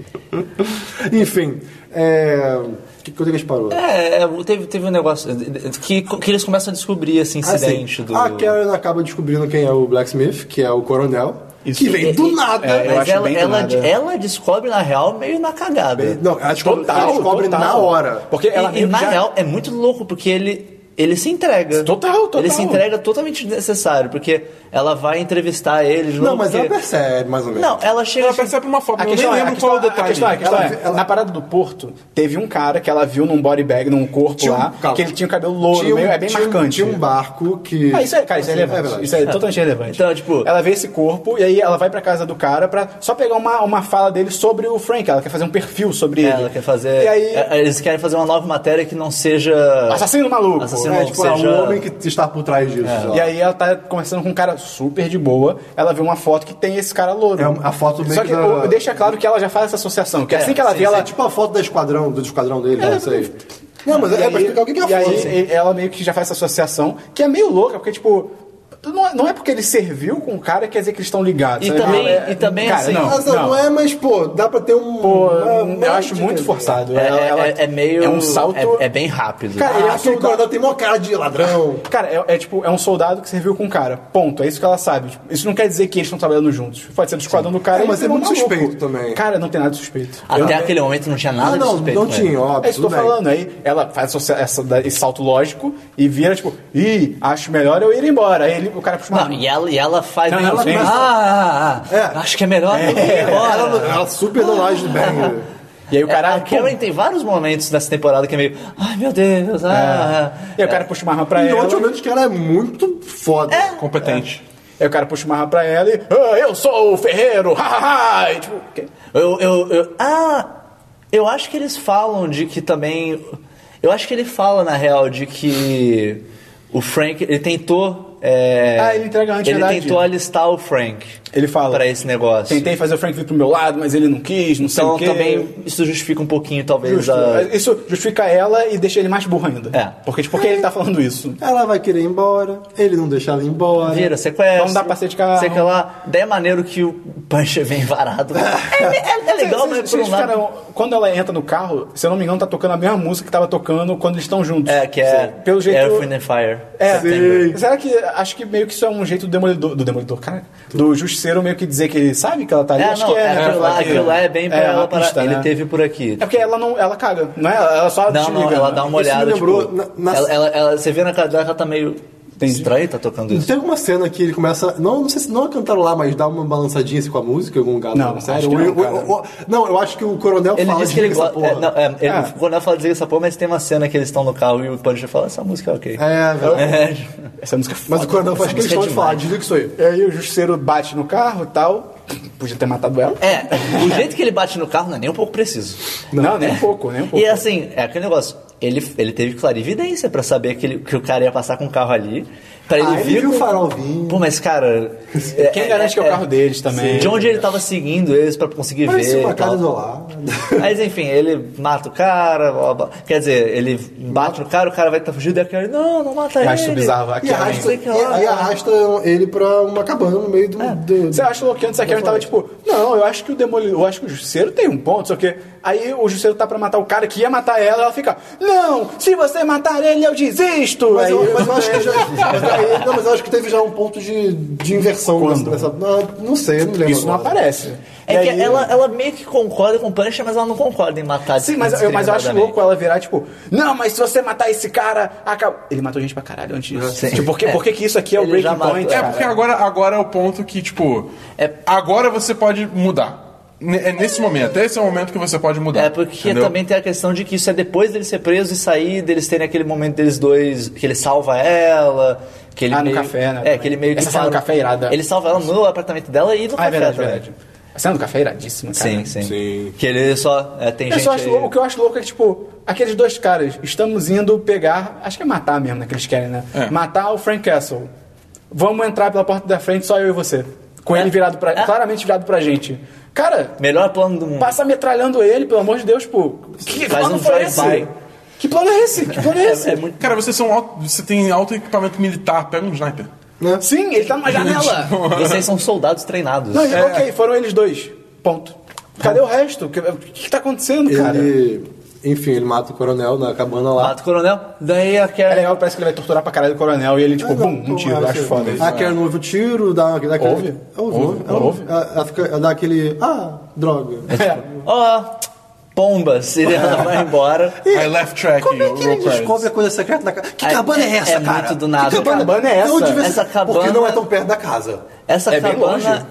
Enfim, é... o que, que eu digo que a gente parou?
É, é, teve, teve um negócio que, que eles começam a descobrir esse incidente
Assim,
do...
A Karen acaba descobrindo quem é o Blacksmith, que é o coronel,
Isso.
que vem do nada.
É,
né?
eu
Mas
acho
ela,
bem do
ela,
nada.
ela descobre, na real, meio na cagada.
Não, ela descobre, ela descobre na hora.
é. Porque ela
e, e
mesmo
na
já-
real é muito louco porque ele ele se entrega.
Total, total.
Ele se entrega totalmente desnecessário, porque ela vai entrevistar ele de novo.
Não, mas
porque...
ela percebe, mais ou menos.
Não, ela chega
Ela
assim,
percebe uma foto,
A
eu nem
questão, é, a
lembro
questão,
qual é o
a questão, é, a
detalhe.
questão
Ela-
é,
ela-
na parada do Porto, teve um cara que ela viu num body bag, num corpo
Tinha um-
lá,
calma.
que ele tinha o cabelo louro,
Tinha um-
meio- é bem
tinha um-
marcante.
Tinha um barco que... Assim,
Ah, isso é, cara, isso é relevante.
verdade.
isso é totalmente relevante.
Então, tipo-
Ela vê esse corpo e aí ela vai pra casa do cara pra só pegar uma, uma fala dele sobre o Frank. Ela quer fazer um perfil sobre ele.
Ela quer fazer.
E aí.
é, Eles querem fazer uma nova matéria que não seja.
Assassino maluco.
Assassino
É,
maluco.
tipo,
seja...
é o homem que está por trás disso. sei lá.
E aí ela tá conversando com um cara super de boa, ela vê uma foto que tem esse cara louro.
É uma- a foto meio
Só
que
que
da-
o- deixa claro que ela já faz essa associação, que
É,
assim que ela
sim,
vê, ela...
É tipo a foto da esquadrão, do esquadrão dele, não sei. Não, mas
É, E
é,
aí-
pra explicar o que que é a
E
foto.
aí e- ela meio que já faz essa associação, que é meio louca, porque tipo... Não é, não é porque ele serviu com o cara quer dizer que eles estão ligados.
E
sabe?
também-
É-
e também,
cara,
assim,
não,
Mas não,
não.
é, mas, pô, dá pra ter um...
Pô,
uma- uma
eu acho
dica,
muito
né?
forçado.
É,
Ela-
é-
ela-
é- é meio.
É um salto...
É, é bem rápido.
Cara,
Ah,
Ele é um
aquele
soldado.
coronel tem mó cara de ladrão.
Cara, é, é tipo, é um soldado que serviu com um cara. Ponto. É isso que ela sabe. Tipo, isso não quer dizer que eles estão trabalhando juntos. Pode ser do esquadrão do cara.
É,
e
mas é
ele um
muito
maluco.
suspeito também.
Cara, não tem nada de suspeito.
Até aquele momento não tinha nada
Ah,
de
não,
suspeito.
não
né?
tinha, óbvio,
É isso que eu tô
tudo bem.
falando. Aí ela faz essa- essa- da- esse salto lógico e vira, tipo, ih, acho melhor eu ir embora. Aí ele, o cara puxa uma
Não, e ela, e ela faz.
Não,
meio
ela
assim,
começa-
ah, ah, ah,
É.
acho que é melhor eu
<laughs>
ir embora.
Ela, ela super não age do bem.
E aí o cara.
a Karen É, tem vários momentos dessa temporada que é meio. Ai meu Deus,
É.
ah.
pum, e aí o cara puxa uma arma pra
E
ela.
ultimamente que ela é muito foda.
É.
é-
Competente.
Aí o cara puxa uma arma pra ela e. "Ah, eu sou o ferreiro! Ha, ha, ha", E tipo, que-
Eu, eu, eu- ah, eu acho que eles falam de que também. Eu acho que ele fala, na real, de que o Frank. Ele tentou. é,
Ah, ele entrega antes,
Ele
verdade.
tentou alistar o Frank.
Ele fala.
pra esse negócio.
Tentei fazer o Frank vir pro meu lado, mas ele não quis, não sei o
Então
quê.
também isso justifica um pouquinho, talvez,
Justo.
a.
Isso justifica ela e deixa ele mais burro ainda.
É.
Porque, tipo, por que ele tá falando isso?
Ela vai querer ir embora, ele não deixa ela ir embora.
Vira, sequestro.
né? Vamos dar passeio de carro.
Sei que lá. Daí é maneiro que o Punch vem
<laughs>
varado. É, é- é legal,
Vocês-
mas por
vocês
um lado.
ficaram- quando ela entra no carro, se eu não me engano, tá tocando a mesma música que tava tocando quando eles estão juntos.
É, que é.
Sim. Pelo jeito.
Earth, Wind and Fire.
É,
September.
será que. Acho que meio que isso é um jeito do demolidor. Do demolidor, cara. Do justiceiro meio que dizer que ele sabe que ela tá ali.
É,
acho
não,
que é.
é,
né, pra
aquilo,
falar
lá,
que-
aquilo lá é bem pra
é, uma
ela parar.
pista,
ele
né?
teve por aqui.
É porque ela não. Ela caga, não é? Ela só
Não,
desliga.
não, ela
né?
dá uma
Isso me
olhada.
lembrou,
tipo,
na- na-
ela, ela- ela- você vê na cara dela que ela tá meio.
Entendi.
Estranho tá tocando
Não
isso.
Tem alguma cena que ele começa. Não, não sei se não a cantarolar, mas dá uma balançadinha assim, com a música, em algum lugar.
Não, acho que
O-
não,
o-
cara.
o- não, eu acho que o coronel
Ele
fala
disse que ele
"Desliga essa
gosta. É, não,
porra.
é, ele,
É.
Quando ela fala dizer essa porra, mas tem uma cena que eles estão no carro e o Punisher fala: essa música é ok.
É, velho.
Essa música é
Mas o
foda.
coronel faz
Essa música
questão
é
de falar,
demais.
desliga isso aí.
E aí o justiceiro bate no carro e tal. Podia ter matado ela.
<laughs> É, o jeito que ele bate no carro não é nem um pouco preciso.
Não, nem um pouco, nem um pouco.
né? E assim, é aquele negócio. Ele, ele teve clarividência pra saber que, ele- que o cara ia passar com o carro ali. Pra ele
Ah, ele
vir
viu
com-
o farol vindo.
Pô, mas cara.
<laughs> Quem garante que é o carro deles também?
De onde ele tava seguindo eles pra conseguir
Parecia
ver.
é uma
e tal.
casa isolada.
Mas enfim, ele mata o cara. blá, blá, blá. Quer dizer, ele bate no cara, o cara vai tá estar fugindo. Daí o cara, não, não mata
Eu
ele.
acho isso bizarro. A
E
Karen-
arrasta,
sei
e,
que lá,
aí
cara.
arrasta ele pra uma cabana no meio do. do-
Você acha louco que antes a Karen tava tipo, não, eu acho que o demolidor, eu acho que o justiceiro tem um ponto, só que aí o justiceiro tá pra matar o cara que ia matar ela, ela fica, não, se você matar ele eu desisto.
Mas,
aí,
eu, mas eu acho que já. mas aí- não, mas eu acho que teve já um ponto de, de inversão
Quando?
nessa. Não, não sei, eu não lembro.
isso não
agora.
aparece.
É
E
que
aí-
ela, ela meio que concorda com o Punisher, mas ela não concorda em matar
Sim, mas eu, mas eu acho
indiscriminadamente.
louco ela virar, tipo, não, mas se você matar esse cara, acaba. Ele matou gente pra caralho antes disso.
Sim.
Tipo, por que, por que, que isso aqui é o
Ele já
breaking
matou,
point?
é.
É
cara?
porque agora, agora é o ponto que, tipo,
É-
agora você pode mudar. N- É nesse momento, esse é o momento que você pode mudar.
É,
tá
porque
entendeu?
também tem a questão de que isso é depois dele ser preso e sair, deles terem aquele momento deles dois, que ele salva ela, que ele
Ah, no
meio-
café, né,
É,
também.
que ele meio que
Essa cena do
fala-
café é irada.
Ele salva ela no apartamento dela e no
Ah,
tá
café
é verdade,
também.
verdade.
né?
A cena do café é iradíssima, cara.
Sim, sim, Que ele só... é, tem
Eu
gente
só acho
aí-
louco- o que eu acho louco é que, tipo, aqueles dois caras, estamos indo pegar. Acho que é matar mesmo, né? Que eles querem, né?
É.
Matar o Frank Castle. Vamos entrar pela porta da frente, só eu e você. Com
É.
ele virado pra. Claramente virado pra gente. Cara,
Melhor plano do mundo.
passa metralhando ele, pelo amor de Deus, pô. Que
Faz
plano
um
foi esse?
drive-by.
Que plano é esse? Que plano é
<laughs>
esse?
É muito...
Cara, vocês são alto, você tem alto equipamento militar, pega um sniper.
Né?
Sim, ele tá numa janela.
<laughs> Vocês são soldados treinados.
Não, é. e- ok, foram eles dois. Ponto. Cadê o resto? O que, o que tá acontecendo, cara?
Ele. Enfim, ele mata o coronel na cabana lá.
Mata o coronel, daí a
É
Karen...
legal, parece que ele vai torturar pra caralho o coronel e ele, tipo, bum, um tiro. Eu acho foda isso.
A Karen ouve o é, tiro, dá, dá aquele. É,
Ouve?
Ouve,
Ouve,
ouve.
ouve.
Ela, Ah, ela fica- ela dá aquele. Ah, droga.
É.
Ó, pombas, e
<laughs>
ela vai embora.
I left track.
Como é que
real
ele
credits.
descobre a coisa secreta da casa? Que
É-
cabana é
é-
essa,
é
cara?
muito do nada,
Que cabana, Então,
cara. Cabana é essa?
De onde vem
Essa
Porque
cabana-
não é tão perto da casa.
Essa
É bem longe.
cabana,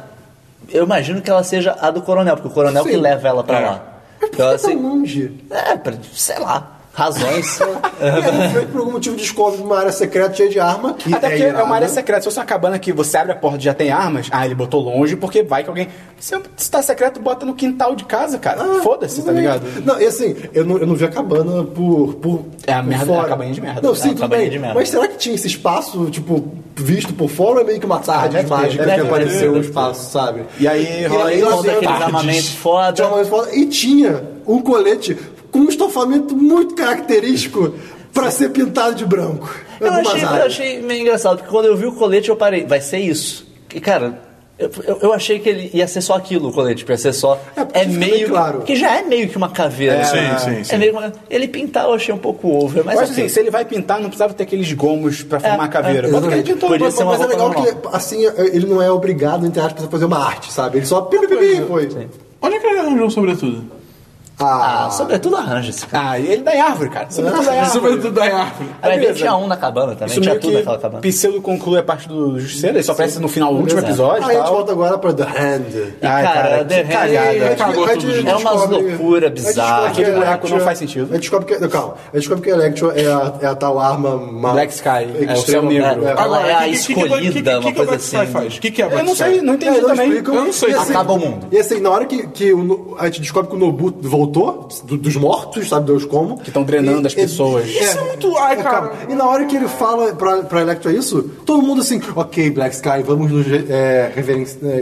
eu imagino que ela seja a do coronel, porque o coronel que leva ela pra
É.
lá. Então,
Tá
assim,
longe.
é, pra- sei lá, <laughs> razões.
E aí, o Frank, por algum motivo, descobre uma área secreta cheia de arma aqui.
Até porque é, uma área secreta. Se fosse uma cabana que você abre a porta e já tem armas, ah, ele botou longe porque vai que alguém. Se, se tá secreto, bota no quintal de casa, cara. Foda-se,
hum.
tá ligado?
Não, e assim, eu não, eu não vi a cabana por. por
É a
por
merda-
fora.
é a cabaninha de merda.
Não,
É
sim,
a
tudo
cabaninha
bem.
de merda.
Mas será que tinha esse espaço, tipo, visto por fora ou é meio que uma tarde
deve ter,
mágica
deve
que
ter,
apareceu
deve
o
ter.
espaço, sabe?
E aí rola
lá
Conta
dentro- <laughs>
aqueles armamentos foda.
Tinha uma coisa foda. E tinha um colete com um estofamento muito característico pra ser pintado de branco.
Eu
Algumas
achei, eu
áreas.
achei meio engraçado, porque quando eu vi o colete eu parei, vai ser isso. E cara, eu, eu- eu achei que ele ia ser só aquilo, o colete, porque ia ser só.
É,
É,
porque fica
meio.
bem claro.
Que já é meio que uma caveira.
sim, sim, sim.
É meio que uma- Ele pintar eu achei um pouco over, mas
Mas assim,
ok.
se ele vai pintar, não precisava ter aqueles gomos pra formar a caveira.
é,
Bota aquele
exatamente.
pintor.
Podia
mas,
ser uma
mas é
roupa
legal que
normal.
ele- assim ele não é obrigado, entre aspas, a fazer uma arte, sabe? Ele só pi, pi, pi, pi,
né?
foi.
Onde é que ele arranjou sobretudo?
Ah, sobretudo arranja esse cara.
Ah, e ele dá em árvore, cara. Sobretudo dá em árvore.
Sobretudo da árvore.
Aí
beleza.
tinha um na cabana também,
Isso
tinha
meio
tudo naquela cabana.
que pseudo conclui a parte do Justiceiro, ele só aparece no final do último
Beleza.
episódio.
Aí
e
a gente
tal.
volta agora pra The Hand.
Ai,
cara,
cara,
The
que
Hand-
cagada.
Cagou tudo, gente.
É umas loucura bizarra.
Aquele buraco não faz sentido.
A gente descobre que. Calma. A gente descobre que a Electro é a, é a tal arma. ma-
Black Sky, é o céu
extrema-
negro.
É,
Ela é a
que- que- que- que-
escolhida,
que- que-
uma
que
coisa
que a Black Sky
assim.
faz? O que, que é a
Eu
Black
não
Sky?
sei, não
É,
entendi
não
também.
explicam.
Eu não sei.
E assim-
Acaba o mundo.
E assim, na hora que, que o, a gente descobre que o Nobu voltou do- dos mortos, sabe Deus como. Que
estão drenando as pessoas.
Isso é muito. Ai, cara. E na hora que ele fala pra, pra Electra isso, todo mundo assim, ok, Black Sky, vamos nos re- é, reverenciar.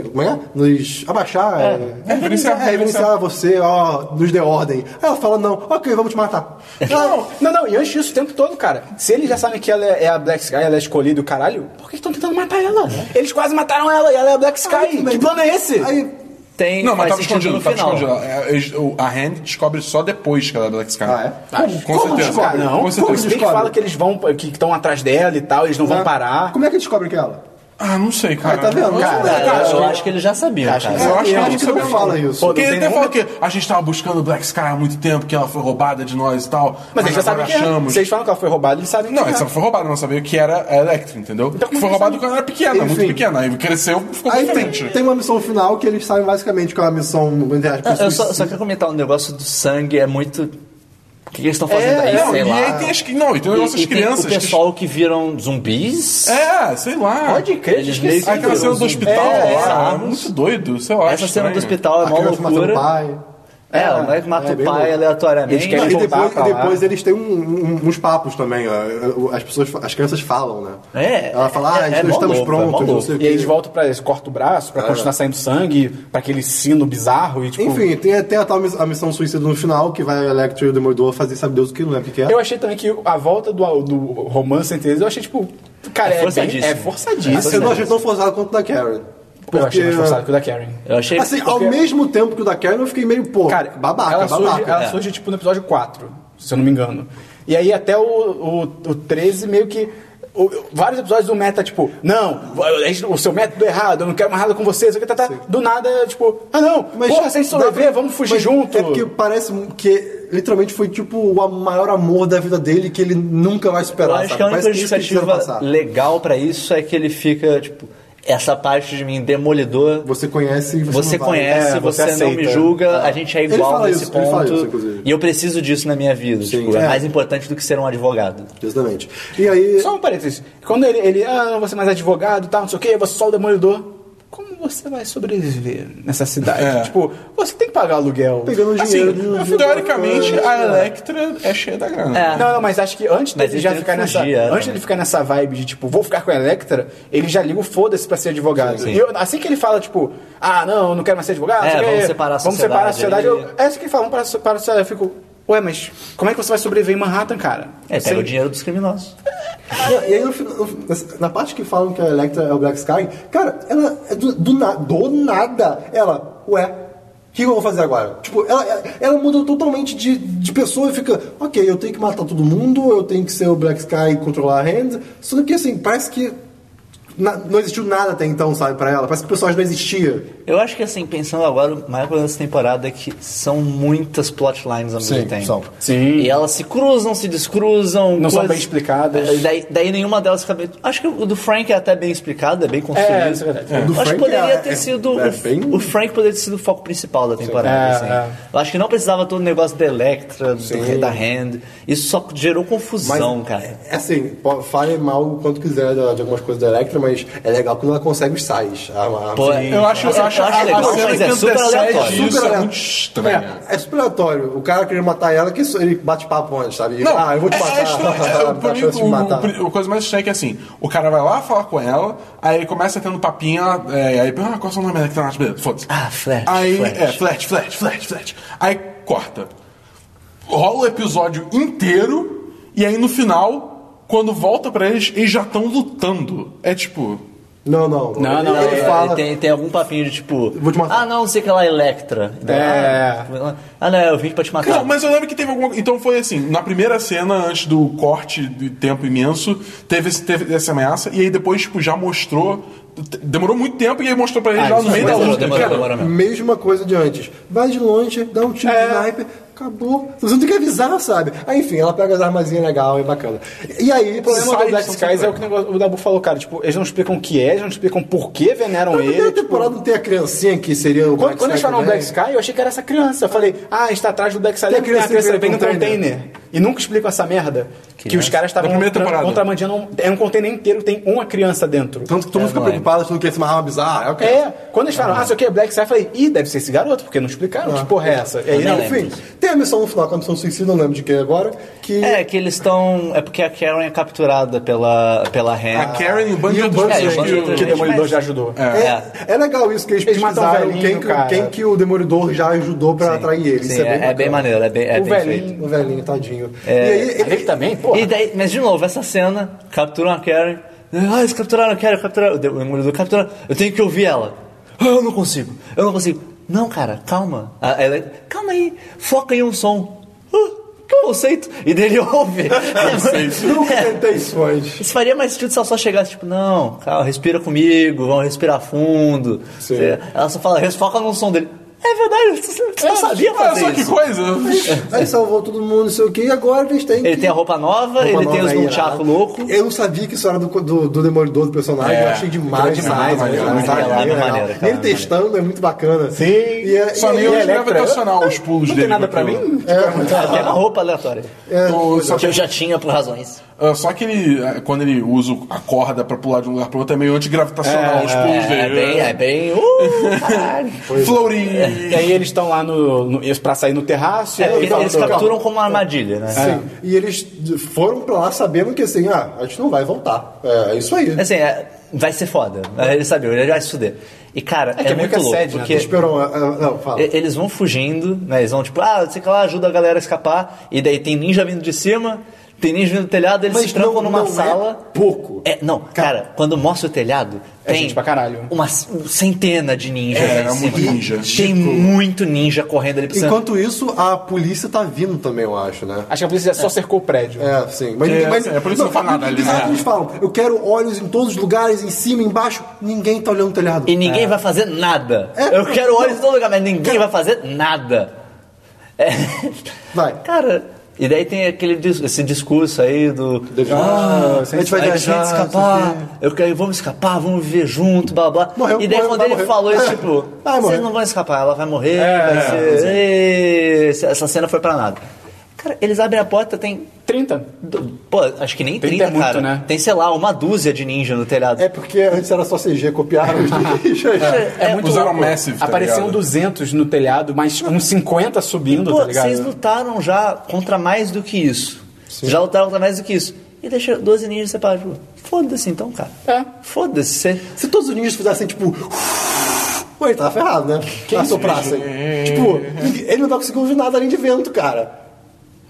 como é? Nos abaixar. É, é,
reverenciar,
é, reverenciar você, ó, nos dê ordem. Aí ela fala, não, ok, vamos te matar.
Não, não, não, e antes disso o tempo todo, cara. Se eles já sabem que ela é é a Black Sky, ela é escolhida, o caralho, por que estão tentando matar ela? Eles quase mataram ela e ela é a Black Sky.
Aí,
que
mas-
plano é esse?
Aí,
Tem,
Não, mas tá
faz
tava
sentido
escondido,
no
tava
final.
escondido. É, eles- o- A Hand descobre só depois que ela é Black Sky.
Ah, é?
Como, com
Como
certeza.
descobre?
Não,
com
assim, como se bem
certeza.
que
descobre?
fala que eles vão, que estão atrás dela e tal, eles não vão parar.
Como é que descobre que é ela?
Ah, não sei, cara.
Ah, tá vendo,
Eu-
cara?
Cara, eu,
acho que-
acho que ele já sabia, cara.
Eu acho que
Eu
ela
acho que não
sabia.
fala isso.
Porque
não
ele
tem
até
nem-
fala que a gente tava buscando Black Sky há muito tempo, que ela foi roubada de nós e tal.
Mas eles já sabem
agora
quem é.
achamos.
Se eles falam que ela foi roubada, eles sabem
Não,
quem
eles só
é.
foi roubado, não sabia que era a Electra, entendeu?
Então,
como
foi
eles
roubado
sabem?
quando era pequena, muito
é um- Enfim.
pequena. Aí cresceu, ficou
Aí
diferente.
tem, tem uma missão final que eles sabem basicamente que é uma missão. Entre aspas,
Eu só,
suicida.
só quero comentar um negócio do sangue, é muito. O que eles estão fazendo aí,
É, Não,
sei
e
lá.
aí tem as, não, e tem o negócio
E-
das
e tem
crianças.
o
que-
pessoal que viram zumbis?
É, sei lá.
Pode crer, eles
meio que-
Aí Aquela cena do hospital
É,
lá, ah,
é.
muito doido, sei lá.
Essa cena
estranho.
do hospital é
A
uma
criança matando o
loucura.
um pai.
É, o moleque mata
é,
o
bem
pai
louco.
aleatoriamente.
Eles querem
E
voltar
depois,
pra
e
lá.
depois eles têm um- um- uns papos também. ó. As pessoas, as crianças falam, né?
É,
Ela fala, ah,
é- é
nós
mó
estamos
louco, é mó
prontos, não
louco.
sei o
E aí eles
quê.
voltam pra. Eles cortam o braço pra continuar saindo sangue, pra aquele sino bizarro e tipo.
Enfim, tem até a, tal miss- a missão suicida no final, que vai a Electro e o Demolidor fazer sabe Deus o que, não lembro o que que é.
Eu achei também que a volta do, do romance entre eles, eu achei tipo. Cara,
É
é, forçadíssimo.
forçadíssimo.
é forçadíssimo.
eu não achei tão forçado quanto o da Karen. Porque,
Eu achei mais forçado que o da Karen.
Eu achei.
Assim, ao mesmo tempo que o da Karen, eu fiquei meio, pô,
Cara,
babaca,
ela surge,
babaca.
ela
É.
surge, tipo no episódio 4, se eu não me engano. E aí até o, o, o 13 meio que. o- o- vários episódios do meta, tipo, não, a gente- o seu método é errado, eu não quero mais nada com vocês, o que tá, tá. do nada, tipo, ah não, porra, sem
dá pra-
sobreviver, vamos fugir
mas
junto.
É porque parece que literalmente foi tipo o maior amor da vida dele que ele nunca vai superar.
Eu acho
sabe?
que é a única
Parece isso eles quiseram
justificativa
passar.
legal pra isso é que ele fica, tipo, essa parte de mim, demolidor.
Você conhece e você,
Você
não vai.
conhece,
é,
você,
você
não
aceita.
me julga, a gente é igual
fala
nesse
isso, ele
ponto.
fala isso, inclusive.
e eu preciso disso na minha vida. tipo, é
é.
mais importante do que ser um advogado.
Exatamente. É, E aí.
Só um parênteses. Quando ele, ele ah, não, você mais advogado, tal, não sei o quê, você é só o demolidor. Como você vai sobreviver nessa cidade?
É.
Tipo, você tem que pagar aluguel.
é
Pegando
Assim,
dinheiro. de- um
teoricamente, a Electra é cheia da grana.
É.
Não, não, mas acho que antes
Mas
dele
ele
já
tem que
ficar nessa.
fugir, é,
antes
também.
dele ficar nessa vibe de tipo, vou ficar com a Electra, ele já liga o foda-se pra ser advogado. E eu- assim que ele fala, tipo, ah, não, eu não quero mais ser
É,
advogado, não sei o
vamos
quê,
separar a
vamos separar a sociedade.
sociedade,
Eu, é isso que ele fala, vamos separar a sociedade. Eu fico, ué, mas como é que você vai sobreviver em Manhattan, cara?
É,
Você-
pega o dinheiro dos criminosos.
Não, E aí, eu fico- eu- na parte que falam que a Electra é o Black Sky, cara, ela é do, do, na- do nada. Ela, ué. O que eu vou fazer agora? Tipo, ela, ela- ela muda totalmente de, de pessoa e fica, ok, eu tenho que matar todo mundo, eu tenho que ser o Black Sky e controlar a Hand. Só que assim, parece que na- não existiu nada até então, sabe, pra ela. Parece que o personagem não existia.
Eu acho que, assim, pensando agora, o maior problema dessa temporada é que são muitas plotlines ao mesmo
Sim,
tempo.
são.
Sim.
E elas se cruzam, se descruzam.
Não são bem explicadas.
É, Daí, daí nenhuma delas fica bem... Acho que o do Frank é até bem explicado, é bem construído.
É, isso é verdade.
Do
Acho que
Frank
poderia
é-
ter
é-
sido.
é
o-
bem-
O Frank poderia ter sido o foco principal da temporada.
Sim.
assim.
É, é.
Eu acho que não precisava todo o negócio da Electra, do- da Hand. Isso só gerou confusão, cara.
É assim, po- fale mal o quanto quiser da- de algumas coisas da Electra, mas é legal quando ela consegue os sais. A, a-
Pô, é.
assim,
Eu
Mas
acho, eu acho,
eu acho
a- a,
legal,
cena
mas
que
é super
antecede
aleatório.
isso é
aleatório.
muito estranha.
É, é super aleatório. O cara queria matar ela, que isso- ele bate papo antes, sabe?
Não,
ah, eu vou te
é-
matar. Tá,
É,
<laughs>
estranho. É,
dá
pra mim,
chance de
o-
me matar.
o- a coisa mais estranha é que assim, o cara vai lá falar com ela, aí ele começa tendo papinho, ela- é, aí, ah, qual é o seu nome? Ela que tá na beleza, foda-se.
Ah, Flash,
Aí,
Flash.
é, flat, flat, flat, flat. Aí corta. Rola o episódio inteiro, e aí no final, quando volta pra eles, eles já estão lutando. É tipo.
Não, não.
Não, não,
Ele, ele
É,
fala.
Tem, tem algum papinho de tipo.
Vou te matar.
Ah, não, não sei o que lá, Electra.
É.
Ah, não, eu vim pra te matar.
Não, mas eu lembro que teve alguma. Então foi assim: na primeira cena, antes do corte de tempo imenso, teve, esse- teve essa ameaça, e aí depois, tipo, já mostrou. t- Demorou muito tempo e aí mostrou pra eles
Ah,
lá
isso
no meio da
Demorou,
luta.
demorou,
cara.
demorou mesmo.
é Mesma coisa de antes. Vai de longe, dá um tiro
É.
de sniper, acabou. Você não tem que avisar, sabe? Aí, enfim, ela pega as armazinhas legal e bacana. E aí, o
O problema do Black
são
Skies é o que o negócio- o Dabu falou, cara. Tipo, eles não explicam o que é, eles não explicam por que veneram
Na
ele.
primeira
tipo-
temporada não tem a criancinha que seria o
Quando,
Black
quando eles
Sky
falaram
também?
Black Sky, eu achei que era essa criança. Eu falei, ah, está atrás do Black Sky.
Tem
Lembra que tem a criança que vem no
no
container. E nunca explicam essa merda. Que, os caras estavam
Da primeira
tra-
temporada.
contrabandeando. um- É um container inteiro, tem uma criança dentro.
Tanto que todo mundo fica preocupado achando que esse marrom é bizarro. É, ok.
É, quando eles falam, ah, isso aqui é Black Sabbath, eu falei, ih, deve ser esse garoto, porque não explicaram que porra é essa. E aí,
nem
não,
lembro.
enfim,
Enfim, tem a missão no final, que é a missão suicida, não lembro de quem agora, que...
É, que eles estão. É porque a Karen é capturada pela, pela Hannah.
A Karen e o bando
E
de
o
outros
bando de
pessoas
outros-
que o-
que o Demolidor já ajudou.
É, é legal isso, que eles,
Eles matam
pesquisaram
o velhinho,
quem, que-
cara.
quem que o Demolidor já ajudou pra atrair ele.
Sim,
isso é, bem,
é, é bem
bacana.
maneiro, é bem, é
O
bem
velhinho.
feito.
O velhinho, tadinho. E aí,
Ele
tá-
também, porra.
E daí, mas de novo, essa cena, capturam a Karen. Ah, eles capturaram a Karen, capturaram. O demolidor capturaram. Eu tenho que ouvir ela. Ah, eu não consigo, eu não consigo. Não, cara, calma. A- Ela, calma aí, foca em um som. Ah, que conceito. E dele
<laughs>
ouve.
nunca tentei
<laughs>
isso antes.
Isso faria mais sentido se ela só chegasse, tipo, não, calma, respira comigo, vamos respirar fundo.
Sim.
Ela só fala, foca no som dele. É verdade, você você não sabia
Ah,
fazer
só que
isso.
coisa!
Aí salvou todo mundo, não sei o que, e agora eles têm
Ele
que-
tem a roupa nova,
Roupa
ele
nova
tem os
aí,
nunchaku
né?
louco.
Eu não sabia que isso era do, do, do Demolidor, do personagem.
É.
Eu achei demais.
Aquilo é demais,
demais,
é
demais,
maneiro,
demais,
é
demais.
maneiro, cara,
Ele testando é muito bacana.
Sim.
E é-
Só
e
nem
é-
o
e
é
Electra?
gravitacional, os pulos
Não
dele.
tem nada
com
pra
aquilo.
mim?
Até uma roupa aleatória.
né?
é,
O- Só
Que eu já tinha por razões.
Ah, Só que ele, ah, quando ele usa a corda pra pular de um lugar pro outro, é tipo, meio antigravitacional os pulos
É, é
dele. né?
bem, é bem. Uh, caralho.
Floating.
E aí eles estão lá no, no, pra sair no terraço.
É,
e aí
porque
fala,
eles
"Calma,
capturam como uma armadilha, né?
Sim. E eles foram pra lá sabendo que assim, ah, a gente não vai voltar. É isso aí.
Assim, é, vai ser foda. Ele sabe, ele vai se fuder. E cara, é,
que é meio
muito
que
louco,
assédio, né?
porque
Esperou. ah, ah, Não, fala.
e- eles vão fugindo, né? Eles vão tipo, ah, não sei o que lá, ajuda a galera a escapar. E daí tem ninja vindo de cima, tem ninja vindo do telhado, eles
Mas
se trancam
não-
numa
não é
sala.
pouco.
É, não, cara, quando mostra o telhado,
É
tem
gente pra caralho.
uma um centena de ninjas.
É,
lá em
é muito
cima.
ninja.
Tem muito ninja correndo ali pra cima.
Enquanto isso, a polícia tá vindo também, eu acho, né?
Acho que a polícia só cercou o prédio.
É, sim. Mas,
É,
mas
é, por isso não fala nada ali,
bizarro
né?
que Eles falam, eu quero olhos em todos os lugares, em cima, embaixo. Ninguém tá olhando o telhado.
E ninguém vai fazer nada.
É.
Eu quero olhos em todo lugar, mas ninguém vai fazer nada. É.
Vai.
Cara, e daí tem aquele, dis- esse discurso aí do.
Ah, a gente vai viajar, não sei o quê.
escapar, eu quero, vamos escapar, vamos viver junto, blá blá.
Morreu,
e daí
morreu,
quando
vai
ele
morrer.
falou isso, tipo,
<laughs> Vai morrer. É,
vocês não vão escapar, ela vai morrer, vai ser. Ei, essa- essa cena foi pra nada. Cara, eles abrem a porta, tem.
30.
do- Pô, acho que nem 30,
30 é muito,
cara.
né?
Tem, sei lá, uma dúzia de ninja no telhado.
É porque antes era só CG, copiaram os ninjas.
É, muito
usaram
louco.
Massive, tá
Apareciam
ligado?
200 no telhado, mas uns 50 subindo,
Pô,
tá ligado?
vocês lutaram já contra mais do que isso. Já lutaram contra mais do que isso. E deixa 12 ninjas separados. Tipo, Foda-se então, cara.
É.
Foda-se. Cê...
Se todos os ninjas fizessem tipo. <laughs> Ué, ele tava ferrado, né? Que assoprassem. Tipo, ele não tá conseguindo ouvir nada além de vento, cara.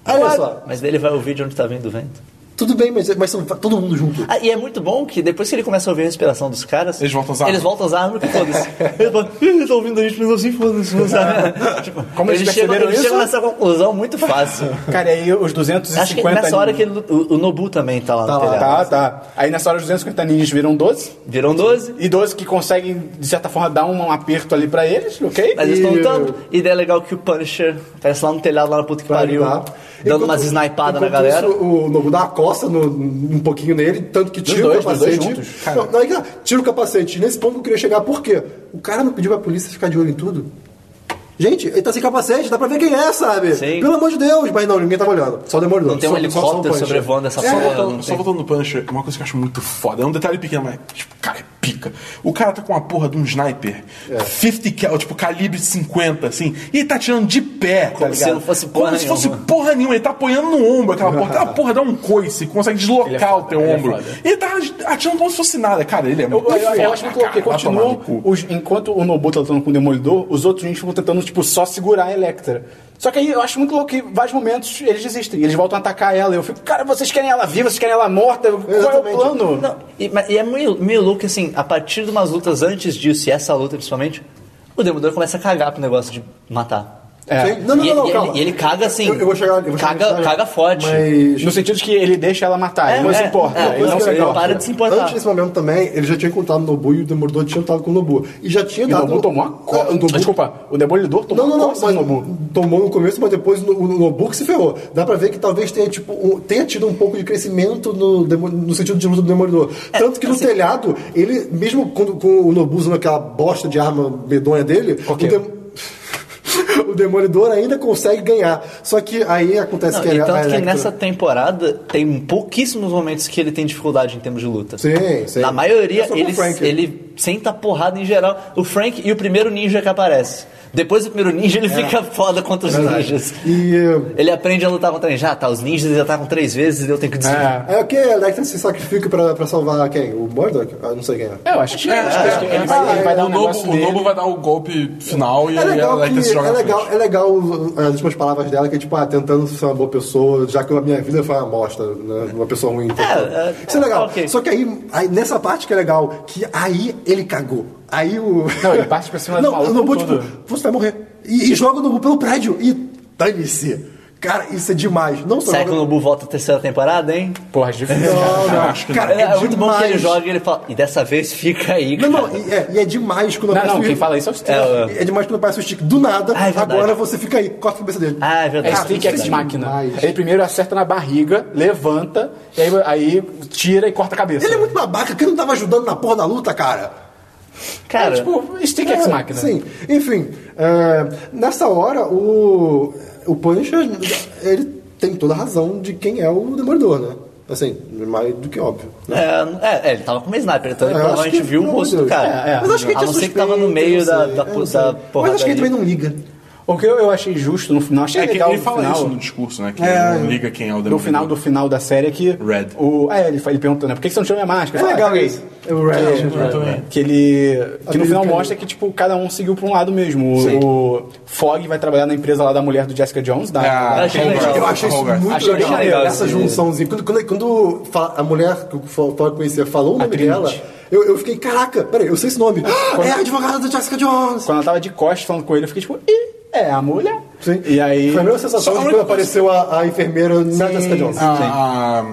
Olha só.
Mas daí ele vai ouvir de onde tá vindo o vento.
Tudo bem, mas, mas são tá todo mundo junto.
Ah, e é muito bom que depois que ele começa a ouvir a respiração dos caras.
Eles voltam a usar
Eles
arma.
voltam a usar arma que foda-se. Eles falam, "Ih, eles estão ouvindo a gente, mas eu assim foda-se. vamos usar." Tipo,
Como eles
chegam,
perceberam
eles chegam
isso?
nessa conclusão muito fácil.
Cara, e aí os
Acho que
250
nessa hora
ninjas-
que ele- o, o Nobu também tá lá no telhado.
Tá, tá. Aí nessa hora os 250 ninjas viram 12.
Viram 12.
E 12 que conseguem, de certa forma, dar um aperto ali pra eles, ok?
Mas eles
E-
estão lutando. E daí é legal que o Punisher aparece lá no telhado, lá na puta que pariu,
Tá?
dando
Enquanto-
umas snipadas na
enquanto
galera.
isso, o Nobu dá uma costa no- um pouquinho nele, tanto que tira
dois,
o
dos dois
capacete.
juntos, cara.
não, não, aí que tá, tira o capacete. Nesse ponto eu queria chegar, por quê? O cara não pediu pra polícia ficar de olho em tudo? Gente, ele tá sem capacete, dá pra ver quem é, sabe?
Sim.
Pelo amor de Deus, mas não, ninguém tava olhando. Só o demolidor.
Não tem um
Só- só- É, só o
helicóptero
Punisher.
sobrevoando essa
Só
então,
porra. né? não
voltando, só
tem.
voltando no Punisher, uma coisa que eu acho muito foda. É um detalhe pequeno, mas, tipo, cara, é pica. O cara tá com uma porra de um sniper.
É.
50 cal, tipo, calibre 50, assim. E ele tá tirando de pé, tá
Como
ligado?
se não fosse porra
Como se fosse
nenhuma.
porra nenhuma. Ele tá apoiando no ombro aquela porra. Aquela porra dá um coice, consegue deslocar
Ele é foda,
o teu
ele é
ombro.
foda.
ele tá atirando como se fosse nada, cara. Ele é
Eu,
muito
eu- eu,
foda,
acho muito louco, porque
cara. Vai tomar
continuam,
no cu.
os- enquanto o Nobu tá lutando com o Demolidor, os outros ninjas ficam tentando, tipo, só segurar a Electra. Só que aí eu acho muito louco que, em vários momentos, eles desistem. Eles voltam a atacar ela. Eu fico, cara, vocês querem ela viva, vocês querem ela morta? Qual é o
Exatamente.
plano?
Não, e, mas- e é meio, meio louco que, assim, a partir de umas lutas antes disso, e essa luta principalmente, o Demolidor começa a cagar pro negócio de matar.
É.
Sim. Não, não,
É. e,
não, não,
e
calma.
ele, e ele caga assim.
Eu, eu vou chegar, eu vou chegar
caga,
nesse detalhe.
caga forte.
Mas
No sentido de que ele deixa ela matar, ele não se importa.
é,
ele
não
não
ele
se importa.
para de se importar.
Antes desse momento também, ele já tinha encontrado o Nobu e o Demolidor tinha lutado com o Nobu. E já tinha
E o
dado...
Nobu tomou a
Ah,
costa.
o Nobu-
Desculpa, o Demolidor tomou
Não, não,
a
não.
costa
Mas
do Nobu.
Tomou no começo, mas depois o o Nobu que se ferrou. Dá pra ver que talvez tenha, tipo, um- tenha tido um pouco de crescimento no, demo- no sentido de luta do Demolidor.
É,
Tanto que no
assim.
telhado, ele, mesmo quando, com o Nobu usando aquela bosta de arma medonha dele, o,
Ok.
Dem- <laughs> o o Demolidor ainda consegue ganhar. Só que aí acontece
Não,
que
e
a- a
tanto que
Electra-
nessa temporada tem pouquíssimos momentos que ele tem dificuldade em termos de luta.
Sim, sim.
Na
Eu
maioria,
sou com o
ele,
Frank.
ele senta porrada em geral. O Frank e o primeiro ninja que aparece. Depois do primeiro ninja, ele fica foda contra
É
os ninjas.
E eh,
Ele aprende a lutar contra ninja. Ah, tá, os ninjas eles atacam três vezes e eu tenho que desviar.
é o que a Electra se sacrifica pra, pra salvar quem? O Murdoch? Ah, não sei quem é.
É, eu acho que,
É, acho que é.
acho que ele, vai, ele vai dar
o
um
Lobo,
negócio
o
dele.
Lobo vai dar o golpe final e
É
aí
legal,
ela
que,
que se joga
é,
na
legal,
frente.
é legal uh, as últimas palavras dela, que é tipo, ah, tentando ser uma boa pessoa, já que a minha vida foi uma bosta, né? uma pessoa ruim. então.
É, é,
Isso é legal.
ok.
Só que aí, aí, nessa parte que é legal, que aí ele cagou. Aí o.
Não, ele parte pra cima do
<laughs> Não,
maluco
o Nobu,
todo.
tipo, você vai morrer. E, e joga o Nobu pelo prédio. E dane-se. Cara, isso é demais. Não só
Será que o
joga-
Nobu volta à terceira temporada, hein?
Porra, é difícil.
Não, não. Cara,
É,
é,
muito bom que ele
demais.
joga e ele fala, e dessa vez fica aí,
Não,
cara.
não, e é, e é demais quando
Não,
aparece
não,
o-
quem fala isso é o Steve.
É,
É demais quando aparece o stick do nada.
Ah, é verdade.
agora você fica aí, corta a cabeça dele.
Ah, é
É
verdade.
Stick Ex
isso é
Máquina.
demais.
Ele primeiro acerta na barriga, levanta, e aí, aí tira e corta a cabeça.
Ele é muito babaca, que não tava ajudando na porra da luta, cara.
Cara,
É, tipo, Stick Ex Máquina.
Sim, enfim. é, nessa hora, o, o Punisher, ele tem toda a razão de quem é o Demolidor, né? Assim, mais do que óbvio. né?
É, é, ele tava com uma sniper, então ele
É, eu acho
provavelmente
que-
viu o
meu
rosto do
Deus.
cara.
É, é.
Mas acho que ele
a
tinha
não ser que
suspeita,
tava no meio
eu
da,
sei,
da,
eu não
pu-
sei.
da porrada.
Mas acho que ele
ali.
também não liga.
O que eu, eu achei justo no final, achei
É que
legal
ele
no
fala
final,
isso no discurso, né? Que
É,
ele não
é.
liga quem é o
no final do final da série é que
Red.
o ah, é, ele, fa- ele pergunta, né? Por que que você não tirou minha máscara? Foi legal isso.
É o Red.
Que ele. Que no
Amigo
final
que-
mostra que, tipo, cada um seguiu pra um lado mesmo. O, o Fogg vai trabalhar na empresa lá da mulher do Jessica Jones, da.
Ah,
da-
achei
Homegirl.
legal.
Eu achei isso
Homegirl.
muito
Achei
legal,
legal
essa
esse-
junçãozinha. Quando, quando, quando fa- a mulher que o Falcão conhecia falou o nome
Trinity.
dela, eu, eu fiquei, caraca, peraí, eu sei esse nome. Ah, é a advogada da Jessica Jones.
Quando ela tava de costas falando com ele, eu fiquei tipo, Ih, é a mulher.
Sim.
E aí.
Foi a mesma sensação
Só
de
a
quando
única
apareceu a, a enfermeira na Jessica Jones.
a, a Ah,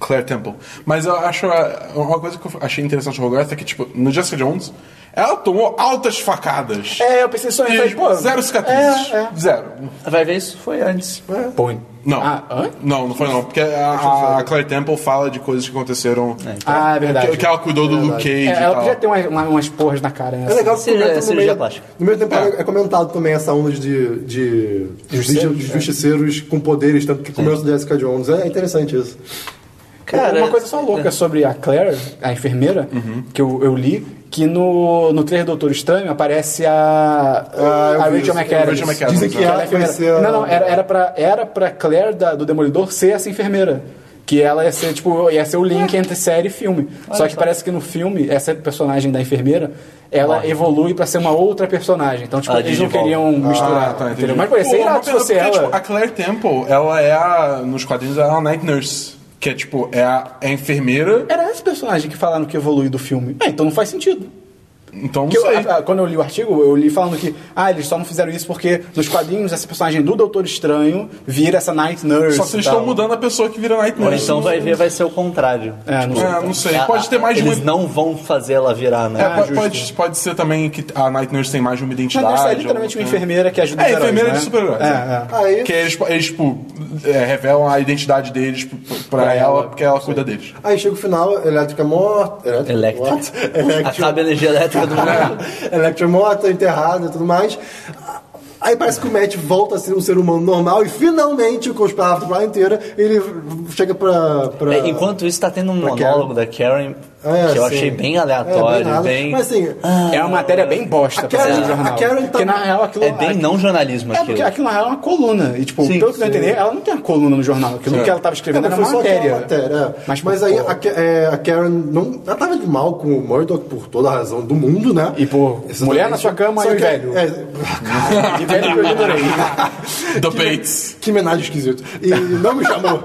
Claire Temple. Mas eu acho a- uma coisa que eu achei interessante no Hogarth é que, tipo, no Jessica Jones, ela tomou altas facadas.
É, eu pensei só em
E
falei, pô.
zero cicatrizes.
É, é.
Zero.
Vai ver, isso foi antes.
Pô, hein?
Não.
Ah, hã?
não, não foi não. Porque a, a Claire Temple fala de coisas que aconteceram.
Ah, é verdade.
Que, que ela cuidou do Luke Cage.
É,
e
ela
tal.
podia ter uma- uma- umas porras na cara, né?
É legal que
Seja-
comenta no
cirurgia
meio,
plástica.
no meio tempo é. comentado também essa onda de, de,
Justiceiros,
de justiceiros com poderes, tanto que começa o Jessica Jones. É interessante isso.
Cara, é.
uma coisa só louca sobre a Claire, a enfermeira, que eu, eu li, que no, no trailer do Doutor Estranho aparece a,
Ah, eu
a Rachel
vi isso.
McAdams.
Rachel McAdams,
Dizem que
ela
ela
é enfermeira.
vai ser a-
Não, não, era, era, pra, era pra Claire da- do Demolidor ser essa enfermeira. Que ela ia ser, tipo, ia ser o link entre série e filme. só que parece que no filme, essa personagem da enfermeira, ela evolui pra ser uma outra personagem. Então, tipo,
Ah,
eles não
de volta.
queriam misturar,
Ah, tá, entendi.
entendeu? Mas, pô, ia ser
Pô,
irado
uma
se
pena,
fosse
porque,
ela.
tipo, a Claire Temple, ela é a. Nos quadrinhos, ela é a Night Nurse. Que é tipo, é a, é a enfermeira.
Era esse personagem que falaram que evolui do filme. Ah, então não faz sentido.
Então não
Porque eu- é
sei.
a- a- quando eu li o artigo, eu li falando que, ah, eles só não fizeram isso porque nos quadrinhos essa personagem do Doutor Estranho vira essa Night Nurse.
Só se eles
e tal.
estão mudando a pessoa que vira Night
Ou
né?
Nurse.
então vai ver, vai ser o contrário.
É, não sei.
É, não sei.
A-
Pode ter mais de
um-
uma.
Eles não vão fazer ela virar, né?
É,
Ah,
pode,
justo.
pode, pode ser também que a Night Nurse tem mais de uma identidade.
Night Nurse é literalmente uma
alguma coisa.
enfermeira que ajuda
É,
os heróis,
enfermeira
né?
de super-heróis.
É, é.
Aí,
Que eles, eles tipo, é, revelam a identidade deles p- p- pra,
Pra
ela,
ela,
porque ela cuida deles.
aí chega o final, Elétrica morta. Elétrica.
Electra.
morta, <laughs> Electra. É.
Acaba a energia elétrica do mundo.
Electra morta, enterrada e tudo mais. Aí parece que o Matt volta a ser um ser humano normal e finalmente, com os palavras da praia inteira, ele chega pra. pra...
É, Enquanto isso, tá tendo um
Pra Karen.
monólogo da Karen
É,
que eu
assim,
achei bem
é,
aleatório,
nada.
bem... Ah,
Mas assim,
É uma matéria bem bosta
A
pra
Karen-
ser um jornal.
a Karen tá-
Porque na real aquilo
é bem não jornalismo
É porque
aquilo.
aquilo na real é uma coluna. E, tipo,
Sim,
pelo que eu entendi, ela não tem uma coluna no jornal. Aquilo que ela tava escrevendo
Não,
era
mas foi
uma
só
matéria.
aquela
<laughs>
matéria. é. Mas,
Mas, pô,
aí a, Ke- é, a Karen não, ela tava de mal com o Murdoch por toda a razão do mundo, né?
E por
Exatamente.
mulher na sua cama
Só
e
que-
velho.
é,
E velho que eu <laughs> ignorei.
The Bates.
que homenagem esquisito. E não me chamou.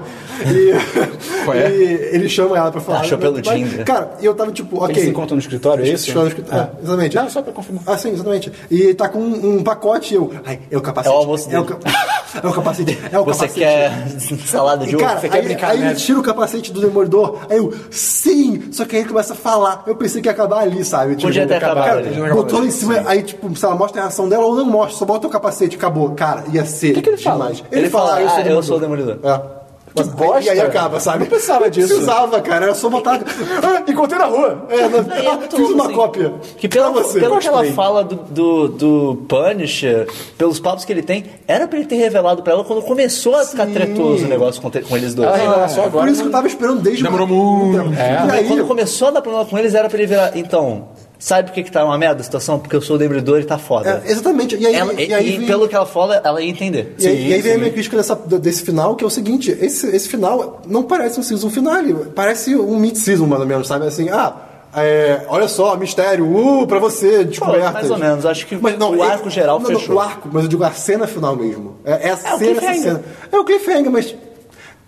E,
Qual é?
e ele chama ela pra falar.
Achou pelo
Mas-
Tinder.
Cara, e eu tava tipo, ok.
Eles se encontram no escritório, é isso?
Escritório, escritório, é, exatamente.
Não, só pra confirmar.
Ah, sim, exatamente. E tá com um, um pacote e eu. Ai, é o capacete.
É o almoço
É o,
dele.
ca- <laughs> é o capacete. É o
Você
capacete.
quer <laughs> salada de
E, cara,
ovo?
você quer
aí,
brincar,
aí
né?
ele tira o capacete do demolidor, aí eu, sim! Só que aí ele começa a falar. Eu pensei que ia acabar ali, sabe? Tipo,
Podia ter
cara,
acabado
ali.
Cara, botou lá em cima, aí tipo, sei lá, mostra a reação dela ou não mostra, só bota o capacete, acabou. Cara, ia ser
que ele fala?
demais.
Ele fala, ah, eu sou o
Demolidor. É. Mas-
bosta.
E aí acaba, sabe?
Não pensava disso.
Precisava, cara. Era só botar.
Ah, encontrei na rua.
É, não-
Aí é
ah,
muito
fiz
louco,
uma
assim.
cópia.
Que pela,
Pra você.
pela que ela
Gostei.
fala do, do, do Punisher, pelos papos que ele tem, era pra ele ter revelado pra ela quando começou a ficar tretoso o negócio com, te- com eles
Ah,
dois.
Ela revela só
É Por
agora.
isso que eu tava esperando desde.
Demorou muito.
E aí,
Quando começou a dar problema com eles, era pra ele virar. Então, sabe por que, que tá uma merda a situação? Porque eu sou o demolidor e tá foda.
é, exatamente. E aí,
Ela-
e, aí
e, e
vem-
pelo que ela fala, ela ia entender.
E, aí-
Sim,
e aí vem a
sim.
minha crítica dessa- desse final, que é o seguinte: esse, esse final não parece um season finale, parece um mid-season, mais ou menos, sabe? Assim, ah, é, olha só, mistério, uh, pra você, descoberta.
mais ou menos, acho que o arco geral
não, não,
fechou.
o arco, mas eu digo a cena final mesmo. É, é a cena, essa
cliffhanger.
cena. É o cliffhanger, mas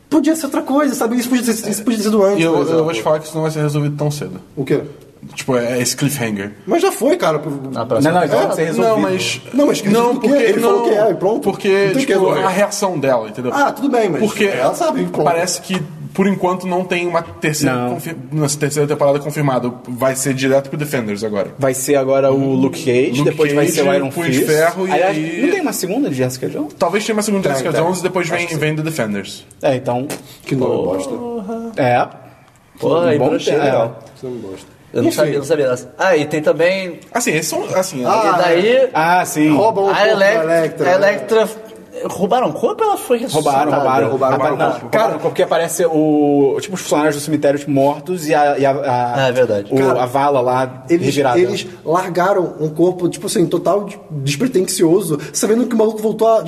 podia ser outra coisa, sabe? Isso podia ter, isso podia ter sido antes.
E eu,
por
eu
exemplo.
vou te falar que isso não vai ser resolvido tão cedo.
O quê?
Tipo, é esse cliffhanger.
Mas já foi, cara.
Na
Não,
próxima.
não, então
É,
pode ser resolvido.
Não, mas.
Não, mas
Não,
do quê?
porque.
Ele
não,
falou que é, e pronto. Não
Porque,
tem que
tipo,
resolver.
a reação dela, entendeu?
Ah, tudo bem, mas
Porque
ela sabe, e pronto.
parece que, por enquanto, não tem uma terceira,
Não.
confir- uma terceira temporada confirmada. Vai ser direto pro Defenders agora.
Vai ser agora o Luke Cage,
Uhum. Luke
depois vai ser o
Cage,
Iron
Punho de
Fist.
Ferro e
Aliás,
aí-
Não tem uma segunda de Jessica Jones?
Talvez tenha uma segunda Jessica
tem.
Jones e depois vem, vem The Defenders.
É, então.
Que não bosta.
É. um
Pô, aí brochei,
tempo.
legal.
Isso não bosta.
Eu não sabia, não sabia. Ah, e tem também.
Assim, esses são. Assim,
e
é.
daí.
Ah, sim.
Roubam o
a
corpo da
Electra.
Electra.
a Electra. Roubaram corpo ou ela foi ressuscitada?
Roubaram, roubaram, roubaram.
Roubaram
Não,
corpo.
Cara, porque aparece o. Tipo, os funcionários do cemitério tipo, mortos e a. E a, a
Ah, é verdade.
o-
Cara,
a vala lá
Eles,
revirada.
eles largaram um corpo, tipo assim, total de- despretensioso, sabendo que o maluco voltou a. a-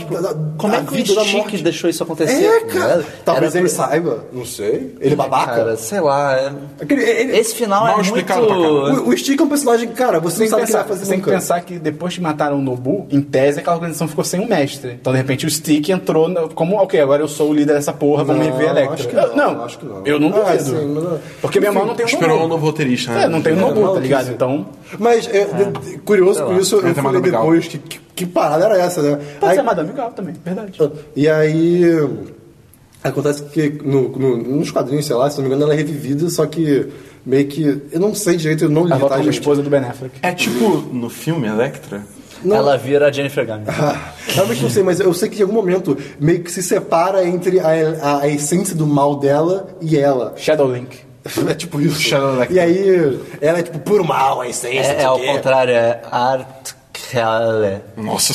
Como
a
é que
vida
o
da
Chique
morte.
deixou isso acontecer?
É,
tá
cara.
ligado?
Talvez
Era
ele
pra-
saiba, não sei. Ele é babaca.
Cara, sei lá. é-
Aquele- ele-
Esse final
Mal
é muito.
explicado pra caralho.
o, o Stick é um personagem que, cara, você
Tem
não
que,
sabe o que ele
pensar,
vai fazer
tem que
nunca.
pensar que depois que mataram o Nobu, em tese aquela organização ficou sem um mestre. Então, de repente, o Stick entrou na- como, ok, agora eu sou o líder dessa porra, vamos
Não,
rever a Electra.
acho que
Eu-
não, acho que não.
Eu não duvido.
Ah, sim, mas não-
Porque minha mão não tem um
Esperou um
Nobu.
novo roteirista, né?
É, não tem um
É,
Nobu, tá
maluquice.
ligado? Então,
Mas, é, de- de- curioso com isso,
Tem
eu
a
falei
Madame Gal.
depois que, que, que parada era essa, né?
pode
Aí-
ser a Madame Gal também, verdade.
E aí. Acontece que no, no- nos quadrinhos, sei lá, se não me engano, ela é revivida, só que meio que. Eu não sei direito, eu não li,
Ela volta
tá,
como
gente?
esposa do Ben Affleck.
É tipo, no filme Electra,
Ela vira a Jennifer Garner.
<laughs> Realmente não sei, mas eu sei que em algum momento meio que se separa entre a, a- a essência do mal dela e ela. <laughs>
Shadow Link.
É tipo isso.
Shadow Electra.
E aí, ela é tipo puro mal, a essência.
É, é
não
ao
sei o quê. Ah,
contrário, é Artkale.
nossa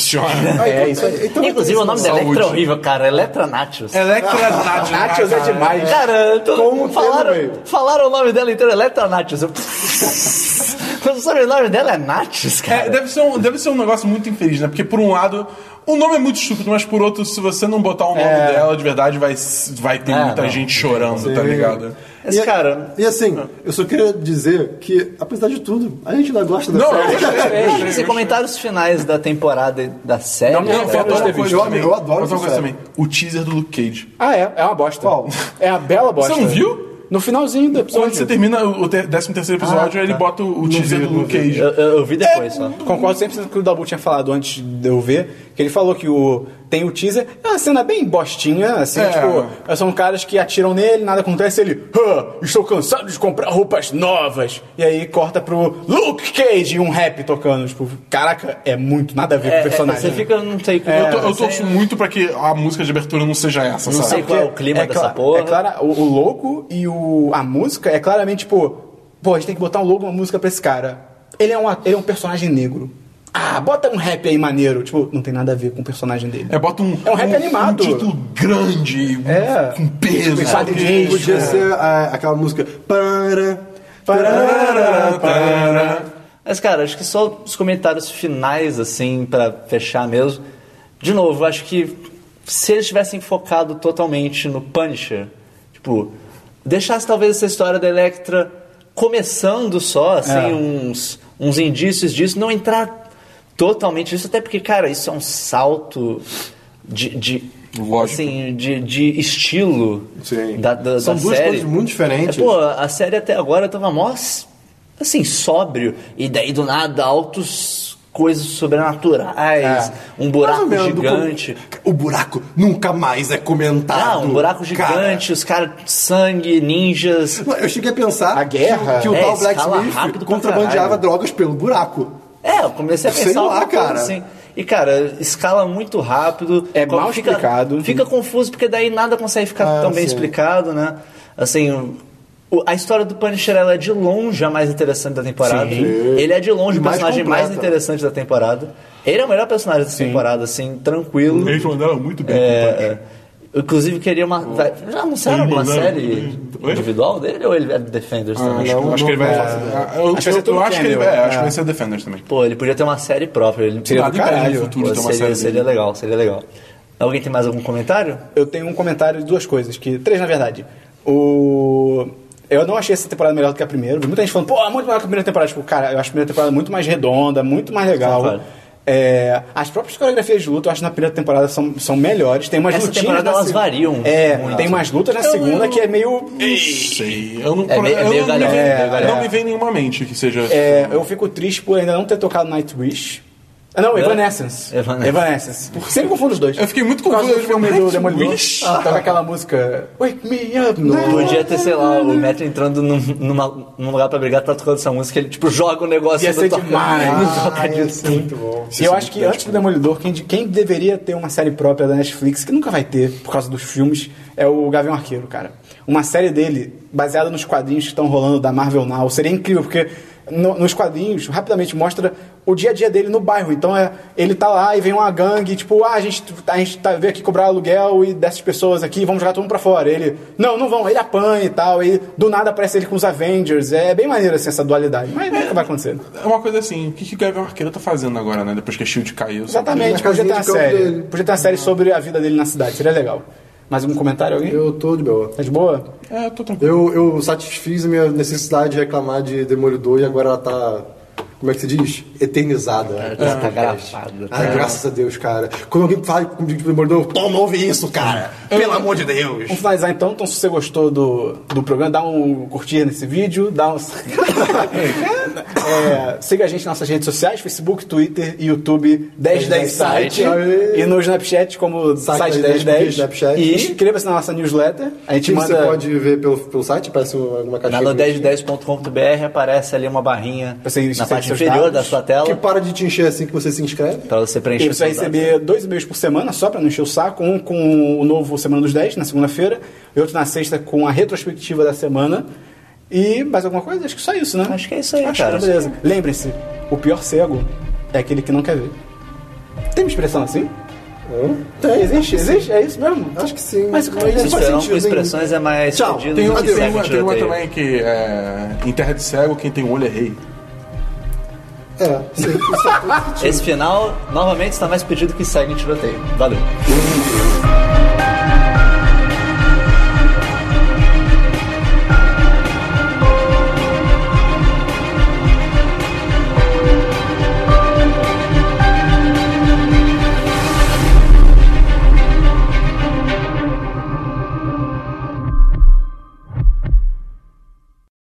<laughs>
senhora.
Ah, então-
É, isso aí.
então- É,
Inclusive, o nome da
Saúde.
Electra é horrível, cara. Electra Natius.
Electra
<laughs> Nachos é demais.
Cara, todo
Com um T no
falaram,
meio.
falaram o nome dela inteiro, Electra Natius. Eu... <laughs> Mas o sobrenome dela é Natius, cara.
É, deve, ser um, deve ser um negócio muito infeliz, né? Porque por um lado, o nome é muito estúpido, mas por outro, se você não botar o nome
É.
dela, de verdade, vai, s- vai ter
É,
muita
não.
gente chorando, tá ligado?
Mas,
E-
cara,
E assim, eu só queria dizer que, apesar de tudo, a gente ainda gosta da
Não, eu
série.
gostei, eu gostei,
esses
eu um gostei.
comentários finais da temporada e da série.
Não, não,
cara,
Faltou uma
Eu
coisa
adoro,
também.
eu adoro
Faltou uma coisa
essa
também. O teaser do Luke Cage.
Ah, é, é uma bosta.
Qual?
É a bela bosta.
Você não viu?
No finalzinho do
Quando você
episódio.
termina o o te- 13 terceiro
Ah,
episódio,
tá.
ele bota o, o teaser do Luke Cage.
um eu, eu- eu vi depois
É,
só.
um
Concordo sempre com o que o Dabu tinha falado antes de eu ver, que ele falou que o tem o teaser, é uma cena bem bostinha, assim,
É.
tipo, são caras que atiram nele, nada acontece, ele, "Ah, estou cansado de comprar roupas novas, e aí corta pro Luke Cage e um rap tocando, tipo, caraca, é muito, nada a ver com o
É, é,
personagem.
você fica, não sei como.
É, eu, to- eu
não sei-
torço muito pra que a música de abertura não seja essa,
Não
sabe?
sei
Sabe qual é o clima dessa
clara-
porra?
É clara, o, o logo e o, a música é claramente, tipo, pô, a gente tem que botar um logo e uma música pra esse cara. Ele é, um, a- ele é um personagem negro. Ah, bota um rap aí maneiro. Tipo, não tem nada a ver com o personagem dele.
É, bota um,
É um rap
um-
animado.
um título grande, um
É.
com peso.
Tipo, Padre
sabe?
James.
Podia
é,
ser ah, aquela música. Para.
Tarará, tarará.
Mas, cara, acho que só os comentários finais, assim, pra fechar mesmo. De novo, acho que se eles tivessem focado totalmente no Punisher, tipo, deixasse talvez essa história da Electra começando só, assim,
É.
uns, uns indícios disso, não entrar totalmente nisso, até porque, cara, isso é um salto de. de
Lógico.
assim, de, de estilo
Sim.
da, da,
São
da
duas
série.
coisas muito diferentes.
É, pô, a série até agora tava mó assim, sóbrio. E daí do nada, altos coisas sobrenaturais,
É.
um
Mais ou
buraco
menos, do
gigante.
com- O buraco nunca mais é comentado.
Ah, um buraco
cara.
gigante, os caras sangue, ninjas.
Não, Eu cheguei a pensar
A guerra.
que, o- que o
É,
tal
escala
Blacksmith
rápido pra
contrabandeava
caralho.
drogas pelo buraco.
É, eu comecei a
Sei
pensar
lá,
alguma coisa
cara.
assim. E, cara, escala muito rápido.
É
Como
mal explicado.
Fica confuso, porque daí nada consegue ficar
Ah,
tão bem
sim.
explicado, né? Assim, o- a história do Punisher ela é de longe a mais interessante da temporada.
Sim.
Ele é de longe
E
o
mais
personagem mais
completa.
interessante da temporada. Ele é o melhor personagem dessa temporada, assim, tranquilo.
Eles mandaram muito bem.
É, é. Eu, inclusive, queria uma. vai- Já anunciaram
um Ele
uma
mandando-
série
Oi?
individual dele ou ele é Defenders também?
Acho,
Ah, não,
acho que ele
não
vai.
faço
Ah,
Acho
Eu
que vai ser
eu
tudo
acho que ele
Campbell,
vai.
é.
Acho que vai ser Defenders também.
Pô, ele podia ter uma série própria. Ele...
Seria
Nada
do
impede
caralho.
no futuro
Pô,
ter uma
seria,
série
seria
dele.
legal, seria legal. Alguém tem mais algum comentário?
Eu tenho um comentário de duas coisas, que três na verdade. O eu não achei essa temporada melhor do que a primeira. Vi Muita gente falando, pô, é muito melhor que a primeira temporada. Tipo, cara, eu acho a primeira temporada muito mais redonda, muito mais legal.
Concordo.
É, as próprias coreografias de luta, eu acho que na primeira temporada são, são melhores. Tem umas
Essa
lutinhas.
temporada
na
elas
se-
variam
É,
muito.
tem umas lutas na
Eu-
segunda que é meio.
Não sei. Eu não,
É meio- é meio
eu não, me,
galhão,
vem,
é meio galhão.
não me vem nenhuma mente que seja. assim.
É, eu fico triste por ainda não ter tocado Nightwish. Ah, não, Evanescence.
Evanescence.
Evanescence. Sempre confundo os dois.
Eu fiquei muito
Por causa
confuso.
do filme do Demolidor.
Nightwish?
Toca aquela música Wake Me Up. né?" now.
Podia ter, sei lá, o Metro entrando num, numa- num lugar pra brigar, tá tocando essa música, ele tipo joga um negócio
Ia
e não
ser
toca-
demais.
não toca
Ah,
disso.
isso é muito bom.
E eu acho que antes do Demolidor, quem, de- quem deveria ter uma série própria da Netflix, que nunca vai ter por causa dos filmes, é o Gavião Arqueiro, cara. Uma série dele, baseada nos quadrinhos que estão rolando da Marvel Now, seria incrível, porque no- nos quadrinhos, rapidamente mostra o dia a dia dele no bairro. Então é, ele tá lá e vem uma gangue, tipo, ah, a gente, a gente tá, veio aqui cobrar aluguel e dessas pessoas aqui, vamos jogar todo mundo pra fora. Ele, não, não vão, ele apanha e tal, e do nada aparece ele com os Avengers. É bem maneiro assim, essa dualidade, mas nunca vai acontecer.
É uma coisa assim, o que, que o Gavião Arqueiro tá fazendo agora, né? Depois que a Shield caiu. sabe?
Exatamente,
Na
podia ter
casinha
uma
de campo
série.
dele.
Podia ter uma série sobre a vida dele na cidade, seria legal. Mais algum comentário, alguém?
Eu tô de boa.
Tá de boa?
É, eu tô tranquilo.
Eu, eu satisfiz a minha necessidade de reclamar de Demolidor e agora ela tá. Como é que se diz? Eternizada.
tá gravada,
Ai, Ah, graças a Deus, cara. Quando alguém fala comigo de Demolidor, eu, toma, ouve isso, cara. Pelo amor de Deus.
Vamos finalizar então. Então, se você gostou do, do programa, dá um curtir nesse vídeo, dá um. <laughs> É, siga a gente nas nossas redes sociais: Facebook, Twitter e YouTube 1010 Site.
Aê.
E no Snapchat, como
Site
Site
1010,
1010.
Snapchat.
E inscreva-se na nossa newsletter. A gente
Que
manda.
você pode ver pelo, pelo site, parece uma, uma
Na
caixinha.
no
bonitinha.
1010.com.br aparece ali uma barrinha
Você
na
insere
parte
seus
inferior
dados,
da sua tela
Que para de te encher assim que você se inscreve.
pra você preencher.
E você vai
seus dados.
receber dois e-mails por semana, só pra não encher o saco. Um com o novo Semana dos 10, na segunda-feira. E outro na sexta, com a retrospectiva da semana. E mais alguma coisa? Acho que só isso, né?
Acho que é isso aí,
Acho que
cara.
é, beleza. Lembrem-se, o pior cego é aquele que não quer ver. Tem uma expressão assim? Tem, existe, existe. É isso mesmo?
Acho que sim.
Mas como é que
Não faz
Esperão com
sentido nenhum.
expressões é mais
Tchau,
pedido
Tem
do
uma,
que
tem
serve
uma,
de
tem uma
tiroteio.
também que é. Em terra de cego, quem tem olho é rei.
É, sim. Isso é tudo.
Esse final, novamente, está mais pedido que segue em tiroteio. Valeu.